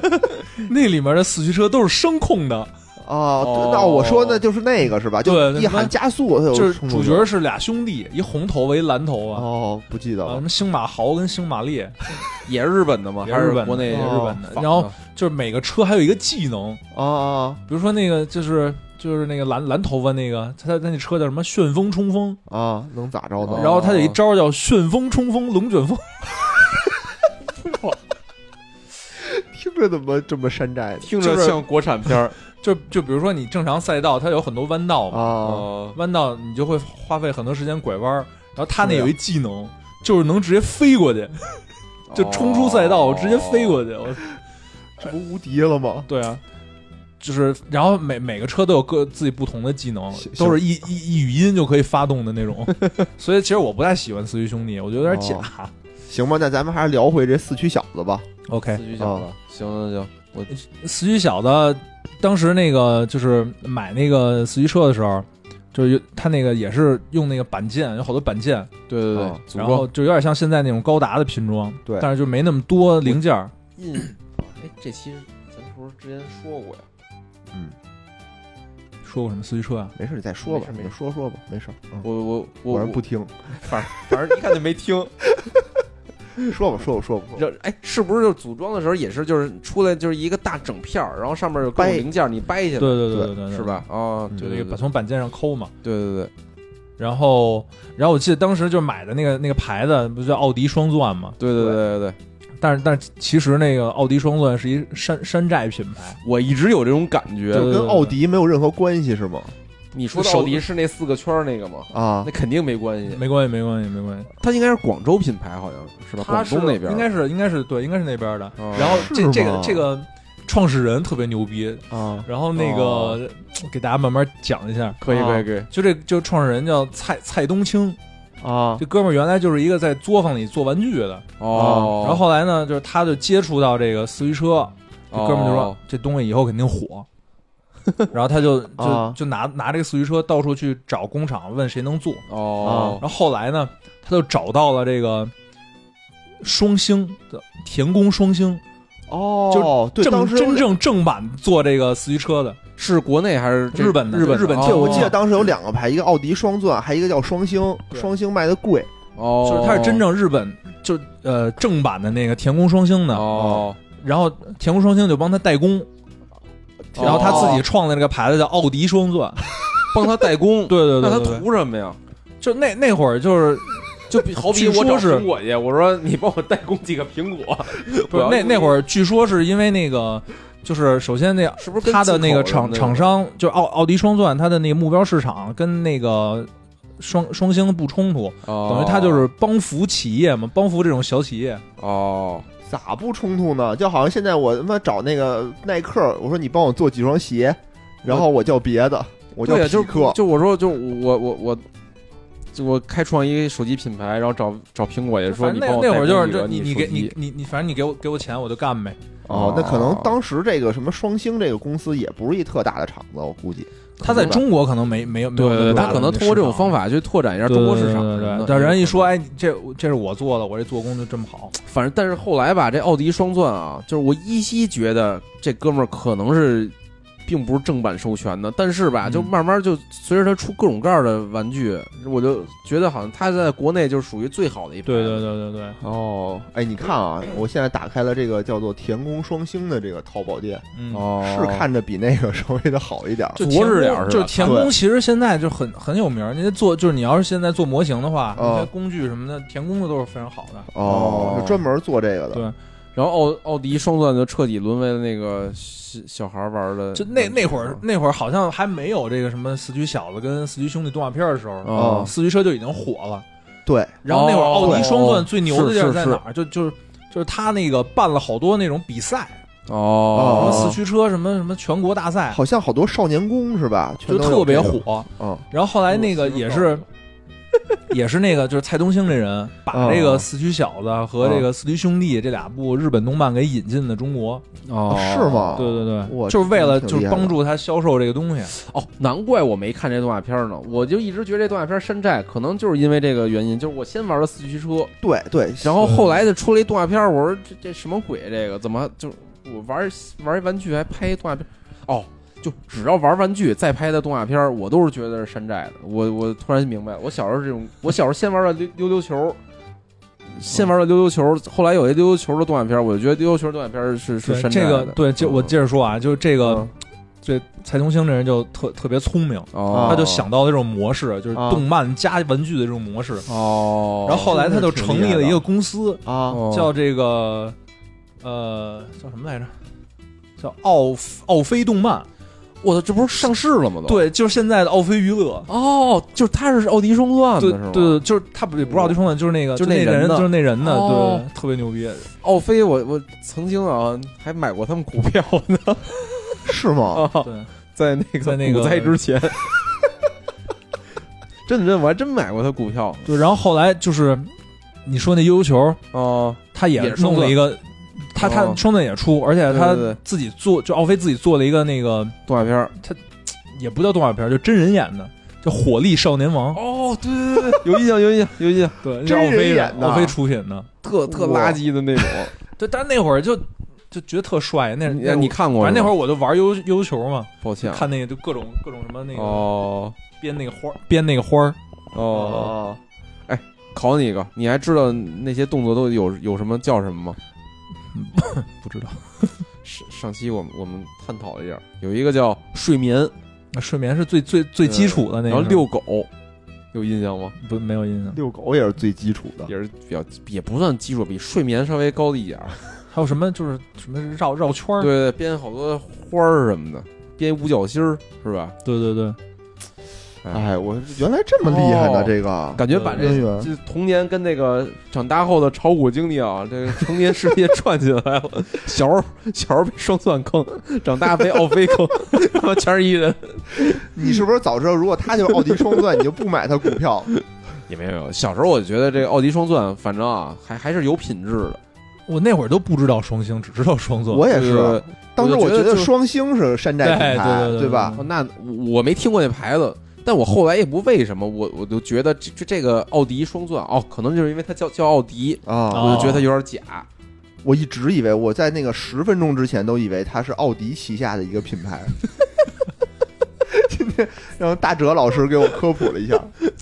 Speaker 3: 那里面的四驱车都是声控的，
Speaker 1: 啊，
Speaker 2: 哦
Speaker 1: 那我说那就是那个是吧？就
Speaker 3: 对
Speaker 1: 一喊加速，它
Speaker 3: 就是
Speaker 1: 冲出
Speaker 3: 主
Speaker 1: 去
Speaker 3: 角是俩兄弟，一红头发一蓝头发，
Speaker 1: 哦，不记得
Speaker 3: 啊，
Speaker 1: 了
Speaker 3: 什。么星马豪跟星马烈，
Speaker 2: 也是日本的吗？
Speaker 3: 也
Speaker 2: 哦还
Speaker 3: 是
Speaker 2: 是
Speaker 3: 日本的
Speaker 2: 国内
Speaker 3: 也
Speaker 1: 是日
Speaker 3: 本的
Speaker 2: 仿
Speaker 3: 然后就是每个车还有一个技能，
Speaker 1: 啊啊
Speaker 3: 比如说那个就是就是那个蓝蓝头发那个，他他他那车叫什么？旋风冲锋，
Speaker 1: 啊！能咋着呢？
Speaker 2: 哦
Speaker 3: 然后他有一招叫旋风冲锋龙卷风，
Speaker 1: 听着怎么这么山寨呢？
Speaker 2: 听着
Speaker 3: 就是
Speaker 2: 像国产片儿
Speaker 3: 就就比如说你正常赛道，它有很多弯道嘛，
Speaker 1: 啊
Speaker 2: 哦
Speaker 3: 弯道你就会花费很多时间拐弯儿，然后他那
Speaker 1: 对啊
Speaker 3: 有一技能。就是能直接飞过去，
Speaker 2: 哦
Speaker 3: 就冲出赛道，我直接飞过去。我
Speaker 1: 这不无敌了吗？
Speaker 3: 对啊，就是然后每每个车都有各自己不同的技能
Speaker 1: 行，
Speaker 3: 都是一一一语音就可以发动的那 种。所以其实我不太喜欢四驱兄弟，我觉得有点假。
Speaker 1: 行吧，那咱们还是聊回这四驱小子吧。
Speaker 3: OK，
Speaker 2: 四驱小子，行行行，我
Speaker 3: 四驱小子当时那个就是买那个四驱车的时候，就是有他那个也是用那个板件，有好多板件，
Speaker 2: 对对对
Speaker 1: 哦，
Speaker 2: 组
Speaker 3: 然
Speaker 2: 装
Speaker 3: 后就有点像现在那种高达的拼装，
Speaker 1: 对
Speaker 3: 但是就没那么多零件儿。
Speaker 2: 印。哎，这期咱是不是之前说过呀？
Speaker 1: 嗯，
Speaker 3: 说过什么四驱车啊？
Speaker 1: 没事，你再说吧，
Speaker 2: 没事
Speaker 1: 你
Speaker 2: 没
Speaker 1: 就
Speaker 2: 事
Speaker 1: 说说吧，没事。嗯
Speaker 2: 我我我
Speaker 1: 我是
Speaker 2: 我
Speaker 1: 不听，
Speaker 2: 反正一看就没听。
Speaker 1: 说吧，说吧，说吧。说吧
Speaker 2: 这哎，是不是就组装的时候也是就是出来就是一个大整片儿，然后上面有各种
Speaker 1: 掰
Speaker 2: 零件儿，你掰去
Speaker 3: 对
Speaker 2: 了，
Speaker 3: 对对对对，
Speaker 2: 是？吧？哦，
Speaker 1: 嗯
Speaker 2: 对
Speaker 3: 就
Speaker 2: 对
Speaker 3: 那个
Speaker 2: 对
Speaker 3: 从板件上抠嘛。
Speaker 2: 对对对，
Speaker 3: 然后，然后我记得当时就买的那个那个牌子，不叫奥迪双钻嘛？
Speaker 2: 对对对对对，
Speaker 3: 但是但是其实那个奥迪双钻是一山山寨品牌，
Speaker 2: 我一直有这种感觉
Speaker 3: 对。
Speaker 1: 跟奥迪没有任何关系是吗？
Speaker 2: 你说的奥迪是那四个圈儿那个吗？
Speaker 1: 啊
Speaker 2: 那，肯定没关系，
Speaker 3: 没关系没关系没关系，
Speaker 2: 它应该是广州品牌，好像是吧？
Speaker 3: 它
Speaker 2: 广
Speaker 3: 是
Speaker 2: 东那边儿
Speaker 3: 应该是应该是对应该是那边的。
Speaker 2: 哦
Speaker 3: 然后
Speaker 1: 是
Speaker 3: 这
Speaker 1: 吗
Speaker 3: 这个这个创始人特别牛逼，
Speaker 1: 啊，
Speaker 3: 然后那
Speaker 2: 哦
Speaker 3: 个给大家慢慢讲一下。
Speaker 2: 可以
Speaker 1: 啊
Speaker 2: 可以可以，
Speaker 3: 就这就创始人叫蔡蔡东青，
Speaker 1: 啊，
Speaker 3: 这哥们儿原来就是一个在作坊里做玩具的，
Speaker 2: 哦，
Speaker 3: 啊然后后来呢，就是他就接触到这个四驱车，这哥们儿就说、
Speaker 2: 哦
Speaker 3: 这东西以后肯 定火，然后他就就
Speaker 2: 哦
Speaker 1: 啊
Speaker 3: 就拿拿这个四驱车到处去找工厂问谁能做，
Speaker 2: 哦
Speaker 3: 然后后来呢，他就找到了这个双星的田宫双星，
Speaker 1: 哦，对，
Speaker 3: 正
Speaker 1: 当时
Speaker 3: 真正正版做这个四驱车的，
Speaker 2: 是国内还是这
Speaker 3: 日本的
Speaker 2: 日本
Speaker 3: 日本
Speaker 2: 哦
Speaker 1: 对，我记得当时有两个牌，一个奥迪双钻，还一个叫双星，
Speaker 3: 对
Speaker 1: 双星卖的贵。
Speaker 2: 哦，
Speaker 3: 就是他是真正日本就呃正版的那个田宫双星的，啊
Speaker 2: 哦，
Speaker 3: 然后田宫双星就帮他代工。
Speaker 2: 哦
Speaker 3: 然后他自己创的这个牌子叫奥迪双 钻，，
Speaker 2: 帮他代工
Speaker 3: 对对
Speaker 2: 那
Speaker 3: 对
Speaker 2: 他
Speaker 3: 对对，
Speaker 2: 图什么呀？
Speaker 3: 就那那会 儿就是
Speaker 2: 就比好比
Speaker 3: 据
Speaker 2: 我找
Speaker 3: 说是
Speaker 2: 苹果去，我说你帮我代工几个苹果，
Speaker 3: 不是那那会儿，据说是因为那个，就是首先那
Speaker 2: 是不是跟
Speaker 3: 他的那个
Speaker 2: 进口
Speaker 3: 厂
Speaker 2: 的
Speaker 3: 厂商，就是奥奥迪双钻，它的那个目标市场跟那个双双星不冲突，等
Speaker 2: 等
Speaker 3: 于他就是帮扶企业嘛，帮扶这种小企业。
Speaker 2: 哦
Speaker 1: 咋不冲突呢？就好像现在我他妈找那个耐克，我说你帮我做几双鞋，然后我叫别的，我叫
Speaker 2: 对呀，啊
Speaker 1: 匹
Speaker 2: 就
Speaker 1: 克。
Speaker 2: 就我说，就我我我，就我开创一手机品牌，然后找找苹果也说
Speaker 3: 反
Speaker 2: 你
Speaker 3: 正
Speaker 2: 帮
Speaker 3: 那
Speaker 2: 我
Speaker 3: 那会儿
Speaker 2: 代
Speaker 3: 就
Speaker 2: 工
Speaker 3: 是
Speaker 2: 一个
Speaker 3: 就你
Speaker 2: 你
Speaker 3: 你
Speaker 2: 手
Speaker 3: 给
Speaker 2: 机
Speaker 3: 你你你，反正你给我给我钱我就干呗。
Speaker 1: 哦，那可能当时这个什么双星这个公司也不是一特大的厂子，我估计。
Speaker 3: 他在中国可能没没有没
Speaker 2: 对
Speaker 3: 有
Speaker 2: 对
Speaker 3: 那么
Speaker 2: 对，
Speaker 3: 大
Speaker 2: 他
Speaker 3: 的
Speaker 2: 可能通过这种
Speaker 3: 市
Speaker 2: 方。
Speaker 3: 场
Speaker 2: 法去拓展一下
Speaker 3: 对
Speaker 2: 中国
Speaker 3: 对
Speaker 2: 市
Speaker 3: 对
Speaker 2: 场
Speaker 3: 对
Speaker 2: 什么
Speaker 3: 对
Speaker 2: 的。
Speaker 3: 对，但人一
Speaker 2: 嗯，
Speaker 3: 说，哎，这这是我做的，我这做工就这么好，
Speaker 2: 哎反正但是后来吧，这奥迪双钻啊，就是我依稀觉得这哥们儿可能是。并不是正版授权的，但是吧，
Speaker 3: 嗯
Speaker 2: 就慢慢就随着他出各种各样的玩具，我就觉得好像他在国内就是属于最好的一批。
Speaker 3: 对对对对对，
Speaker 2: 哦
Speaker 1: 哎，你看啊，我现在打开了这个叫做“田宫双星”的这个淘宝店，
Speaker 3: 嗯，
Speaker 2: 哦，
Speaker 1: 是看着比那个稍微的好一点儿。
Speaker 3: 就
Speaker 2: 着
Speaker 3: 田
Speaker 2: 点
Speaker 3: 宫
Speaker 2: 儿是吧
Speaker 3: 就是田
Speaker 1: 对
Speaker 3: 宫其实现在就很很有名儿。你做就是你要是现在做模型的话，
Speaker 1: 哦
Speaker 3: 那些工具什么的，田宫的都是非常好的。
Speaker 1: 哦，就专门做这个的。
Speaker 3: 对，
Speaker 2: 然后奥奥迪双钻就彻底沦为了那个小小孩玩的，
Speaker 3: 就那那会儿那会儿好像还没有这个什么四驱小子跟四驱兄弟动画片儿的时候，
Speaker 2: 哦
Speaker 3: 四驱车就已经火了。
Speaker 1: 对，
Speaker 3: 然后那会儿
Speaker 2: 哦
Speaker 3: 奥迪双钻最牛的地
Speaker 2: 是
Speaker 3: 儿
Speaker 2: 是
Speaker 3: 在哪儿？就就是就是他那个办了好多那种比赛，什
Speaker 2: 哦
Speaker 3: 么，四驱车什么什么全国大赛，
Speaker 1: 好像好多少年宫是吧？全
Speaker 3: 就
Speaker 1: 都有
Speaker 3: 特别
Speaker 1: 这个。
Speaker 3: 火。
Speaker 1: 嗯，
Speaker 3: 然后后来那个也是。也是那个，就是蔡东兴这人把这
Speaker 1: 嗯
Speaker 3: 个《四驱小子》和这个《四驱兄弟》这俩部日本动漫给引进的中国，
Speaker 2: 哦
Speaker 1: 是吗？
Speaker 3: 对对对，
Speaker 1: 我
Speaker 3: 就是为了
Speaker 1: 挺
Speaker 3: 就是帮助他销售这个东西。
Speaker 2: 哦，难怪我没看这动画片呢，我就一直觉得这动画片山寨，可能就是因为这个原因，就是我先玩了四驱车，
Speaker 1: 对对，
Speaker 2: 然后后来就出了一动画片，我说这这什么鬼？啊这个怎么就我玩玩一玩具还拍一动画片？哦。就只要玩玩具再拍的动画片，我都是觉得是山寨的。我我突然明白了，我小时候这种，我小时候先玩了溜溜溜球，先玩了溜溜球，后来有一溜溜球的动画片，我就觉得溜溜球动画片是是
Speaker 3: 对
Speaker 2: 山寨
Speaker 3: 这
Speaker 2: 的。嗯哦
Speaker 3: 个对，就我接着说啊，就是这个
Speaker 1: 嗯
Speaker 3: 这蔡东兴这人就特特别聪明，
Speaker 2: 哦，
Speaker 3: 他就想到这种模式，就是
Speaker 1: 啊
Speaker 3: 动漫加文具的这种模式。
Speaker 2: 哦，
Speaker 3: 然后后来他就成立了一个公司，
Speaker 1: 啊
Speaker 2: 哦
Speaker 3: 叫这个呃叫什么来着？叫奥奥飞动漫，
Speaker 2: 哦我操，这不是上市了吗？都
Speaker 3: 对，就是现在的奥飞娱乐。
Speaker 2: 哦，就是他是奥迪双钻的
Speaker 3: 对
Speaker 2: 是吗？哦
Speaker 3: 对，就是他不也不是奥迪双钻，就是那个
Speaker 2: 就是
Speaker 3: 那
Speaker 2: 那人
Speaker 3: 人，
Speaker 2: 的
Speaker 3: 就是那人的，
Speaker 2: 哦
Speaker 3: 对，特别牛逼。
Speaker 2: 奥飞我我曾经啊还买过他们股票呢，
Speaker 1: 是吗？
Speaker 2: 啊
Speaker 3: 对，
Speaker 2: 在那个
Speaker 3: 在那个
Speaker 2: 股灾之 前，真的真的我还真买过他股票
Speaker 3: 对，然后后来就是你说那悠悠球，
Speaker 2: 哦
Speaker 3: 他也
Speaker 2: 也是
Speaker 3: 弄了一个，他他
Speaker 2: 哦
Speaker 3: 双钻也出，而且他
Speaker 2: 对对对
Speaker 3: 自己做，就奥飞自己做了一个那个，
Speaker 2: 动画片儿
Speaker 3: 也不叫动画片，就真人演的，叫《火力少年王》，
Speaker 2: 哦，对对对 对，有印象有印象有印象，
Speaker 3: 对，
Speaker 1: 真
Speaker 3: 是奥
Speaker 1: 人
Speaker 3: 飞
Speaker 2: 啊
Speaker 1: 演的
Speaker 3: 奥飞出品的。
Speaker 2: 特特垃圾的那种，
Speaker 3: 对，但那会儿就就觉得特帅。那
Speaker 2: 你
Speaker 3: 那
Speaker 2: 你看过
Speaker 3: 反
Speaker 2: 是吧？
Speaker 3: 正那会儿我就玩悠悠球嘛，
Speaker 2: 抱歉啊，
Speaker 3: 看那个就各种各种什么那个
Speaker 2: 哦
Speaker 3: 编那个花儿编那个花儿，
Speaker 2: 哦，，哎，考你一个，你还知道那些动作都有有什么叫什么吗？
Speaker 3: 不知道
Speaker 2: 上上期我们我们探讨了一下，有一个叫睡眠，
Speaker 3: 那睡眠是最最最基础的那个。
Speaker 2: 然后遛狗，有印象吗？
Speaker 3: 不没有印象，
Speaker 1: 遛狗也是最基础的，
Speaker 2: 也是比较也不算基础，比睡眠稍微高一点儿。
Speaker 3: 还有什么就是什么绕绕圈儿？
Speaker 2: 对对，编好多花儿什么的，编五角星儿是吧？
Speaker 3: 对对对，
Speaker 1: 哎，我原来这么厉害呢，
Speaker 2: 哦
Speaker 1: 这个
Speaker 2: 感觉把这
Speaker 1: 渊源
Speaker 2: 这童年跟那个长大后的炒股经历啊，这个成年世界串起来了。 小 时候小时候被双钻坑，长大被奥飞坑， 他妈全是一人。
Speaker 1: 你是不是早知道，如果他就是奥迪双钻，你就不买他股票？
Speaker 2: 也没有，小时候我觉得这个奥迪双钻，反正啊，还还是有品质的。
Speaker 3: 我那会儿都不知道双星，只知道双 钻。
Speaker 1: 我也，
Speaker 2: 就是
Speaker 1: 啊当时我觉
Speaker 2: 我就觉得
Speaker 1: 得哎
Speaker 2: 就
Speaker 1: 双星是山寨品牌
Speaker 3: 对对，对对
Speaker 1: 吧？
Speaker 2: 哦那我没听过那牌子，但我后来也不为什么，我我就觉得这这这个奥迪双钻哦，可能就是因为它叫叫奥迪，
Speaker 1: 啊，
Speaker 2: 我就觉得它有点假。
Speaker 1: 我一直以为我在那个十分钟之前都以为它是奥迪旗下的一个品牌。 今天让大哲老师给我科普了一下，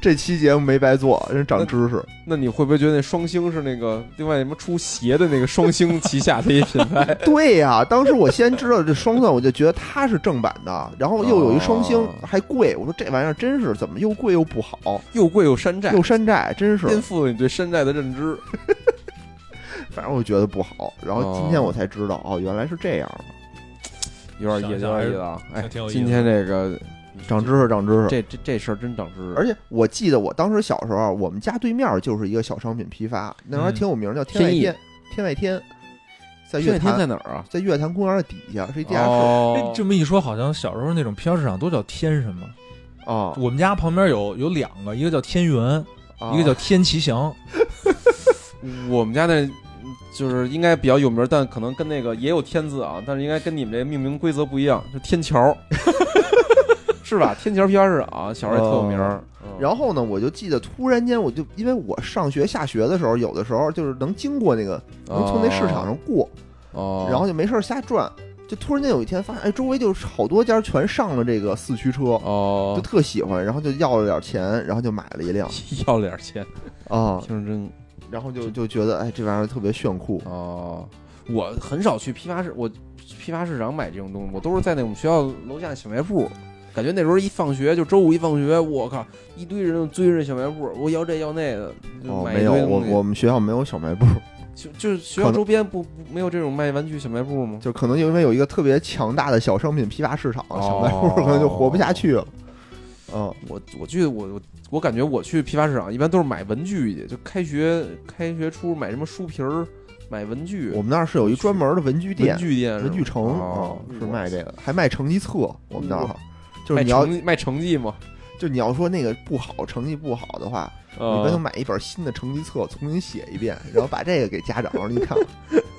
Speaker 1: 这期节目没白做，真长知识。
Speaker 2: 那你会不会觉得那双星是那个另外什么出鞋的那个双星旗下的一品 牌？
Speaker 1: 对呀、当时我先知道这双钻，我就觉得它是正版的，然后又有一双星
Speaker 2: 哦
Speaker 1: 还贵，我说这玩意儿真是怎么又贵又不好，
Speaker 2: 又贵又山寨
Speaker 1: 又，山寨，真是，
Speaker 2: 颠覆了你对山寨的认知。
Speaker 1: 反正我觉得不好。然后今天我才知道，哦，原来是这样的，
Speaker 2: 有点意思，
Speaker 3: 想想
Speaker 2: 有
Speaker 3: 还
Speaker 2: 点
Speaker 3: 是
Speaker 2: 意思啊！哎，
Speaker 3: 挺有意思
Speaker 2: 今天这个
Speaker 1: 长知识，长知识。
Speaker 2: 这这这事儿真长知识，
Speaker 1: 而且我记得我当时小时候，我们家对面就是一个小商品批发，那时候还挺有名，叫天外天。天外天，在
Speaker 2: 这
Speaker 1: 月
Speaker 2: 天在
Speaker 1: 坛，
Speaker 2: 哪儿啊？
Speaker 1: 在月坛公园的底下是一地下室
Speaker 2: 哦
Speaker 3: 哎，这么一说，好像小时候那种批发市场都叫天什么？
Speaker 1: 啊，
Speaker 2: 哦
Speaker 3: 我们家旁边有有两个，一个叫天元，
Speaker 1: 啊
Speaker 3: 一个叫天齐祥。
Speaker 2: 我们家那就是应该比较有名，但可能跟那个也有天字啊，但是应该跟你们这命名规则不一样，就 天桥，是吧？天桥批发市场小时候也特有名儿。嗯
Speaker 1: 哦然后呢，我就记得突然间，我就因为我上学下学的时候，有的时候就是能经过那个，能从那市场上过，
Speaker 2: 嗯哦，
Speaker 1: 然后就没事儿瞎转，就突然间有一天发现，哎，周围就是好多家全上了这个四驱车，就
Speaker 2: 哦，
Speaker 1: 特喜欢，然后就要了点钱，然后就买了一辆
Speaker 2: 要脸钱，
Speaker 1: 啊，
Speaker 2: 听着真
Speaker 1: 然后就就觉得哎，这玩意儿特别炫酷
Speaker 2: 哦。我很少去批发市，我批发市场买这种东西，我都是在那我们学校楼下小卖部。感觉那时候一放学就周五一放学，我靠，一堆人追着小卖部，我要这要那的，就
Speaker 1: 哦，
Speaker 2: 买一
Speaker 1: 没
Speaker 2: 堆
Speaker 1: 有，
Speaker 2: 东西。
Speaker 1: 我我们学校没有小卖部，
Speaker 2: 就就是学
Speaker 1: 可
Speaker 2: 校
Speaker 1: 能
Speaker 2: 周边不不没有这种卖玩具小卖部吗？
Speaker 1: 就可能因为有一个特别强大的小商品批发市场，
Speaker 2: 哦
Speaker 1: 小卖部可能就活不下去了。啊嗯，
Speaker 2: 我我去我我我感觉我去批发市场一般都是买文具去，就开学开学初买什么书皮儿，买文具，
Speaker 1: 我们那儿是有一专门的文具哦店
Speaker 2: 文，具店是吗，
Speaker 1: 文具城啊
Speaker 2: 哦，
Speaker 1: 是卖这个，还卖成绩册。我们那儿
Speaker 2: 哇
Speaker 1: 就是
Speaker 2: 卖
Speaker 1: 你要
Speaker 2: 成绩卖成绩嘛，
Speaker 1: 就你要说那个不好，成绩不好的话，
Speaker 2: 嗯
Speaker 1: 你一般都买一本新的成绩册，重新写一遍，然后把这个给家长，然后一看，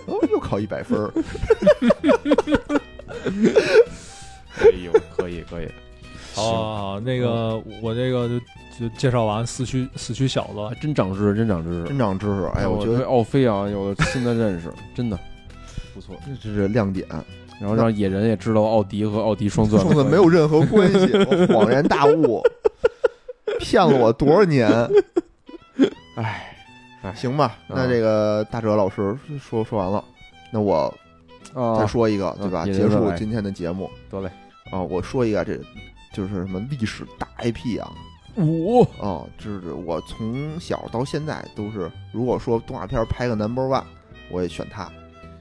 Speaker 1: 哦，又考一百分儿。
Speaker 2: 可以可 以可以，
Speaker 3: 好好，好那个我这个就就介绍完四驱四驱小
Speaker 2: 啊
Speaker 3: 子，
Speaker 2: 真长知识真长知识，
Speaker 1: 真长知识，哎，我觉
Speaker 2: 对
Speaker 1: 得
Speaker 2: 奥飞啊有了新的认 识，真的不错。
Speaker 1: 这这是亮点。
Speaker 2: 然后让野人也知道奥迪和奥迪双钻，
Speaker 1: 双子没有任何关系，我恍然大悟，骗了我多少年？哎，
Speaker 2: 哎
Speaker 1: 行吧，
Speaker 2: 嗯
Speaker 1: 那这个大哲老师说说完了，那我再
Speaker 2: 啊，
Speaker 1: 说一个，对吧？
Speaker 2: 也
Speaker 1: 结
Speaker 2: 就是
Speaker 1: 束
Speaker 2: 来
Speaker 1: 今天的节目
Speaker 2: 得嘞，
Speaker 1: 啊，我说一个，这就是什么历史大 IP 啊，
Speaker 3: 五
Speaker 1: 啊，就是我从小到现在都是，如果说动画片拍个 number one，我也选它。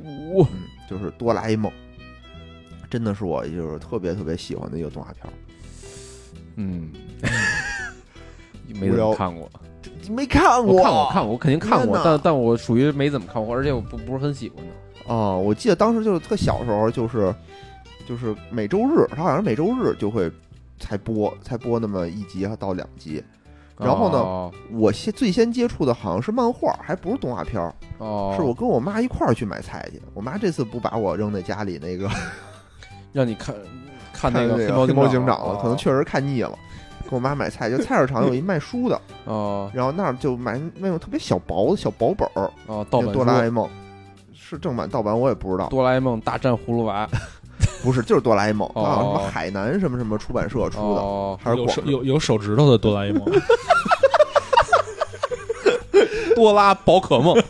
Speaker 2: 五
Speaker 1: 嗯，就是《哆啦 A 梦》，真的是我就是特别特别喜欢的一个动画片儿。
Speaker 2: 嗯， 没
Speaker 1: 无
Speaker 2: 怎
Speaker 1: 聊
Speaker 2: 么看过。
Speaker 1: 你没看过？
Speaker 2: 我看过，看过，我肯定看过
Speaker 1: 天，哪
Speaker 2: 但但我属于没怎么看过，而且我不不是很喜欢的。
Speaker 1: 啊、我记得当时就是特小时候，就是就是每周日，它好像是每周日就会才播，才播那么一集到两集。然后呢
Speaker 2: 哦，
Speaker 1: 我先最先接触的好像是漫画，还不是动画片儿，
Speaker 2: 哦
Speaker 1: 是我跟我妈一块儿去买菜去。我妈这次不把我扔在家里那个
Speaker 2: 让你看看那
Speaker 1: 那
Speaker 2: 个
Speaker 1: 个
Speaker 2: 猫
Speaker 1: 黑猫警
Speaker 2: 长啊
Speaker 1: 长了，可能确实看腻了。跟我妈买菜，就菜市场有一卖书的，
Speaker 2: 哦
Speaker 1: 然后那儿就买那种特别小薄的小薄本儿，
Speaker 2: 哦，盗
Speaker 1: 那
Speaker 2: 版
Speaker 1: 哆啦 A
Speaker 2: 书
Speaker 1: 梦是正版盗版我也不知道，
Speaker 2: 哆啦 A 梦大战葫芦娃
Speaker 1: 不是就是哆啦 A 梦，它
Speaker 2: 哦
Speaker 1: 好像什么海南什么什么出版社出的，
Speaker 2: 哦，
Speaker 1: 还是
Speaker 3: 有
Speaker 1: 广
Speaker 3: 手有有手指头的哆啦 A 梦，
Speaker 2: 多拉宝可梦，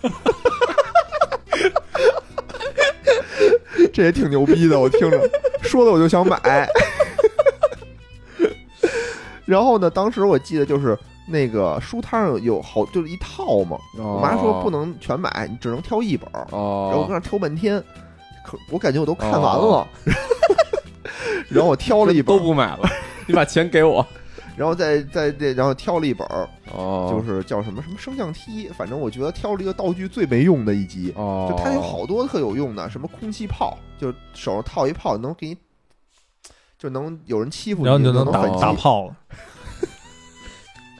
Speaker 1: 这也挺牛逼的，我听着说的我就想买。然后呢，当时我记得就是那个书摊上有好就是一套嘛，我
Speaker 2: 我
Speaker 1: 妈说不能全买，你只能挑一本儿，然后我
Speaker 2: 哦
Speaker 1: 跟，那挑半天，可我感觉我都看完了
Speaker 2: 哦，
Speaker 1: 然后我挑了一本
Speaker 2: 都
Speaker 1: 儿，
Speaker 2: 不买了，你把钱给我。
Speaker 1: 然后再再这然后挑了一本儿，
Speaker 2: 哦，
Speaker 1: 就是叫什么什么升降梯，反正我觉得挑了一个道具最没用的一集，
Speaker 2: 哦，
Speaker 1: 就它有好多特有用的，什么空气炮，就手上套一炮能给你，就能有人欺负你，
Speaker 3: 然后你就
Speaker 1: 能
Speaker 3: 能
Speaker 1: 反
Speaker 3: 打
Speaker 1: 击
Speaker 3: 打炮了。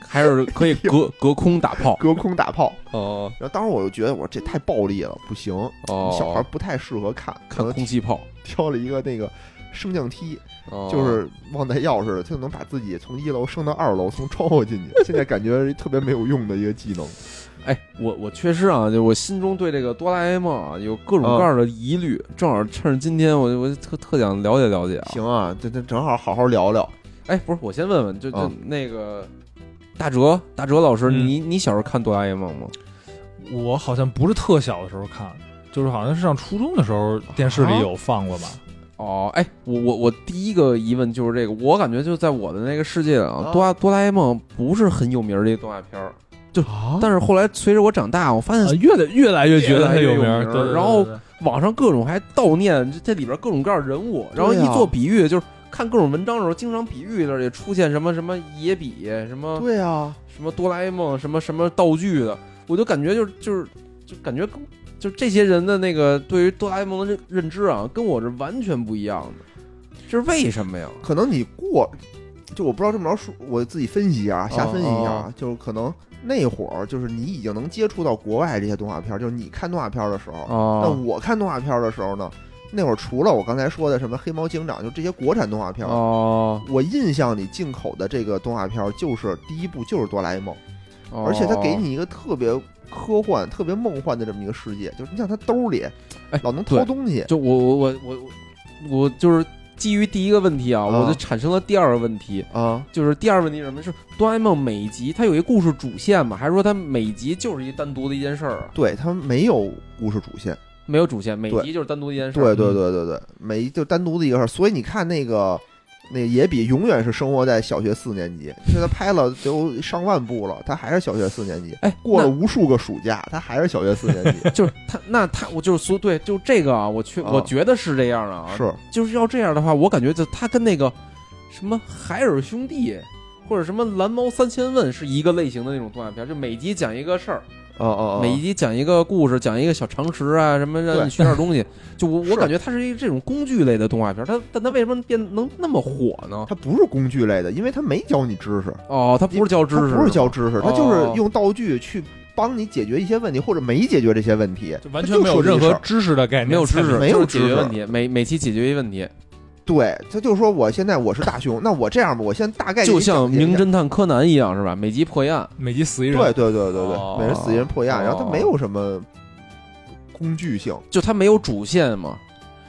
Speaker 2: 还是可以隔隔空打炮。
Speaker 1: 隔空打炮。
Speaker 2: 哦
Speaker 1: 然后当时我就觉得我这太暴力了，不行，
Speaker 2: 哦，
Speaker 1: 小孩不太适合看，可
Speaker 2: 看
Speaker 1: 能
Speaker 2: 空气炮，
Speaker 1: 挑了一个那个升降梯，
Speaker 2: 哦
Speaker 1: 就是忘带钥匙了，他就能把自己从一楼升到二楼，从窗户进去。现在感觉特别没有用的一个技 能。
Speaker 2: 哎，我我确实啊，就我心中对这个哆啦 A 梦啊有各种各样的疑虑，正好趁着今天我，我特特想了解了解啊。
Speaker 1: 嗯行啊，这这正好好好聊聊。
Speaker 2: 哎，不是，我先问问，就就
Speaker 1: 嗯
Speaker 2: 那个大哲，大哲老师，
Speaker 3: 嗯
Speaker 2: 你你小时候看哆啦 A 梦吗？
Speaker 3: 我好像不是特小的时候看，就是好像是上初中的时候电视里
Speaker 2: 啊
Speaker 3: 有放过吧。
Speaker 2: 哦，哎，我我我第一个疑问就是这个，我感觉就在我的那个世界啊
Speaker 1: 啊，
Speaker 2: 哆啦哆啦 A 梦不是很有名儿的一动画片儿，
Speaker 1: 哦
Speaker 3: 啊
Speaker 2: 但是后来随着我长大，我发现
Speaker 3: 啊，越来越来越觉得它
Speaker 2: 越来越
Speaker 3: 名
Speaker 2: 有
Speaker 3: 儿，
Speaker 2: 名儿
Speaker 3: 对对对
Speaker 2: 然后
Speaker 3: 对对
Speaker 2: 网上各种还悼念这这里边各种各样的人物，然后一
Speaker 1: 对啊
Speaker 2: 做比喻，就是看各种文章的时候，经常比喻的也出现什么什么野比，什么
Speaker 1: 对啊，
Speaker 2: 什么哆啦 A 梦，什么什么道具的，我就感觉就是就是就感觉跟就这些人的那个对于哆啦 A 梦的认认知啊，跟我是完全不一样的，这是为什么呀？
Speaker 1: 可能你过，就我不知道这么着说，我自己分析啊，瞎分析一下，
Speaker 2: 哦
Speaker 1: 啊，就是可能那会儿就是你已经能接触到国外这些动画片儿，就是你看动画片儿的时候，那
Speaker 2: 哦
Speaker 1: 我看动画片儿的时候呢，那会儿除了我刚才说的什么黑猫警长，就这些国产动画片儿，
Speaker 2: 哦，
Speaker 1: 我印象里进口的这个动画片儿就是第一部就是哆啦 A 梦，
Speaker 2: 哦
Speaker 1: 而且它给你一个特别科幻、特别梦幻的这么一个世界，就是你想他兜里
Speaker 2: 哎
Speaker 1: 老能
Speaker 2: 对
Speaker 1: 掏东西，
Speaker 2: 就我我我我我我就是基于第一个问题啊，我
Speaker 1: 啊
Speaker 2: 就产生了第二个问题，
Speaker 1: 啊，
Speaker 2: 就是第二个问题是什么？是哆啦 A 梦每一集它有一故事主线嘛，还是说它每一集就是一单独的一件事儿啊？
Speaker 1: 对，它没有故事主线。
Speaker 2: 没有主线，每
Speaker 1: 对
Speaker 2: 集就是单啊嗯独一件事儿。
Speaker 1: 对对对对对，每一就单独的一个事儿，所以你看那个那个野比永远是生活在小学四年级，现在拍了都上万部了，他还是小学四年级，
Speaker 2: 哎，
Speaker 1: 过了
Speaker 2: 那，
Speaker 1: 无数个暑假，他还是小学四年级
Speaker 2: 就是他，那他我就是说，对，就这个啊，我去，
Speaker 1: 啊
Speaker 2: 我觉得是这样的啊，
Speaker 1: 是
Speaker 2: 就是要这样的话，我感觉就他跟那个什么海尔兄弟或者什么蓝猫三千问是一个类型的那种动画片，就每集讲一个事儿，
Speaker 1: 哦哦
Speaker 2: 每一集讲一个故事，讲一个小常识啊，什么让
Speaker 1: 对
Speaker 2: 你学点 东西。就我
Speaker 1: 是
Speaker 2: 我感觉它是一这种工具类的动画片，它但它为什么变能那么火呢？
Speaker 1: 它不是工具类的，因为它没教你知识，
Speaker 2: 哦，它不是教知识，
Speaker 1: 它不是教知识，它就是
Speaker 2: 哦
Speaker 1: 用道具去帮你解决一些问题，或者没解决这些问题，
Speaker 3: 就完
Speaker 1: 它
Speaker 3: 全没
Speaker 1: 涉
Speaker 3: 有
Speaker 1: 及
Speaker 3: 任
Speaker 1: 事
Speaker 3: 何
Speaker 1: 儿
Speaker 3: 知识的概念，
Speaker 2: 没有知识，
Speaker 1: 没有
Speaker 2: 就是解
Speaker 1: 知
Speaker 2: 决
Speaker 1: 识
Speaker 2: 问题，每每期解决一问题，
Speaker 1: 对，他就说我现在我是大熊，那我这样吧，我先大概给
Speaker 2: 就
Speaker 1: 你讲
Speaker 2: 像
Speaker 1: 解一
Speaker 2: 名
Speaker 1: 下
Speaker 2: 侦探柯南一样，是吧？每集破一案。
Speaker 3: 每集死一人，
Speaker 1: 对对对对对
Speaker 2: 哦，
Speaker 1: 每人死一人破一案，然后它
Speaker 2: 哦
Speaker 1: 没有什么工具性。
Speaker 2: 就它没有主线嘛，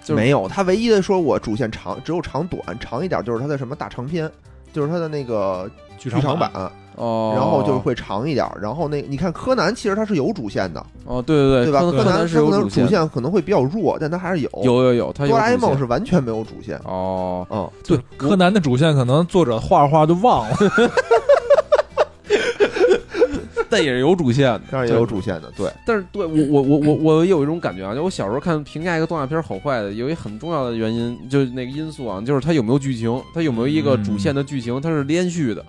Speaker 2: 就是
Speaker 1: 没有，他唯一的说我主线长，只有长短，长一点就是他的什么大长篇，就是他的那个
Speaker 3: 剧
Speaker 1: 剧
Speaker 3: 场
Speaker 1: 场版，
Speaker 2: 哦，
Speaker 1: 然后就是会长一点。然后那你看柯南，其实它是有主线的，
Speaker 2: 哦，对对
Speaker 1: 对吧？
Speaker 2: 柯
Speaker 1: 柯南
Speaker 2: 是有
Speaker 1: 柯南
Speaker 2: 线
Speaker 1: 主
Speaker 2: 的，
Speaker 1: 线可能会比较弱，但它还是有。
Speaker 2: 有有有，它有
Speaker 1: 哆啦 A
Speaker 2: 主线
Speaker 1: 梦是完全没有主线。
Speaker 2: 哦，
Speaker 1: 嗯，
Speaker 3: 对柯南的主线可能作者画着画着就忘了，
Speaker 2: 但也是有主线的。
Speaker 1: 当然也有主线的，对，
Speaker 2: 但是对我我我我我有一种感觉啊，就我小时候看评价一个动画片好坏的，有一很重要的原因，就是那个因素啊，就是它有没有剧情，它有没有一个主线的剧情，它是连续的。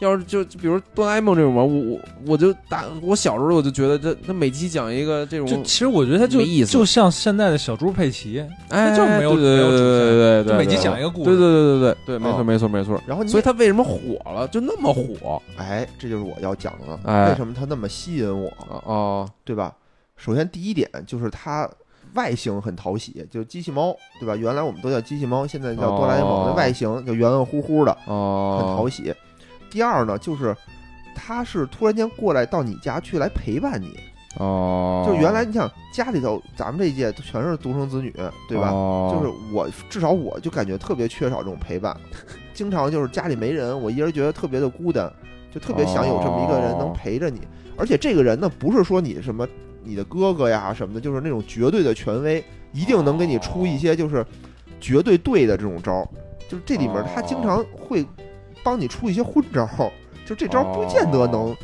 Speaker 2: 要是就就比如哆啦 A 梦这种嘛，我我我就打我小时候我就觉得这它每期讲一个这
Speaker 3: 就
Speaker 2: 种，
Speaker 3: 其实我觉得它就
Speaker 2: 没意思
Speaker 3: 就像现在的小猪佩奇，
Speaker 2: 哎，
Speaker 3: 就没有
Speaker 2: 对
Speaker 3: 没有
Speaker 2: 对对
Speaker 3: 主线
Speaker 2: 对对
Speaker 3: 就
Speaker 2: 对，
Speaker 3: 每集
Speaker 2: 对
Speaker 3: 讲一个故
Speaker 2: 对对
Speaker 3: 事。哦
Speaker 2: 对对对对，没错
Speaker 1: 嗯
Speaker 2: 没错没错。
Speaker 1: 然后你
Speaker 2: 所以它为什么火了，就那么火？
Speaker 1: 哎，这就是我要讲的，
Speaker 2: 哎
Speaker 1: 为什么它那么吸引我，
Speaker 2: 哦
Speaker 1: 对吧？首先第一点就是它外形很讨喜，就是机器猫，对吧？原来我们都叫机器猫，现在叫哆啦 A 梦，
Speaker 2: 哦
Speaker 1: 的外形就圆圆乎乎的，
Speaker 2: 哦，
Speaker 1: 很讨喜。第二呢，就是他是突然间过来到你家去来陪伴你，
Speaker 5: 哦，
Speaker 1: 就原来你想家里头，咱们这一届都全是独生子女，对吧？
Speaker 5: 哦
Speaker 1: 就是我至少我就感觉特别缺少这种陪伴，经常就是家里没人，我一人觉得特别的孤单，就特别想有这么一个人能陪着你。而且这个人呢，不是说你什么你的哥哥呀什么的，就是那种绝对的权威，一定能给你出一些就是绝对对的这种招儿。就是这里面他经常会帮你出一些混招儿，就这招儿不见得能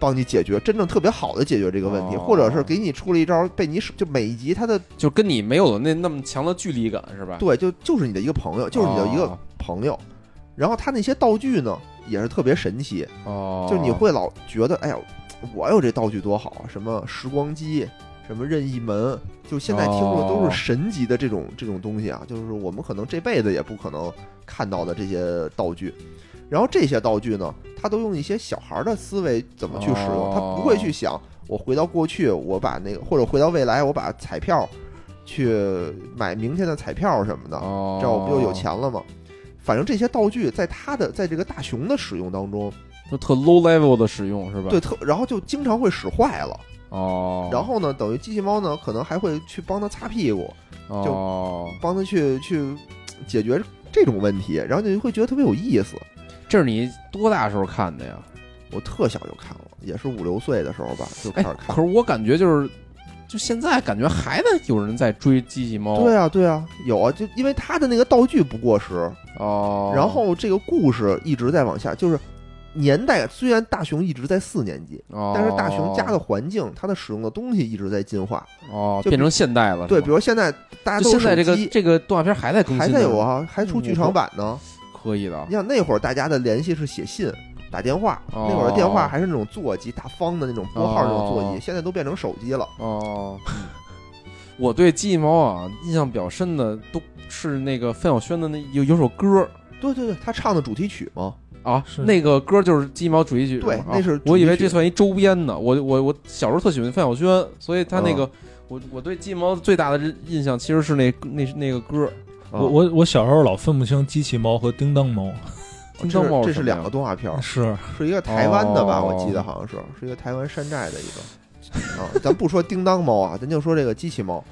Speaker 1: 帮你解决真正特别好的解决这个问题，
Speaker 5: 哦
Speaker 1: 或者是给你出了一招儿被你使，就每一集他的
Speaker 2: 就跟你没有那那么强的距离感是吧？
Speaker 1: 对，就就是你的一个朋友，就是你的一个
Speaker 2: 哦
Speaker 1: 朋友。然后他那些道具呢，也是特别神奇，
Speaker 2: 哦，
Speaker 1: 就是你会老觉得，哎呀，我有这道具多好啊，什么时光机，什么任意门，就现在听着都
Speaker 2: 哦
Speaker 1: 是神级的这种这种东西啊，就是我们可能这辈子也不可能看到的这些道具。然后这些道具呢，他都用一些小孩儿的思维怎么去使用，他不会
Speaker 2: 哦
Speaker 1: 去想我回到过去，我把那个或者回到未来，我把彩票去买明天的彩票什么的，
Speaker 2: 哦，
Speaker 1: 这样我不就有钱了吗？反正这些道具在他的在这个大熊的使用当中，
Speaker 2: 就特 low level 的使用是吧？
Speaker 1: 对，特然后就经常会使坏了。
Speaker 2: 哦，
Speaker 1: 然后呢，等于机器猫呢，可能还会去帮他擦屁股，就
Speaker 2: 哦，
Speaker 1: 帮他去去解决这种问题，然后你就会觉得特别有意思。
Speaker 2: 这是你多大时候看的呀？
Speaker 1: 我特小就看了，也是五六岁的时候吧，就开
Speaker 2: 哎
Speaker 1: 始，看
Speaker 2: 可。是我感觉就是，就现在感觉还在有人在追机器猫，
Speaker 1: 对啊，对啊，有啊，就因为他的那个道具不过时，
Speaker 2: 哦，
Speaker 1: 然后这个故事一直在往下，就是年代虽然大熊一直在四年级，
Speaker 2: 哦，
Speaker 1: 但是大熊家的环境，它的使用的东西一直在进化。
Speaker 2: 哦
Speaker 1: 就
Speaker 2: 变成现代了，
Speaker 1: 对，
Speaker 2: 是吗
Speaker 1: 比如现在大家
Speaker 2: 就
Speaker 1: 都有
Speaker 2: 现在这
Speaker 1: 手
Speaker 2: 个
Speaker 1: 机
Speaker 2: 这个动画片还在更新，嗯
Speaker 1: 还在有，啊，还出剧场版呢。
Speaker 2: 可以的
Speaker 1: 你，想那会儿大家的联系是写信、打电话，
Speaker 2: 哦
Speaker 1: 那会儿的电话还是那种座机，大方的那种拨号那种座机，
Speaker 2: 哦
Speaker 1: 现在都变成手机了。
Speaker 2: 哦。我对机器猫啊印象比较深的都是那个范晓萱的那有有首歌儿
Speaker 1: 对对对，他唱的主题曲嘛，
Speaker 2: 啊，
Speaker 3: 是
Speaker 2: 那个歌就是《鸡毛主题曲》
Speaker 1: 对
Speaker 2: 啊
Speaker 1: 那是主题曲
Speaker 2: 我以为这算一周边呢。我我我小时候特喜欢范晓萱，所以她那
Speaker 1: 嗯
Speaker 2: 个、我我对鸡毛最大的印印象其实是那那那个歌。
Speaker 1: 啊
Speaker 3: 我
Speaker 2: 嗯
Speaker 3: 我我小时候老分不清机器猫和叮当猫，
Speaker 1: 这
Speaker 2: 叮当
Speaker 1: 是
Speaker 2: 猫
Speaker 1: 这是
Speaker 2: 是什么呀
Speaker 1: 两个动画片儿，
Speaker 2: 啊
Speaker 3: 是
Speaker 1: 是一个台湾的吧？
Speaker 2: 哦
Speaker 1: 我记得好像是是一个台湾山寨的一个啊。咱不说叮当猫啊，咱就说这个机器猫，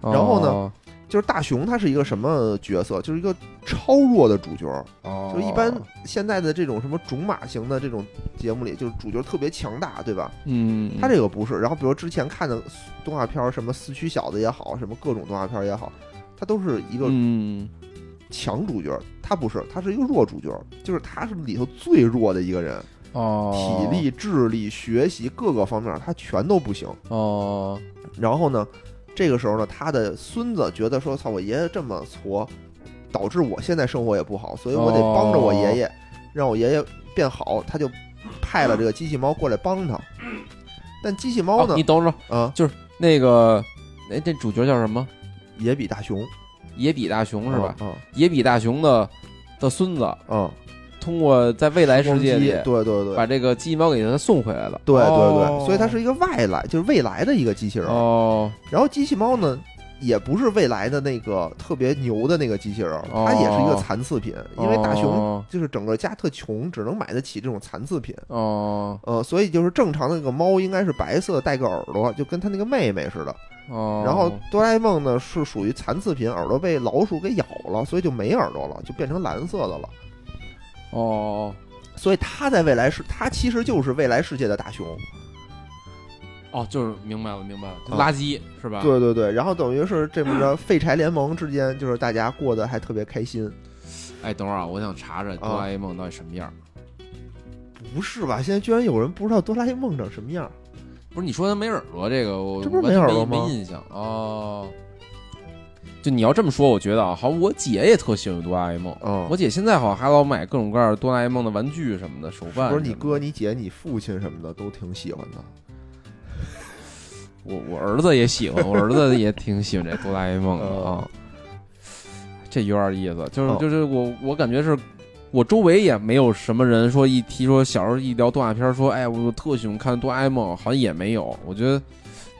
Speaker 1: 然后呢就是大雄，他是一个什么角色？就是一个超弱的主角，
Speaker 2: 哦，
Speaker 1: 就一般现在的这种什么种马型的这种节目里，就是主角特别强大，对吧？
Speaker 2: 嗯，
Speaker 1: 他这个不是。然后比如之前看的动画片儿，什么四驱小子也好，什么各种动画片儿也好，他都是一个
Speaker 2: 嗯
Speaker 1: 强主角，他不是，他是一个弱主角，就是他是里头最弱的一个人，
Speaker 2: 哦
Speaker 1: 体力、智力、学习各个方面儿他全都不行。
Speaker 2: 哦
Speaker 1: 然后呢，这个时候呢，他的孙子觉得说：“操，我爷爷这么矬，导致我现在生活也不好，所以我得帮着我爷爷，让我爷爷变好。”他就派了这个机器猫过来帮他。但机器猫呢
Speaker 2: 啊你，等会儿
Speaker 1: 啊，
Speaker 2: 那个那这主角叫什么？
Speaker 1: 也比大熊
Speaker 2: 野比大雄是吧？？
Speaker 1: 啊
Speaker 2: 野比大雄的的孙子
Speaker 1: 啊，
Speaker 2: 通过在未来世
Speaker 1: 光机，
Speaker 2: 界
Speaker 1: 对
Speaker 2: 里
Speaker 1: 对对。
Speaker 2: 把这个机器猫给他送回来了。
Speaker 1: 对对
Speaker 2: 哦
Speaker 1: 对，所以它是一个外来，就是未来的一个机器人。
Speaker 2: 哦
Speaker 1: 然后机器猫呢，也不是未来的那个特别牛的那个机器人，它也是一个残次品，因为大熊
Speaker 2: 哦
Speaker 1: 就是整个家特穷，只能买得起这种残次品。
Speaker 2: 哦
Speaker 1: 呃，所以就是正常的那个猫应该是白色，带个耳朵，就跟它那个妹妹似的。
Speaker 2: 哦，
Speaker 1: 然后哆啦 A 梦呢是属于残次品，耳朵被老鼠给咬了，所以就没耳朵了，就变成蓝色的了。
Speaker 2: 哦
Speaker 1: 所以它在未来世，它其实就是未来世界的大熊。
Speaker 2: 哦，就是明白了，明白了，就
Speaker 1: 啊
Speaker 2: 垃圾是吧？，
Speaker 1: 对对对，然后等于是这么着，废柴联盟之间就是大家过得还特别开心。
Speaker 2: 哎，等会儿啊，我想查查哆啦 A 梦到底什么样儿。
Speaker 1: 不是吧？现在居然有人不知道哆啦 A 梦长什么样？
Speaker 2: 不是你说他没耳朵这个，我
Speaker 1: 这不是
Speaker 2: 完
Speaker 1: 没
Speaker 2: 全
Speaker 1: 耳
Speaker 2: 没
Speaker 1: 朵
Speaker 2: 没
Speaker 1: 吗
Speaker 2: 印象哦。就你要这么说，我觉得啊，好像我姐也特喜欢哆啦 A 梦。
Speaker 1: 嗯
Speaker 2: 我姐现在好像还老买各种各样的哆啦 A 梦的玩具什么的，手办。
Speaker 1: 不是你哥、，你姐、你父亲什么的都挺喜欢的。
Speaker 2: 我我儿子也喜欢，我儿子也挺喜欢这哆啦 A 梦
Speaker 1: 嗯
Speaker 2: 的啊。这有点意思，就是
Speaker 1: 哦
Speaker 2: 就是我我感觉是。我周围也没有什么人说一提说小时候一聊动画片儿说哎我特喜欢看哆啦 A 梦，好像也没有。我觉得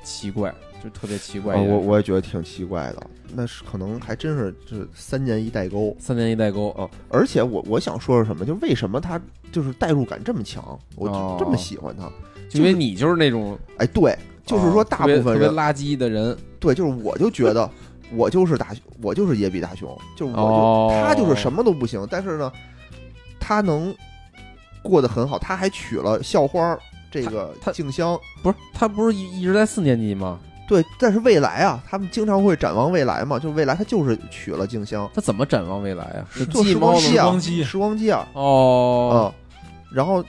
Speaker 2: 奇怪，就特别奇
Speaker 1: 啊
Speaker 2: 怪一点。
Speaker 1: 我我也觉得挺奇怪的，那是可能还真是这三年一代沟
Speaker 2: 三年一代沟，
Speaker 1: 啊。而且我我想说说什么，就为什么他就是代入感这么强，我
Speaker 2: 哦
Speaker 1: 就这么喜欢他。
Speaker 2: 就因为你就是那种
Speaker 1: 哎，对，就是说
Speaker 2: 啊
Speaker 1: 大
Speaker 2: 特别
Speaker 1: 部分
Speaker 2: 特别
Speaker 1: 人，
Speaker 2: 垃圾的人，
Speaker 1: 对，就是我就觉 得我就是大，我就是野比大雄，就是我就、
Speaker 2: 哦
Speaker 1: 他就是什么都不行，但是呢，他能过得很好，他还娶了校花儿这个
Speaker 2: 他他
Speaker 1: 静香。
Speaker 2: 不是他不是一一直在四年级吗？
Speaker 1: 对，但是未来啊，他们经常会展望未来嘛，就未来他就是娶了静香，
Speaker 2: 他怎么展望未来啊？是
Speaker 1: 就
Speaker 2: 鸡
Speaker 1: 时
Speaker 2: 猫
Speaker 1: 光
Speaker 2: 的
Speaker 1: 机啊，
Speaker 3: 时光机
Speaker 1: 时光机啊，
Speaker 2: 哦，
Speaker 1: 啊，然后，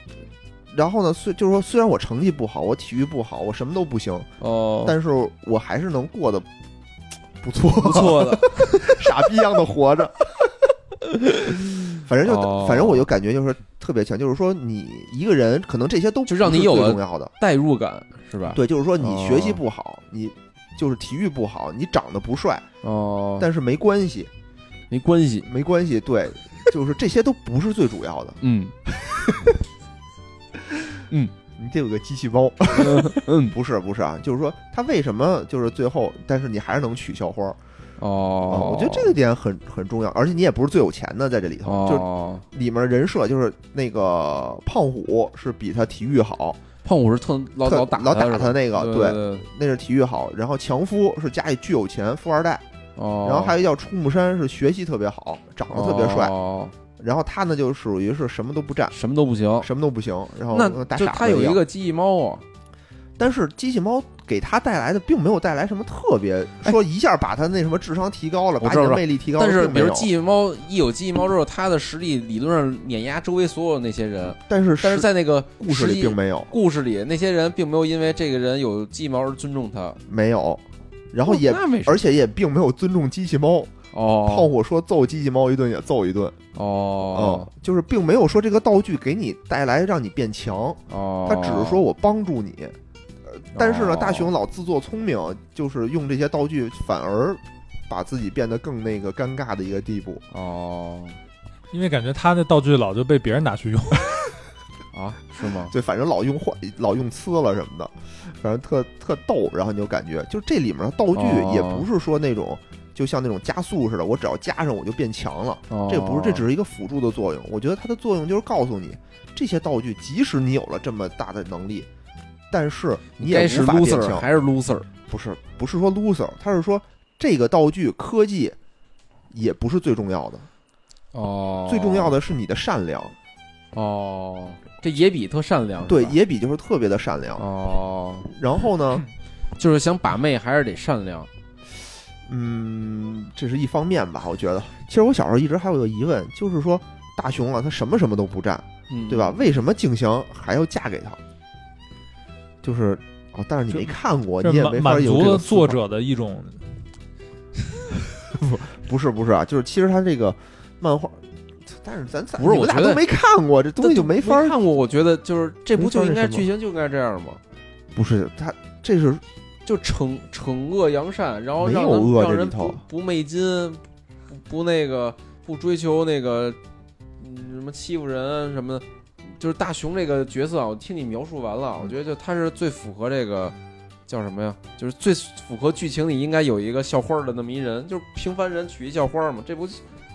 Speaker 1: 然后呢，虽就是说，虽然我成绩不好，我体育不好，我什么都不行，
Speaker 2: 哦，
Speaker 1: 嗯但是我还是能过得不错，
Speaker 2: 不错的，
Speaker 1: 傻逼一样的活 着。反正就，
Speaker 2: 哦
Speaker 1: 反正我就感觉就是特别强，就是说你一个人可能这些都
Speaker 2: 就让
Speaker 1: 不
Speaker 2: 你
Speaker 1: 是
Speaker 2: 有
Speaker 1: 最
Speaker 2: 了
Speaker 1: 重要的，
Speaker 2: 代入感是吧？
Speaker 1: 对，就是说你学习
Speaker 2: 哦
Speaker 1: 不好，你就是体育不好，你长得不帅，
Speaker 2: 哦，
Speaker 1: 但是没关系，
Speaker 2: 没关系，
Speaker 1: 没关系，对，就是这些都不是最主要 的。
Speaker 2: 嗯
Speaker 1: 你得有个机器猫，
Speaker 2: 嗯，
Speaker 1: 不是不是啊，就是说他为什么就是最后，但是你还是能娶校花儿啊、
Speaker 2: 哦，
Speaker 1: 我觉得这个点很很重要，而且你也不是最有钱的，在这里头，
Speaker 2: 哦，
Speaker 1: 就里面的人设就是那个胖虎是比他体育好，
Speaker 2: 胖虎是特老
Speaker 1: 特
Speaker 2: 打
Speaker 1: 老
Speaker 2: 他
Speaker 1: 打
Speaker 2: 是吧
Speaker 1: 他那个，
Speaker 2: 对
Speaker 1: 对，
Speaker 2: 对，
Speaker 1: 那是体育好。然后强夫是家里巨有钱，富二代，
Speaker 2: 哦，
Speaker 1: 然后还有一叫出木山是学习特别好，长得特别帅，
Speaker 2: 哦，
Speaker 1: 然后他呢就属于是什么都不占。
Speaker 2: 什么都不行。
Speaker 1: 什么都不行，然后
Speaker 2: 那
Speaker 1: 大
Speaker 2: 就
Speaker 1: 哦傻
Speaker 2: 他
Speaker 1: 子
Speaker 2: 有一
Speaker 1: 样
Speaker 2: 个记忆猫啊，
Speaker 1: 但是机器猫给他带来的并没有带来什么特别，说一下把他那什么智商提高了，
Speaker 2: 哎我
Speaker 1: 把
Speaker 2: 知道
Speaker 1: 你的
Speaker 2: 知道
Speaker 1: 魅力提高了，
Speaker 2: 但是
Speaker 1: 并没
Speaker 2: 比
Speaker 1: 有
Speaker 2: 如记忆猫一有记忆猫之后，他的实力理论上碾压周围所有那些人，
Speaker 1: 但是
Speaker 2: 但是
Speaker 1: 实
Speaker 2: 在那个
Speaker 1: 故事
Speaker 2: 实
Speaker 1: 里
Speaker 2: 际
Speaker 1: 并没有
Speaker 2: 故事里那些人并没有因为这个人有记忆猫而尊重他，
Speaker 1: 没有，然后也
Speaker 2: 哦那没什么
Speaker 1: 而且也并没有尊重机器猫，胖
Speaker 2: 哦
Speaker 1: 虎说揍机器猫一顿也揍一顿，
Speaker 2: 哦
Speaker 1: 嗯，就是并没有说这个道具给你带来让你变强，
Speaker 2: 哦，
Speaker 1: 他只是说我帮助你。呃但是呢，
Speaker 2: 哦
Speaker 1: 大雄老自作聪明，就是用这些道具反而把自己变得更那个尴尬的一个地步。
Speaker 2: 哦
Speaker 3: 因为感觉他那道具老就被别人拿去用，
Speaker 2: 啊是吗？
Speaker 1: 对，反正老用坏、老用呲了什么的，反正特特逗。然后你就感觉，就这里面的道具
Speaker 2: 哦
Speaker 1: 也不是说那种，就像那种加速似的，我只要加上我就变强了。
Speaker 2: 哦
Speaker 1: 这不是，这只是一个辅助的作用。我觉得它的作用就是告诉你，这些道具即使你有了这么大的能力，但是你也
Speaker 2: 该
Speaker 1: 无
Speaker 2: 是
Speaker 1: 法变
Speaker 2: loser
Speaker 1: 强。
Speaker 2: 还是 loser
Speaker 1: 不是，不是说 loser，他是说这个道具科技也不是最重要的，
Speaker 2: 哦，
Speaker 1: 最重要的是你的善良。
Speaker 2: 哦，这野比特善良是吧
Speaker 1: 对，野比就是特别的善良。
Speaker 2: 哦，
Speaker 1: 然后呢？
Speaker 2: 就是想把妹还是得善良
Speaker 1: 嗯，这是一方面吧，我觉得。其实我小时候一直还有个疑问，就是说大雄啊，他什么什么都不占，
Speaker 2: 嗯
Speaker 1: 对吧？为什么静香还要嫁给他？就是哦，但是你
Speaker 3: 这
Speaker 1: 没看过，
Speaker 3: 这
Speaker 1: 你也没
Speaker 3: 满
Speaker 1: 法
Speaker 3: 满
Speaker 1: 有
Speaker 3: 足
Speaker 1: 这
Speaker 3: 了
Speaker 1: 个思
Speaker 3: 作
Speaker 1: 考。
Speaker 3: 者的一种
Speaker 1: 不是不是啊，就是其实他这个漫画，但是咱咱
Speaker 2: 不是
Speaker 1: 你们
Speaker 2: 我
Speaker 1: 俩
Speaker 2: 觉得
Speaker 1: 都没看过，这东西就没法儿。
Speaker 2: 看过。我觉得就是这不就应
Speaker 1: 没
Speaker 2: 该
Speaker 1: 法儿是什么
Speaker 2: 剧情就应该这样吗？
Speaker 1: 不是他，这是
Speaker 2: 就惩惩恶扬善，然后
Speaker 1: 没
Speaker 2: 让
Speaker 1: 有
Speaker 2: 人
Speaker 1: 恶
Speaker 2: 让
Speaker 1: 这
Speaker 2: 人
Speaker 1: 里头
Speaker 2: 不不昧金，不不那个不追求那个嗯什么欺负人啊什么的。就是大雄这个角色啊，我听你描述完了，我觉得就他是最符合这个叫什么呀？就是最符合剧情里应该有一个校花的那么一人，就是平凡人娶一校花嘛，这不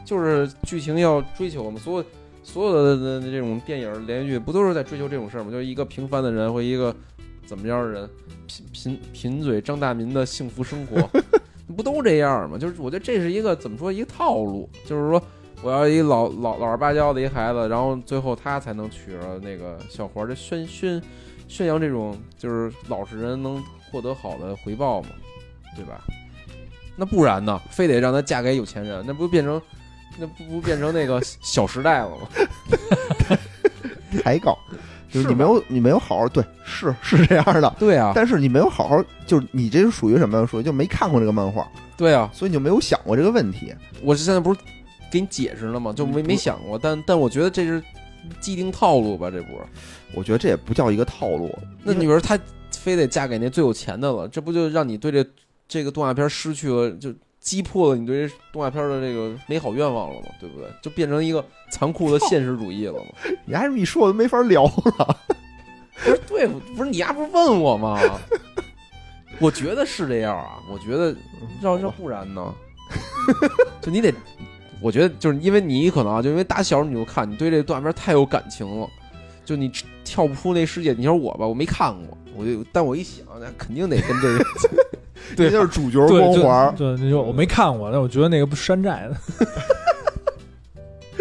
Speaker 2: 就是剧情要追求嘛？所有所有的的的这种电影连续剧不都是在追求这种事儿吗？就是一个平凡的人和一个怎么样的人，贫贫贫嘴张大民的幸福生活，不都这样吗？就是我觉得这是一个怎么说一个套路，就是说我要一老老老实巴交的一孩子，然后最后他才能娶着那个小伙儿，这宣宣宣扬这种就是老实人能获得好的回报嘛，对吧？那不然呢？非得让她嫁给有钱人，那不变成那不不变成那个小时代了吗？
Speaker 1: 抬杠，就是
Speaker 2: 是
Speaker 1: 你没有你没有好好对，是 是这样的。
Speaker 2: 对啊，
Speaker 1: 但是你没有好好，就是你这是属于什么呀？属于就没看过这个漫画，
Speaker 2: 对啊，
Speaker 1: 所以你就没有想过这个问题。
Speaker 2: 我是现在不是给你解释了吗？就没
Speaker 1: 嗯不
Speaker 2: 没想过，但但我觉得这是既定套路吧，这不是？
Speaker 1: 我觉得这也不叫一个套路。
Speaker 2: 那
Speaker 1: 因为
Speaker 2: 女儿她非得嫁给那最有钱的了，这不就让你对这这个动画片失去了，就击破了你对这动画片的这个美好愿望了嘛？对不对？就变成一个残酷的现实主义了嘛？
Speaker 1: 你还这么一说，我都 没法聊了。
Speaker 2: 不是对，不是你丫不是问我吗？ 我觉得是这样啊，我觉得
Speaker 1: 嗯
Speaker 2: 要要不然呢， 就你得，我觉得就是因为你可能啊，就因为打小你就看，你对这动画片太有感情了，就你跳不出那世界。你说我吧，我没看过，我就但我一想，那肯定得跟这个
Speaker 3: 对
Speaker 2: 啊
Speaker 1: 这就是主角
Speaker 3: 对
Speaker 1: 光环儿，
Speaker 3: 对，你说我没看过，但我觉得那个不是山寨的，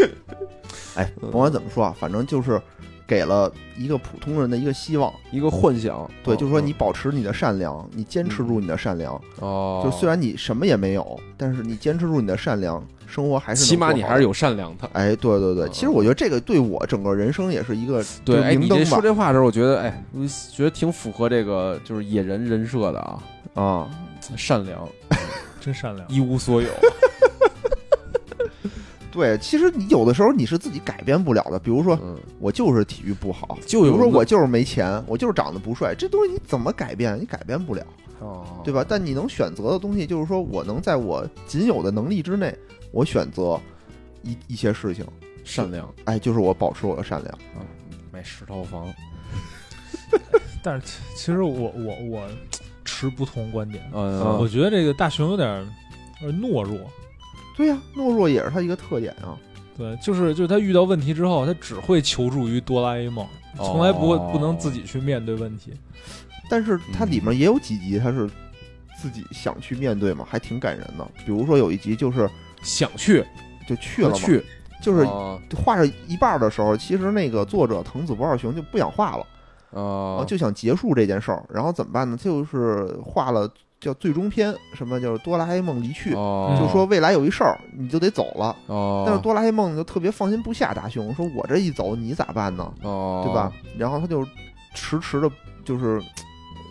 Speaker 1: 哎，甭管怎么说啊，反正就是给了一个普通人的一个希望。
Speaker 2: 一个幻想。
Speaker 1: 对，
Speaker 2: 嗯
Speaker 1: 就是说你保持你的善良，你坚持住你的善良。
Speaker 2: 哦，
Speaker 1: 就虽然你什么也没有，但是你坚持住你的善良，生活还是能
Speaker 2: 起码
Speaker 1: 过
Speaker 2: 你
Speaker 1: 好
Speaker 2: 还是。有善良的。
Speaker 1: 哎，对对对，
Speaker 2: 嗯
Speaker 1: 其实我觉得这个对我整个人生也是一个
Speaker 2: 对，
Speaker 1: 就是
Speaker 2: 哎，
Speaker 1: 明
Speaker 2: 你这
Speaker 1: 灯吧
Speaker 2: 说这话的时候，我觉得，哎，我觉得挺符合这个就是野人人设的啊，
Speaker 1: 啊，
Speaker 2: 善良，
Speaker 3: 真善良。
Speaker 2: 一无所有。
Speaker 1: 对，其实你有的时候你是自己改变不了的，比如说
Speaker 2: 嗯，
Speaker 1: 我就是体育不好，
Speaker 2: 就
Speaker 1: 比
Speaker 2: 有
Speaker 1: 如说
Speaker 2: 那
Speaker 1: 我就是没钱，我就是长得不帅，这东西你怎么改变？你改变不了，
Speaker 2: 哦
Speaker 1: 对吧？但你能选择的东西就是说我能在我仅有的能力之内，我选择一一些事情，
Speaker 2: 善良，
Speaker 1: 哎，就是我保持我的善良。
Speaker 2: 嗯买十套房
Speaker 3: 但是其其实我我我持不同观点，
Speaker 2: 嗯
Speaker 3: 我觉得这个大雄有点儿有点懦弱，
Speaker 1: 对呀、懦弱也是他一个特点啊。
Speaker 3: 对，就是就是他遇到问题之后，他只会求助于哆啦 A 梦，
Speaker 2: 哦
Speaker 3: 从来不会不能自己去面对问题。
Speaker 1: 但是它里
Speaker 2: 嗯
Speaker 1: 面也有几集他是自己想去面对嘛，还挺感人的。比如说有一集就是
Speaker 2: 想去
Speaker 1: 就去了嘛，
Speaker 2: 去，
Speaker 1: 就是
Speaker 2: 啊
Speaker 1: 画着一半儿的时候，其实那个作者藤子不二雄就不想画了，
Speaker 2: 啊，
Speaker 1: 哦就想结束这件事儿。然后怎么办呢？就是画了叫最终篇，什么就是哆啦 A 梦离去，
Speaker 2: 哦
Speaker 1: 就说未来有一事儿你就得走了。
Speaker 2: 哦，
Speaker 1: 但是哆啦 A 梦就特别放心不下大雄，说我这一走你咋办呢？
Speaker 2: 哦，
Speaker 1: 对吧？？然后他就迟迟的，就是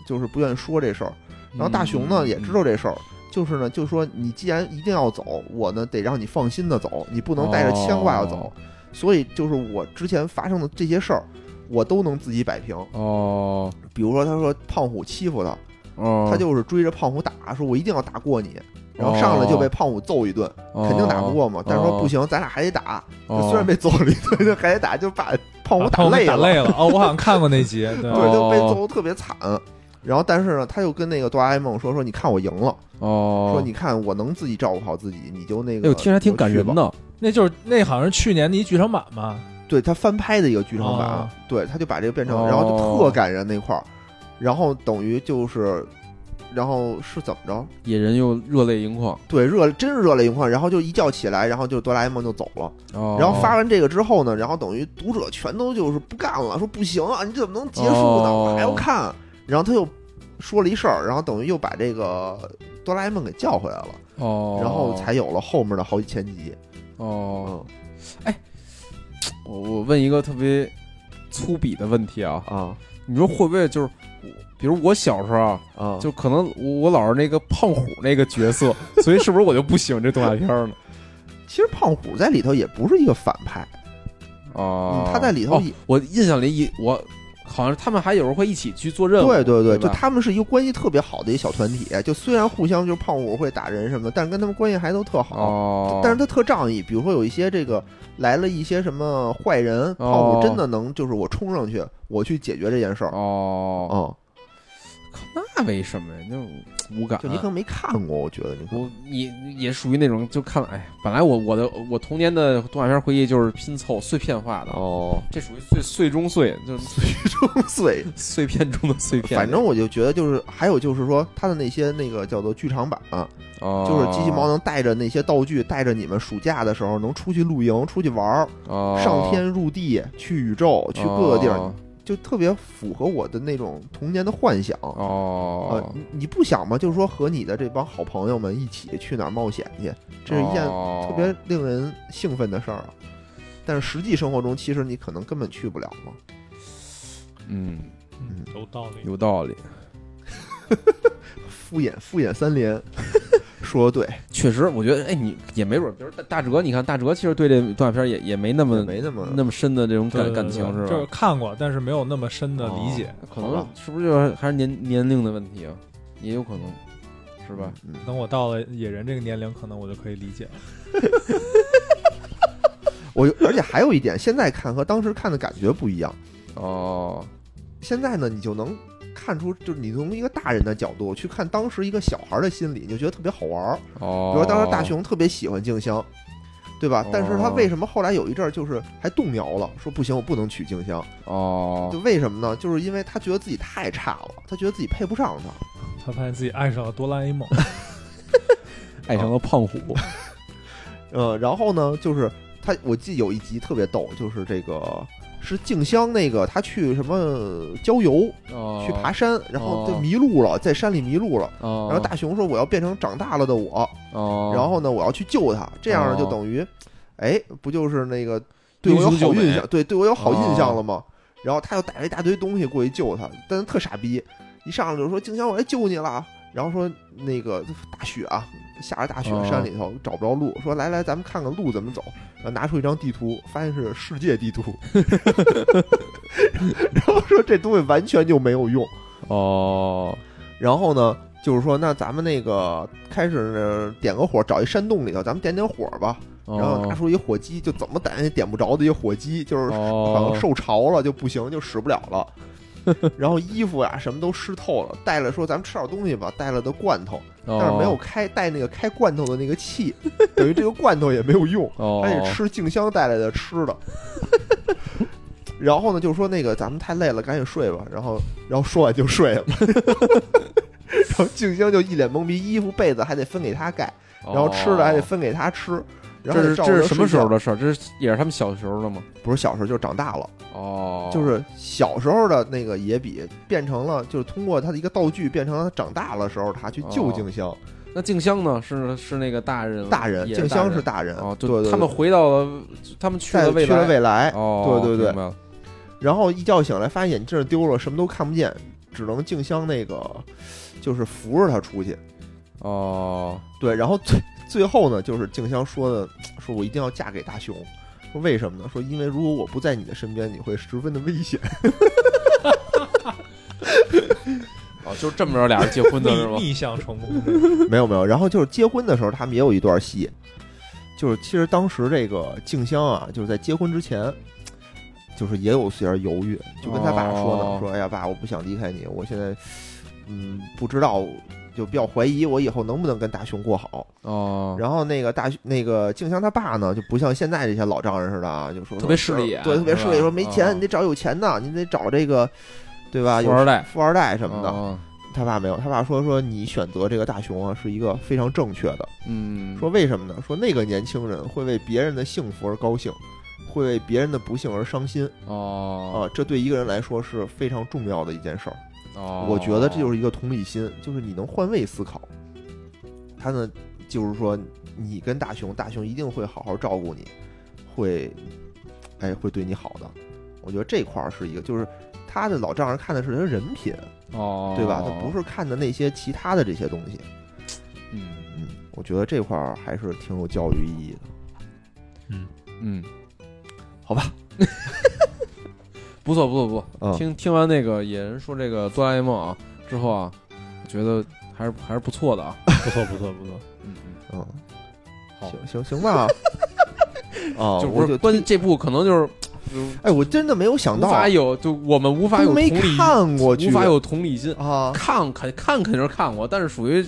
Speaker 1: 就是不愿意说这事儿。然后大雄呢
Speaker 2: 嗯
Speaker 1: 也知道这事儿，就是呢就说你既然一定要走，我呢得让你放心的走，你不能带着牵挂要走
Speaker 2: 哦。
Speaker 1: 所以就是我之前发生的这些事儿，我都能自己摆平。
Speaker 2: 哦
Speaker 1: 比如说他说胖虎欺负他，
Speaker 2: 哦，
Speaker 1: 他就是追着胖虎打，说我一定要打过你。然后上来就被胖虎揍一顿，
Speaker 2: 肯
Speaker 1: 肯定打不过
Speaker 2: 哦
Speaker 1: 嘛。但是说不，行，咱俩还得打。就虽然被揍了一顿，还得打，就把胖 虎
Speaker 3: 啊胖
Speaker 1: 累
Speaker 3: 打
Speaker 1: 了。
Speaker 3: 累了，哦， 我好像看过那集，对，
Speaker 1: 对，就被
Speaker 2: 哦
Speaker 1: 揍得特别惨。然后，但是呢，他又跟那个哆啦 A 梦说：“说你看我赢了，
Speaker 2: 哦，
Speaker 1: 说你看我能自己照顾好自己，你就那
Speaker 2: 哎
Speaker 1: 个。”
Speaker 2: 呦，听着还挺感人。的，
Speaker 3: 那就是那好像是去年的一剧场版嘛，
Speaker 1: 对他翻拍的一个剧场版，啊
Speaker 3: 哦
Speaker 1: 对，他就把这个变成，
Speaker 2: 哦
Speaker 1: 然后就特感人那块儿。然后等于就是，然后是怎么着？
Speaker 2: 野人又热泪盈眶，
Speaker 1: 对，热真是热泪盈眶。然后就一觉起来，然后就哆啦 A 梦就走了。
Speaker 2: 然
Speaker 1: 然后发完这个之后呢，然后等于读者全都就是不干了，说不行啊，你怎么能结束呢？
Speaker 2: 哦
Speaker 1: 我还要看。然后他又说了一事儿，然后等于又把这个哆啦 A 梦给叫回来了，
Speaker 2: 哦，
Speaker 1: 然后才有了后面的好几千集。
Speaker 2: 哦，哎，
Speaker 1: 嗯
Speaker 2: 我我问一个特别粗鄙的问题啊，
Speaker 1: 啊
Speaker 2: 你说会不会就是，比如我小时候啊。
Speaker 1: 啊就
Speaker 2: 就可能我我老是那个胖虎那个 角色，所以是不是我就不喜欢这动画片呢？
Speaker 1: 其实胖虎在里头也不是一个反派，
Speaker 2: 哦
Speaker 1: 嗯他在里头
Speaker 2: 哦
Speaker 1: 也
Speaker 2: 我印象里一我好像他们还有时候会一起去做任务，
Speaker 1: 对对对，
Speaker 2: 对
Speaker 1: 就
Speaker 2: 吧，
Speaker 1: 他们是一个关系特别好的一小团体，就虽然互相就是胖虎会打人什么的，但是跟他们关系还都特好。
Speaker 2: 哦，
Speaker 1: 但是他特仗义，比如说有一些这个来了一些什么坏
Speaker 2: 哦
Speaker 1: 人，胖虎真的能就是我冲上去，我去解决这件事儿。
Speaker 2: 哦，
Speaker 1: 嗯，
Speaker 2: 那为什么呀？那无感，啊
Speaker 1: 就你可能没看过，我觉得你可能
Speaker 2: 我也也属于那种就看了，哎，本来我我的我童年的动画片回忆就是拼凑碎片化的，
Speaker 1: 哦，
Speaker 2: 这属于碎碎中碎，就是
Speaker 1: 碎。
Speaker 2: 碎片中的碎片，
Speaker 1: 反正我就觉得就是还有就是说他的那些那个叫做剧场版、啊
Speaker 2: 哦
Speaker 1: 就是机器猫能带着那些道具，带着你们暑假的时候能出去露营、出去玩儿、
Speaker 2: 哦
Speaker 1: 上天入地、去宇宙、去各个地儿
Speaker 2: 哦，
Speaker 1: 就特别符合我的那种童年的幻想。呃
Speaker 2: 哦，，
Speaker 1: 你你不想吗？就是说和你的这帮好朋友们一起去哪儿冒险去，这是一件
Speaker 2: 哦
Speaker 1: 特别令人兴奋的事儿啊。但是实际生活中，其实你可能根本去不了嘛。
Speaker 2: 嗯
Speaker 1: 嗯
Speaker 3: 有道理。
Speaker 2: 有道理。
Speaker 1: 敷衍敷衍三连， 说的对，
Speaker 2: 确实，我觉得，哎，你也没准儿，比如大大哲，你看大哲其实对这动画片儿也也没那么
Speaker 1: 也没那么
Speaker 2: 那么深的这种
Speaker 3: 对
Speaker 2: 感
Speaker 3: 对
Speaker 2: 感
Speaker 3: 对
Speaker 2: 情，是
Speaker 3: 就是
Speaker 2: 吧？哦
Speaker 3: 看过，但是没有那么深的理解。
Speaker 1: 哦好
Speaker 2: 可能
Speaker 1: 吧
Speaker 2: 是不是就是还是年年龄的问题啊？也有可能，是吧？？
Speaker 1: 嗯，
Speaker 3: 等我到了野人这个年龄，可能我就可以理解了。
Speaker 1: 我而且还有嗯一点，现在看和当时看的感觉不一样。
Speaker 2: 哦，
Speaker 1: 现在呢，你就能看出，就是你从一个大人的角度去看当时一个小孩的心理，你就觉得特别好玩儿。比
Speaker 6: 哦，
Speaker 1: 如说当时大雄特别喜欢静香，对吧
Speaker 6: 哦？
Speaker 1: 但是他为什么后来有一阵儿就是还动摇了，说不行，我不能娶静香，
Speaker 6: 哦
Speaker 1: 就，为什么呢？就是因为他觉得自己太差了，他觉得自己配不上他。
Speaker 3: 他发现自己爱上了哆啦 A 梦，
Speaker 2: 爱上了胖虎，
Speaker 1: 呃，然后呢，就是他，我记得有一集特别逗，就是这个是静香那个他去什么郊游，去
Speaker 6: 哦
Speaker 2: 去
Speaker 1: 爬，山，然后就
Speaker 2: 哦
Speaker 1: 迷路了，在山里迷路了。
Speaker 2: 然
Speaker 6: 哦
Speaker 1: 然后大雄说：“我要变成长大了的我，
Speaker 2: 哦，
Speaker 1: 然后呢，我要去救他。”这样呢，就
Speaker 2: 哦
Speaker 1: 等于，哎，不就是那个对
Speaker 6: 英
Speaker 1: 我有
Speaker 6: 雄救
Speaker 1: 好
Speaker 6: 美
Speaker 1: 印象，对对我有好印象
Speaker 2: 哦
Speaker 1: 了吗？然后他又带了一大堆东西过去救他，但是特傻逼，一上来就说：“静香，我来救你了。”然后说那个大雪啊，下着大雪，
Speaker 2: 哦
Speaker 1: 山里头找不着路，说来来，咱们看看路怎么走。然后拿出一张地图，发现是世界地图， 然后说这东西完全就没有用。
Speaker 2: 哦，
Speaker 1: 然后呢，就是说，那咱们那个开始呢点个火，找一山洞里头，咱们点点火吧。
Speaker 2: 哦
Speaker 1: 然后拿出一火机，就怎么点也点不着的一火机，就是好
Speaker 2: 哦
Speaker 1: 像，受潮了就不行，就使不了了。 然后衣服呀、什么都湿透了，带了说咱们吃点东西吧，带了的罐头，
Speaker 2: 哦
Speaker 1: 但是没有开带那个开罐头的那个气，等于这个罐头也没有用。
Speaker 2: 哦，
Speaker 1: 他是吃静香带来的吃的。 然后呢，就说那个咱们太累了，赶紧睡吧。然后，然后说完就睡了。 然后静香就一脸懵逼，衣服被子还得分给他盖，
Speaker 2: 哦，
Speaker 1: 然后吃的还得分给他吃。然后
Speaker 2: 这是
Speaker 1: 照顾
Speaker 2: 这
Speaker 1: 他
Speaker 2: 是什么时候
Speaker 1: 睡觉？
Speaker 2: 的事儿？这是也是他们小时候的吗？
Speaker 1: 不是小时候，就是长大了，
Speaker 2: 哦，
Speaker 1: 就是小时候的那个野比变成了，就是通过他的一个道具变成了他长大了时候他去救
Speaker 2: 哦
Speaker 1: 静香。
Speaker 2: 那静香呢？是是那个大人，
Speaker 1: 大人，
Speaker 2: 也
Speaker 1: 静
Speaker 2: 是
Speaker 1: 香是
Speaker 2: 人
Speaker 1: 大人，
Speaker 2: 哦，
Speaker 1: 对对
Speaker 2: 就
Speaker 1: 对，
Speaker 2: 他们回到了，他们去
Speaker 1: 在
Speaker 2: 了未
Speaker 1: 去了
Speaker 2: 来，
Speaker 1: 未来，
Speaker 2: 哦，
Speaker 1: 对对对
Speaker 2: 明白了
Speaker 1: 然后一觉醒来，发现眼镜丢了，什么都看不见，只能静香那个就是扶着他出去。
Speaker 2: 哦，
Speaker 1: 对，然后最最后呢，就是静香说的，说我一定要嫁给大雄。说为什么呢？说因为如果我不在你的身边，你会十分的危险。
Speaker 2: 哦，就这么着俩人结婚的是吗
Speaker 3: 逆？逆向成 功。
Speaker 1: 没有没有，然后就是结婚的时候，他们也有一段戏，就是其实当时这个静香啊，就是在结婚之前，就是也有点犹豫，就跟他爸说呢，
Speaker 2: 哦
Speaker 1: 说哎呀爸，我不想离开你，我现在嗯不知道，就比较怀疑我以后能不能跟大雄过好。
Speaker 2: 哦，
Speaker 1: 然后那个大那个静香她爸呢，就不像现在这些老丈人似的啊，就说
Speaker 2: 特别势利啊
Speaker 1: 对，特别势利，
Speaker 2: 是吧
Speaker 1: 说没钱
Speaker 2: 哦
Speaker 1: 你得找有钱的，你得找这个对吧？
Speaker 2: 富
Speaker 1: 有
Speaker 2: 二代
Speaker 1: 富二代什么的。
Speaker 2: 哦
Speaker 1: 他爸没有，他爸说说你选择这个大熊啊是一个非常正确的。
Speaker 2: 嗯，
Speaker 1: 说为什么呢？说那个年轻人会为别人的幸福而高兴，会为别人的不幸而伤心
Speaker 2: 哦
Speaker 1: 啊，这对一个人来说是非常重要的一件事儿。
Speaker 2: 哦，
Speaker 1: 我觉得这就是一个同理心，就是你能换位思考。他呢，就是说你跟大熊，大熊一定会好好照顾你，会，哎，会对你好的。我觉得这块儿是一个，就是他的老丈人看的是他的人品，
Speaker 2: 哦，
Speaker 1: 对吧？他不是看的那些其他的这些东西。
Speaker 2: 嗯
Speaker 1: 嗯，我觉得这块儿还是挺有教育意义的。
Speaker 2: 嗯，
Speaker 1: 好吧，
Speaker 2: 不错不错不错。
Speaker 1: 嗯
Speaker 2: 听听完那个野人说这个哆啦 A 梦啊之后啊，我觉得还是还是不错的啊。
Speaker 3: 不错不错不错，
Speaker 2: 嗯嗯。
Speaker 1: 嗯，
Speaker 2: 好
Speaker 1: 行行行 吧。啊，
Speaker 2: 就
Speaker 1: 我
Speaker 2: 不是
Speaker 1: 就
Speaker 2: 关键这部可能就是就是
Speaker 1: 哎，我真的没有想
Speaker 2: 无
Speaker 1: 到，
Speaker 2: 法有就我们无法有
Speaker 1: 都
Speaker 2: 同
Speaker 1: 没
Speaker 2: 理心，
Speaker 1: 看过剧，
Speaker 2: 无法有同理心。
Speaker 1: 啊，
Speaker 2: 看肯看肯定是看过，但是属于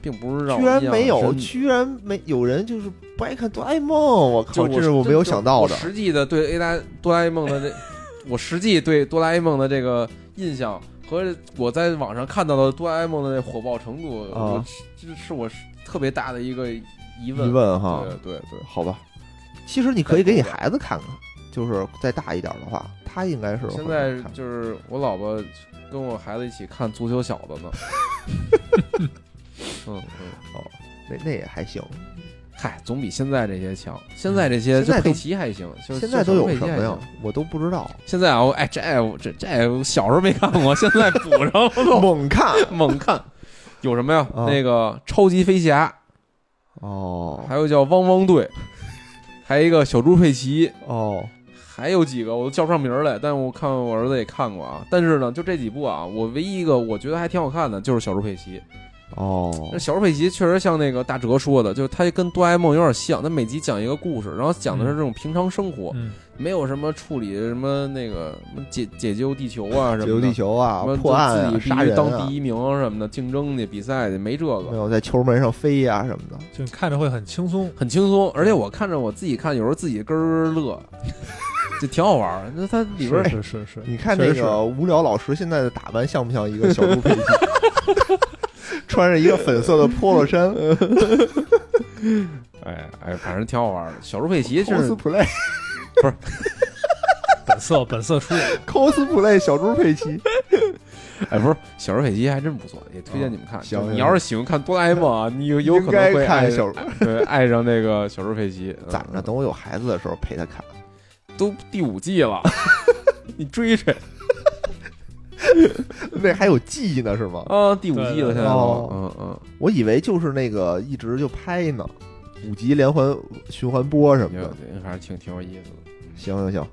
Speaker 2: 并不是让我
Speaker 1: 居然
Speaker 2: 印象
Speaker 1: 没有，
Speaker 2: 深
Speaker 1: 居然没有人就是不爱看哆啦 A 梦，我
Speaker 2: 就
Speaker 1: 靠，
Speaker 2: 我
Speaker 1: 这是我
Speaker 2: 真
Speaker 1: 没有
Speaker 2: 就
Speaker 1: 想到的
Speaker 2: 我。实际的对 A 大哆啦 A 梦的这，我实际对哆啦 A 梦的这个印象和我在网上看到的哆啦 A 梦的火爆程度，
Speaker 1: 啊
Speaker 2: 我是这是我特别大的一个疑问。
Speaker 1: 疑问啊哈，
Speaker 2: 对对对，
Speaker 1: 好吧，其实你可以给你孩子看看，就是再大一点的话，他应该是会
Speaker 2: 现在
Speaker 1: 看
Speaker 2: 就是我老婆跟我孩子一起看《足球小子》 呢。嗯嗯，
Speaker 1: 那那也还行。
Speaker 2: 嗨，总比现在这些强。现在这些
Speaker 1: 嗯现在
Speaker 2: 就
Speaker 1: 都
Speaker 2: 佩奇还行，就
Speaker 1: 现在都有什？
Speaker 2: 就
Speaker 1: 么
Speaker 2: 佩奇还
Speaker 1: 呀
Speaker 2: 行？
Speaker 1: 我都不知 道，
Speaker 2: 现在啊，我哎，这我这这我小时候没看过，现在补上了。
Speaker 1: 猛 看
Speaker 2: 猛看，有什么呀？
Speaker 1: 啊
Speaker 2: 那个超级飞侠，
Speaker 1: 哦
Speaker 2: 还有叫汪汪队，还有一个小猪佩奇，
Speaker 1: 哦，
Speaker 2: 还有几个我都叫不上名儿来。但我看我儿子也看过啊。但是呢，就这几部啊，我唯一一个我觉得还挺好看的就是小猪佩奇，
Speaker 1: 哦
Speaker 2: 那，小猪佩奇确实像那个大哲说的，就是它跟哆啦 A 梦有点像，它每集讲一个故事，然后讲的是这种平常生活，
Speaker 3: 嗯，
Speaker 2: 没有什么处理什么那个什么解解救地球啊什么
Speaker 1: 解
Speaker 2: 的，
Speaker 1: 救地球啊
Speaker 2: 什么，
Speaker 1: 破案
Speaker 2: 自
Speaker 1: 啊，
Speaker 2: 己
Speaker 1: 杀
Speaker 2: 必须
Speaker 1: 人
Speaker 2: 当
Speaker 1: 啊
Speaker 2: 第，一名什么的，竞争去比赛去，没这
Speaker 1: 没
Speaker 2: 个，
Speaker 1: 有在球门上飞呀什么的。
Speaker 3: 就看着会很轻松。
Speaker 2: 很轻 松。而且我看着我自己看，有时候自己咯咯乐，就挺好玩儿。那它里边儿
Speaker 3: 是是是是，
Speaker 1: 你看
Speaker 3: 确
Speaker 1: 那
Speaker 3: 实是
Speaker 1: 个无聊老师现在的打扮像不像一个小猪 佩奇？穿着一个粉色的 polo 衫
Speaker 2: 呃哎哎，反正挺好玩儿的。小猪佩 奇是
Speaker 1: ，cosplay，cosplay
Speaker 3: 本色本色出演，
Speaker 1: 小猪佩奇，
Speaker 2: 哎，不是小猪佩奇还真不错，也推荐你们看。
Speaker 1: 行
Speaker 2: 就
Speaker 1: 行
Speaker 2: 你要是喜欢看哆啦 A 梦啊， 你有有
Speaker 1: 应
Speaker 2: 可能
Speaker 1: 该
Speaker 2: 会爱
Speaker 1: 看小猪。
Speaker 2: 对爱上那个小猪佩奇。嗯
Speaker 1: 攒着，等我有孩子的时候陪他看。
Speaker 2: 都第五季 了，你追啊追
Speaker 1: 那还有记忆呢是吗？
Speaker 2: 啊！第五季了，
Speaker 3: 对对对
Speaker 2: 现在都
Speaker 1: 哦
Speaker 2: 嗯嗯，
Speaker 1: 我以为就是那个一直就拍呢，五集连环循环播什么的。
Speaker 2: 也还是挺挺有意思的。
Speaker 1: 行行行，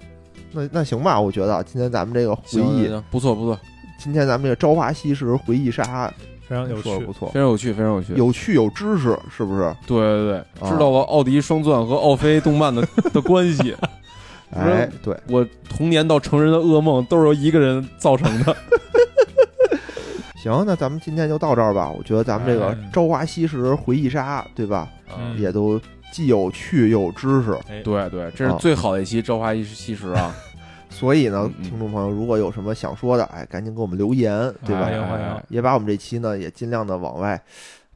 Speaker 1: 那那行吧，我觉得啊今天咱们这个回
Speaker 2: 行行
Speaker 1: 忆，
Speaker 2: 行不错不错，
Speaker 1: 今天咱们这个朝花夕拾回忆杀
Speaker 3: 非常有
Speaker 1: 说的
Speaker 3: 趣
Speaker 1: 不。错
Speaker 2: 非，常有趣，非常有趣。哦
Speaker 1: 有趣有知识，是不是？
Speaker 2: 对对对，知道了奥迪双钻和奥飞动 漫的的关系。不是
Speaker 1: 哎，对，
Speaker 2: 我童年到成人的噩梦都是由一个人造成的。
Speaker 1: 行，那咱们今天就到这儿吧。我觉得咱们这个
Speaker 3: 哎
Speaker 1: 朝花夕拾回忆杀，对吧？
Speaker 3: 嗯
Speaker 1: 也都既有趣又有知识，
Speaker 2: 对对，这是
Speaker 1: 啊
Speaker 2: 最好的一期《朝花夕拾》 啊！
Speaker 1: 所以呢
Speaker 2: 嗯，嗯
Speaker 1: 听众朋友如果有什么想说的，哎，赶紧给我们留言，对吧？
Speaker 3: 哎呦
Speaker 2: 哎
Speaker 3: 哎呦
Speaker 1: 也把我们这期呢也尽量的往外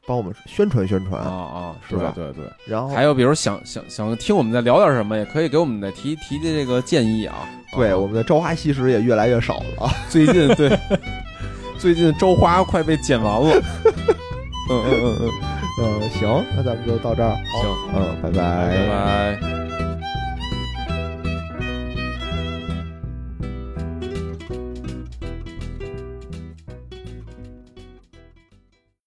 Speaker 1: 帮我们宣传宣传，
Speaker 2: 啊啊，
Speaker 1: 是吧
Speaker 2: 对对对。
Speaker 1: 然后
Speaker 2: 还有，比如想想想听我们在聊点什么，也可以给我们再提提的这个建议啊。
Speaker 1: 对
Speaker 2: 啊
Speaker 1: 我们的朝花夕拾也越来越少了。
Speaker 2: 最近对，最近周花快被剪完了。嗯嗯嗯嗯，
Speaker 1: 嗯，行，那咱们就到这儿，
Speaker 2: 行，
Speaker 1: 嗯，拜
Speaker 2: 拜拜。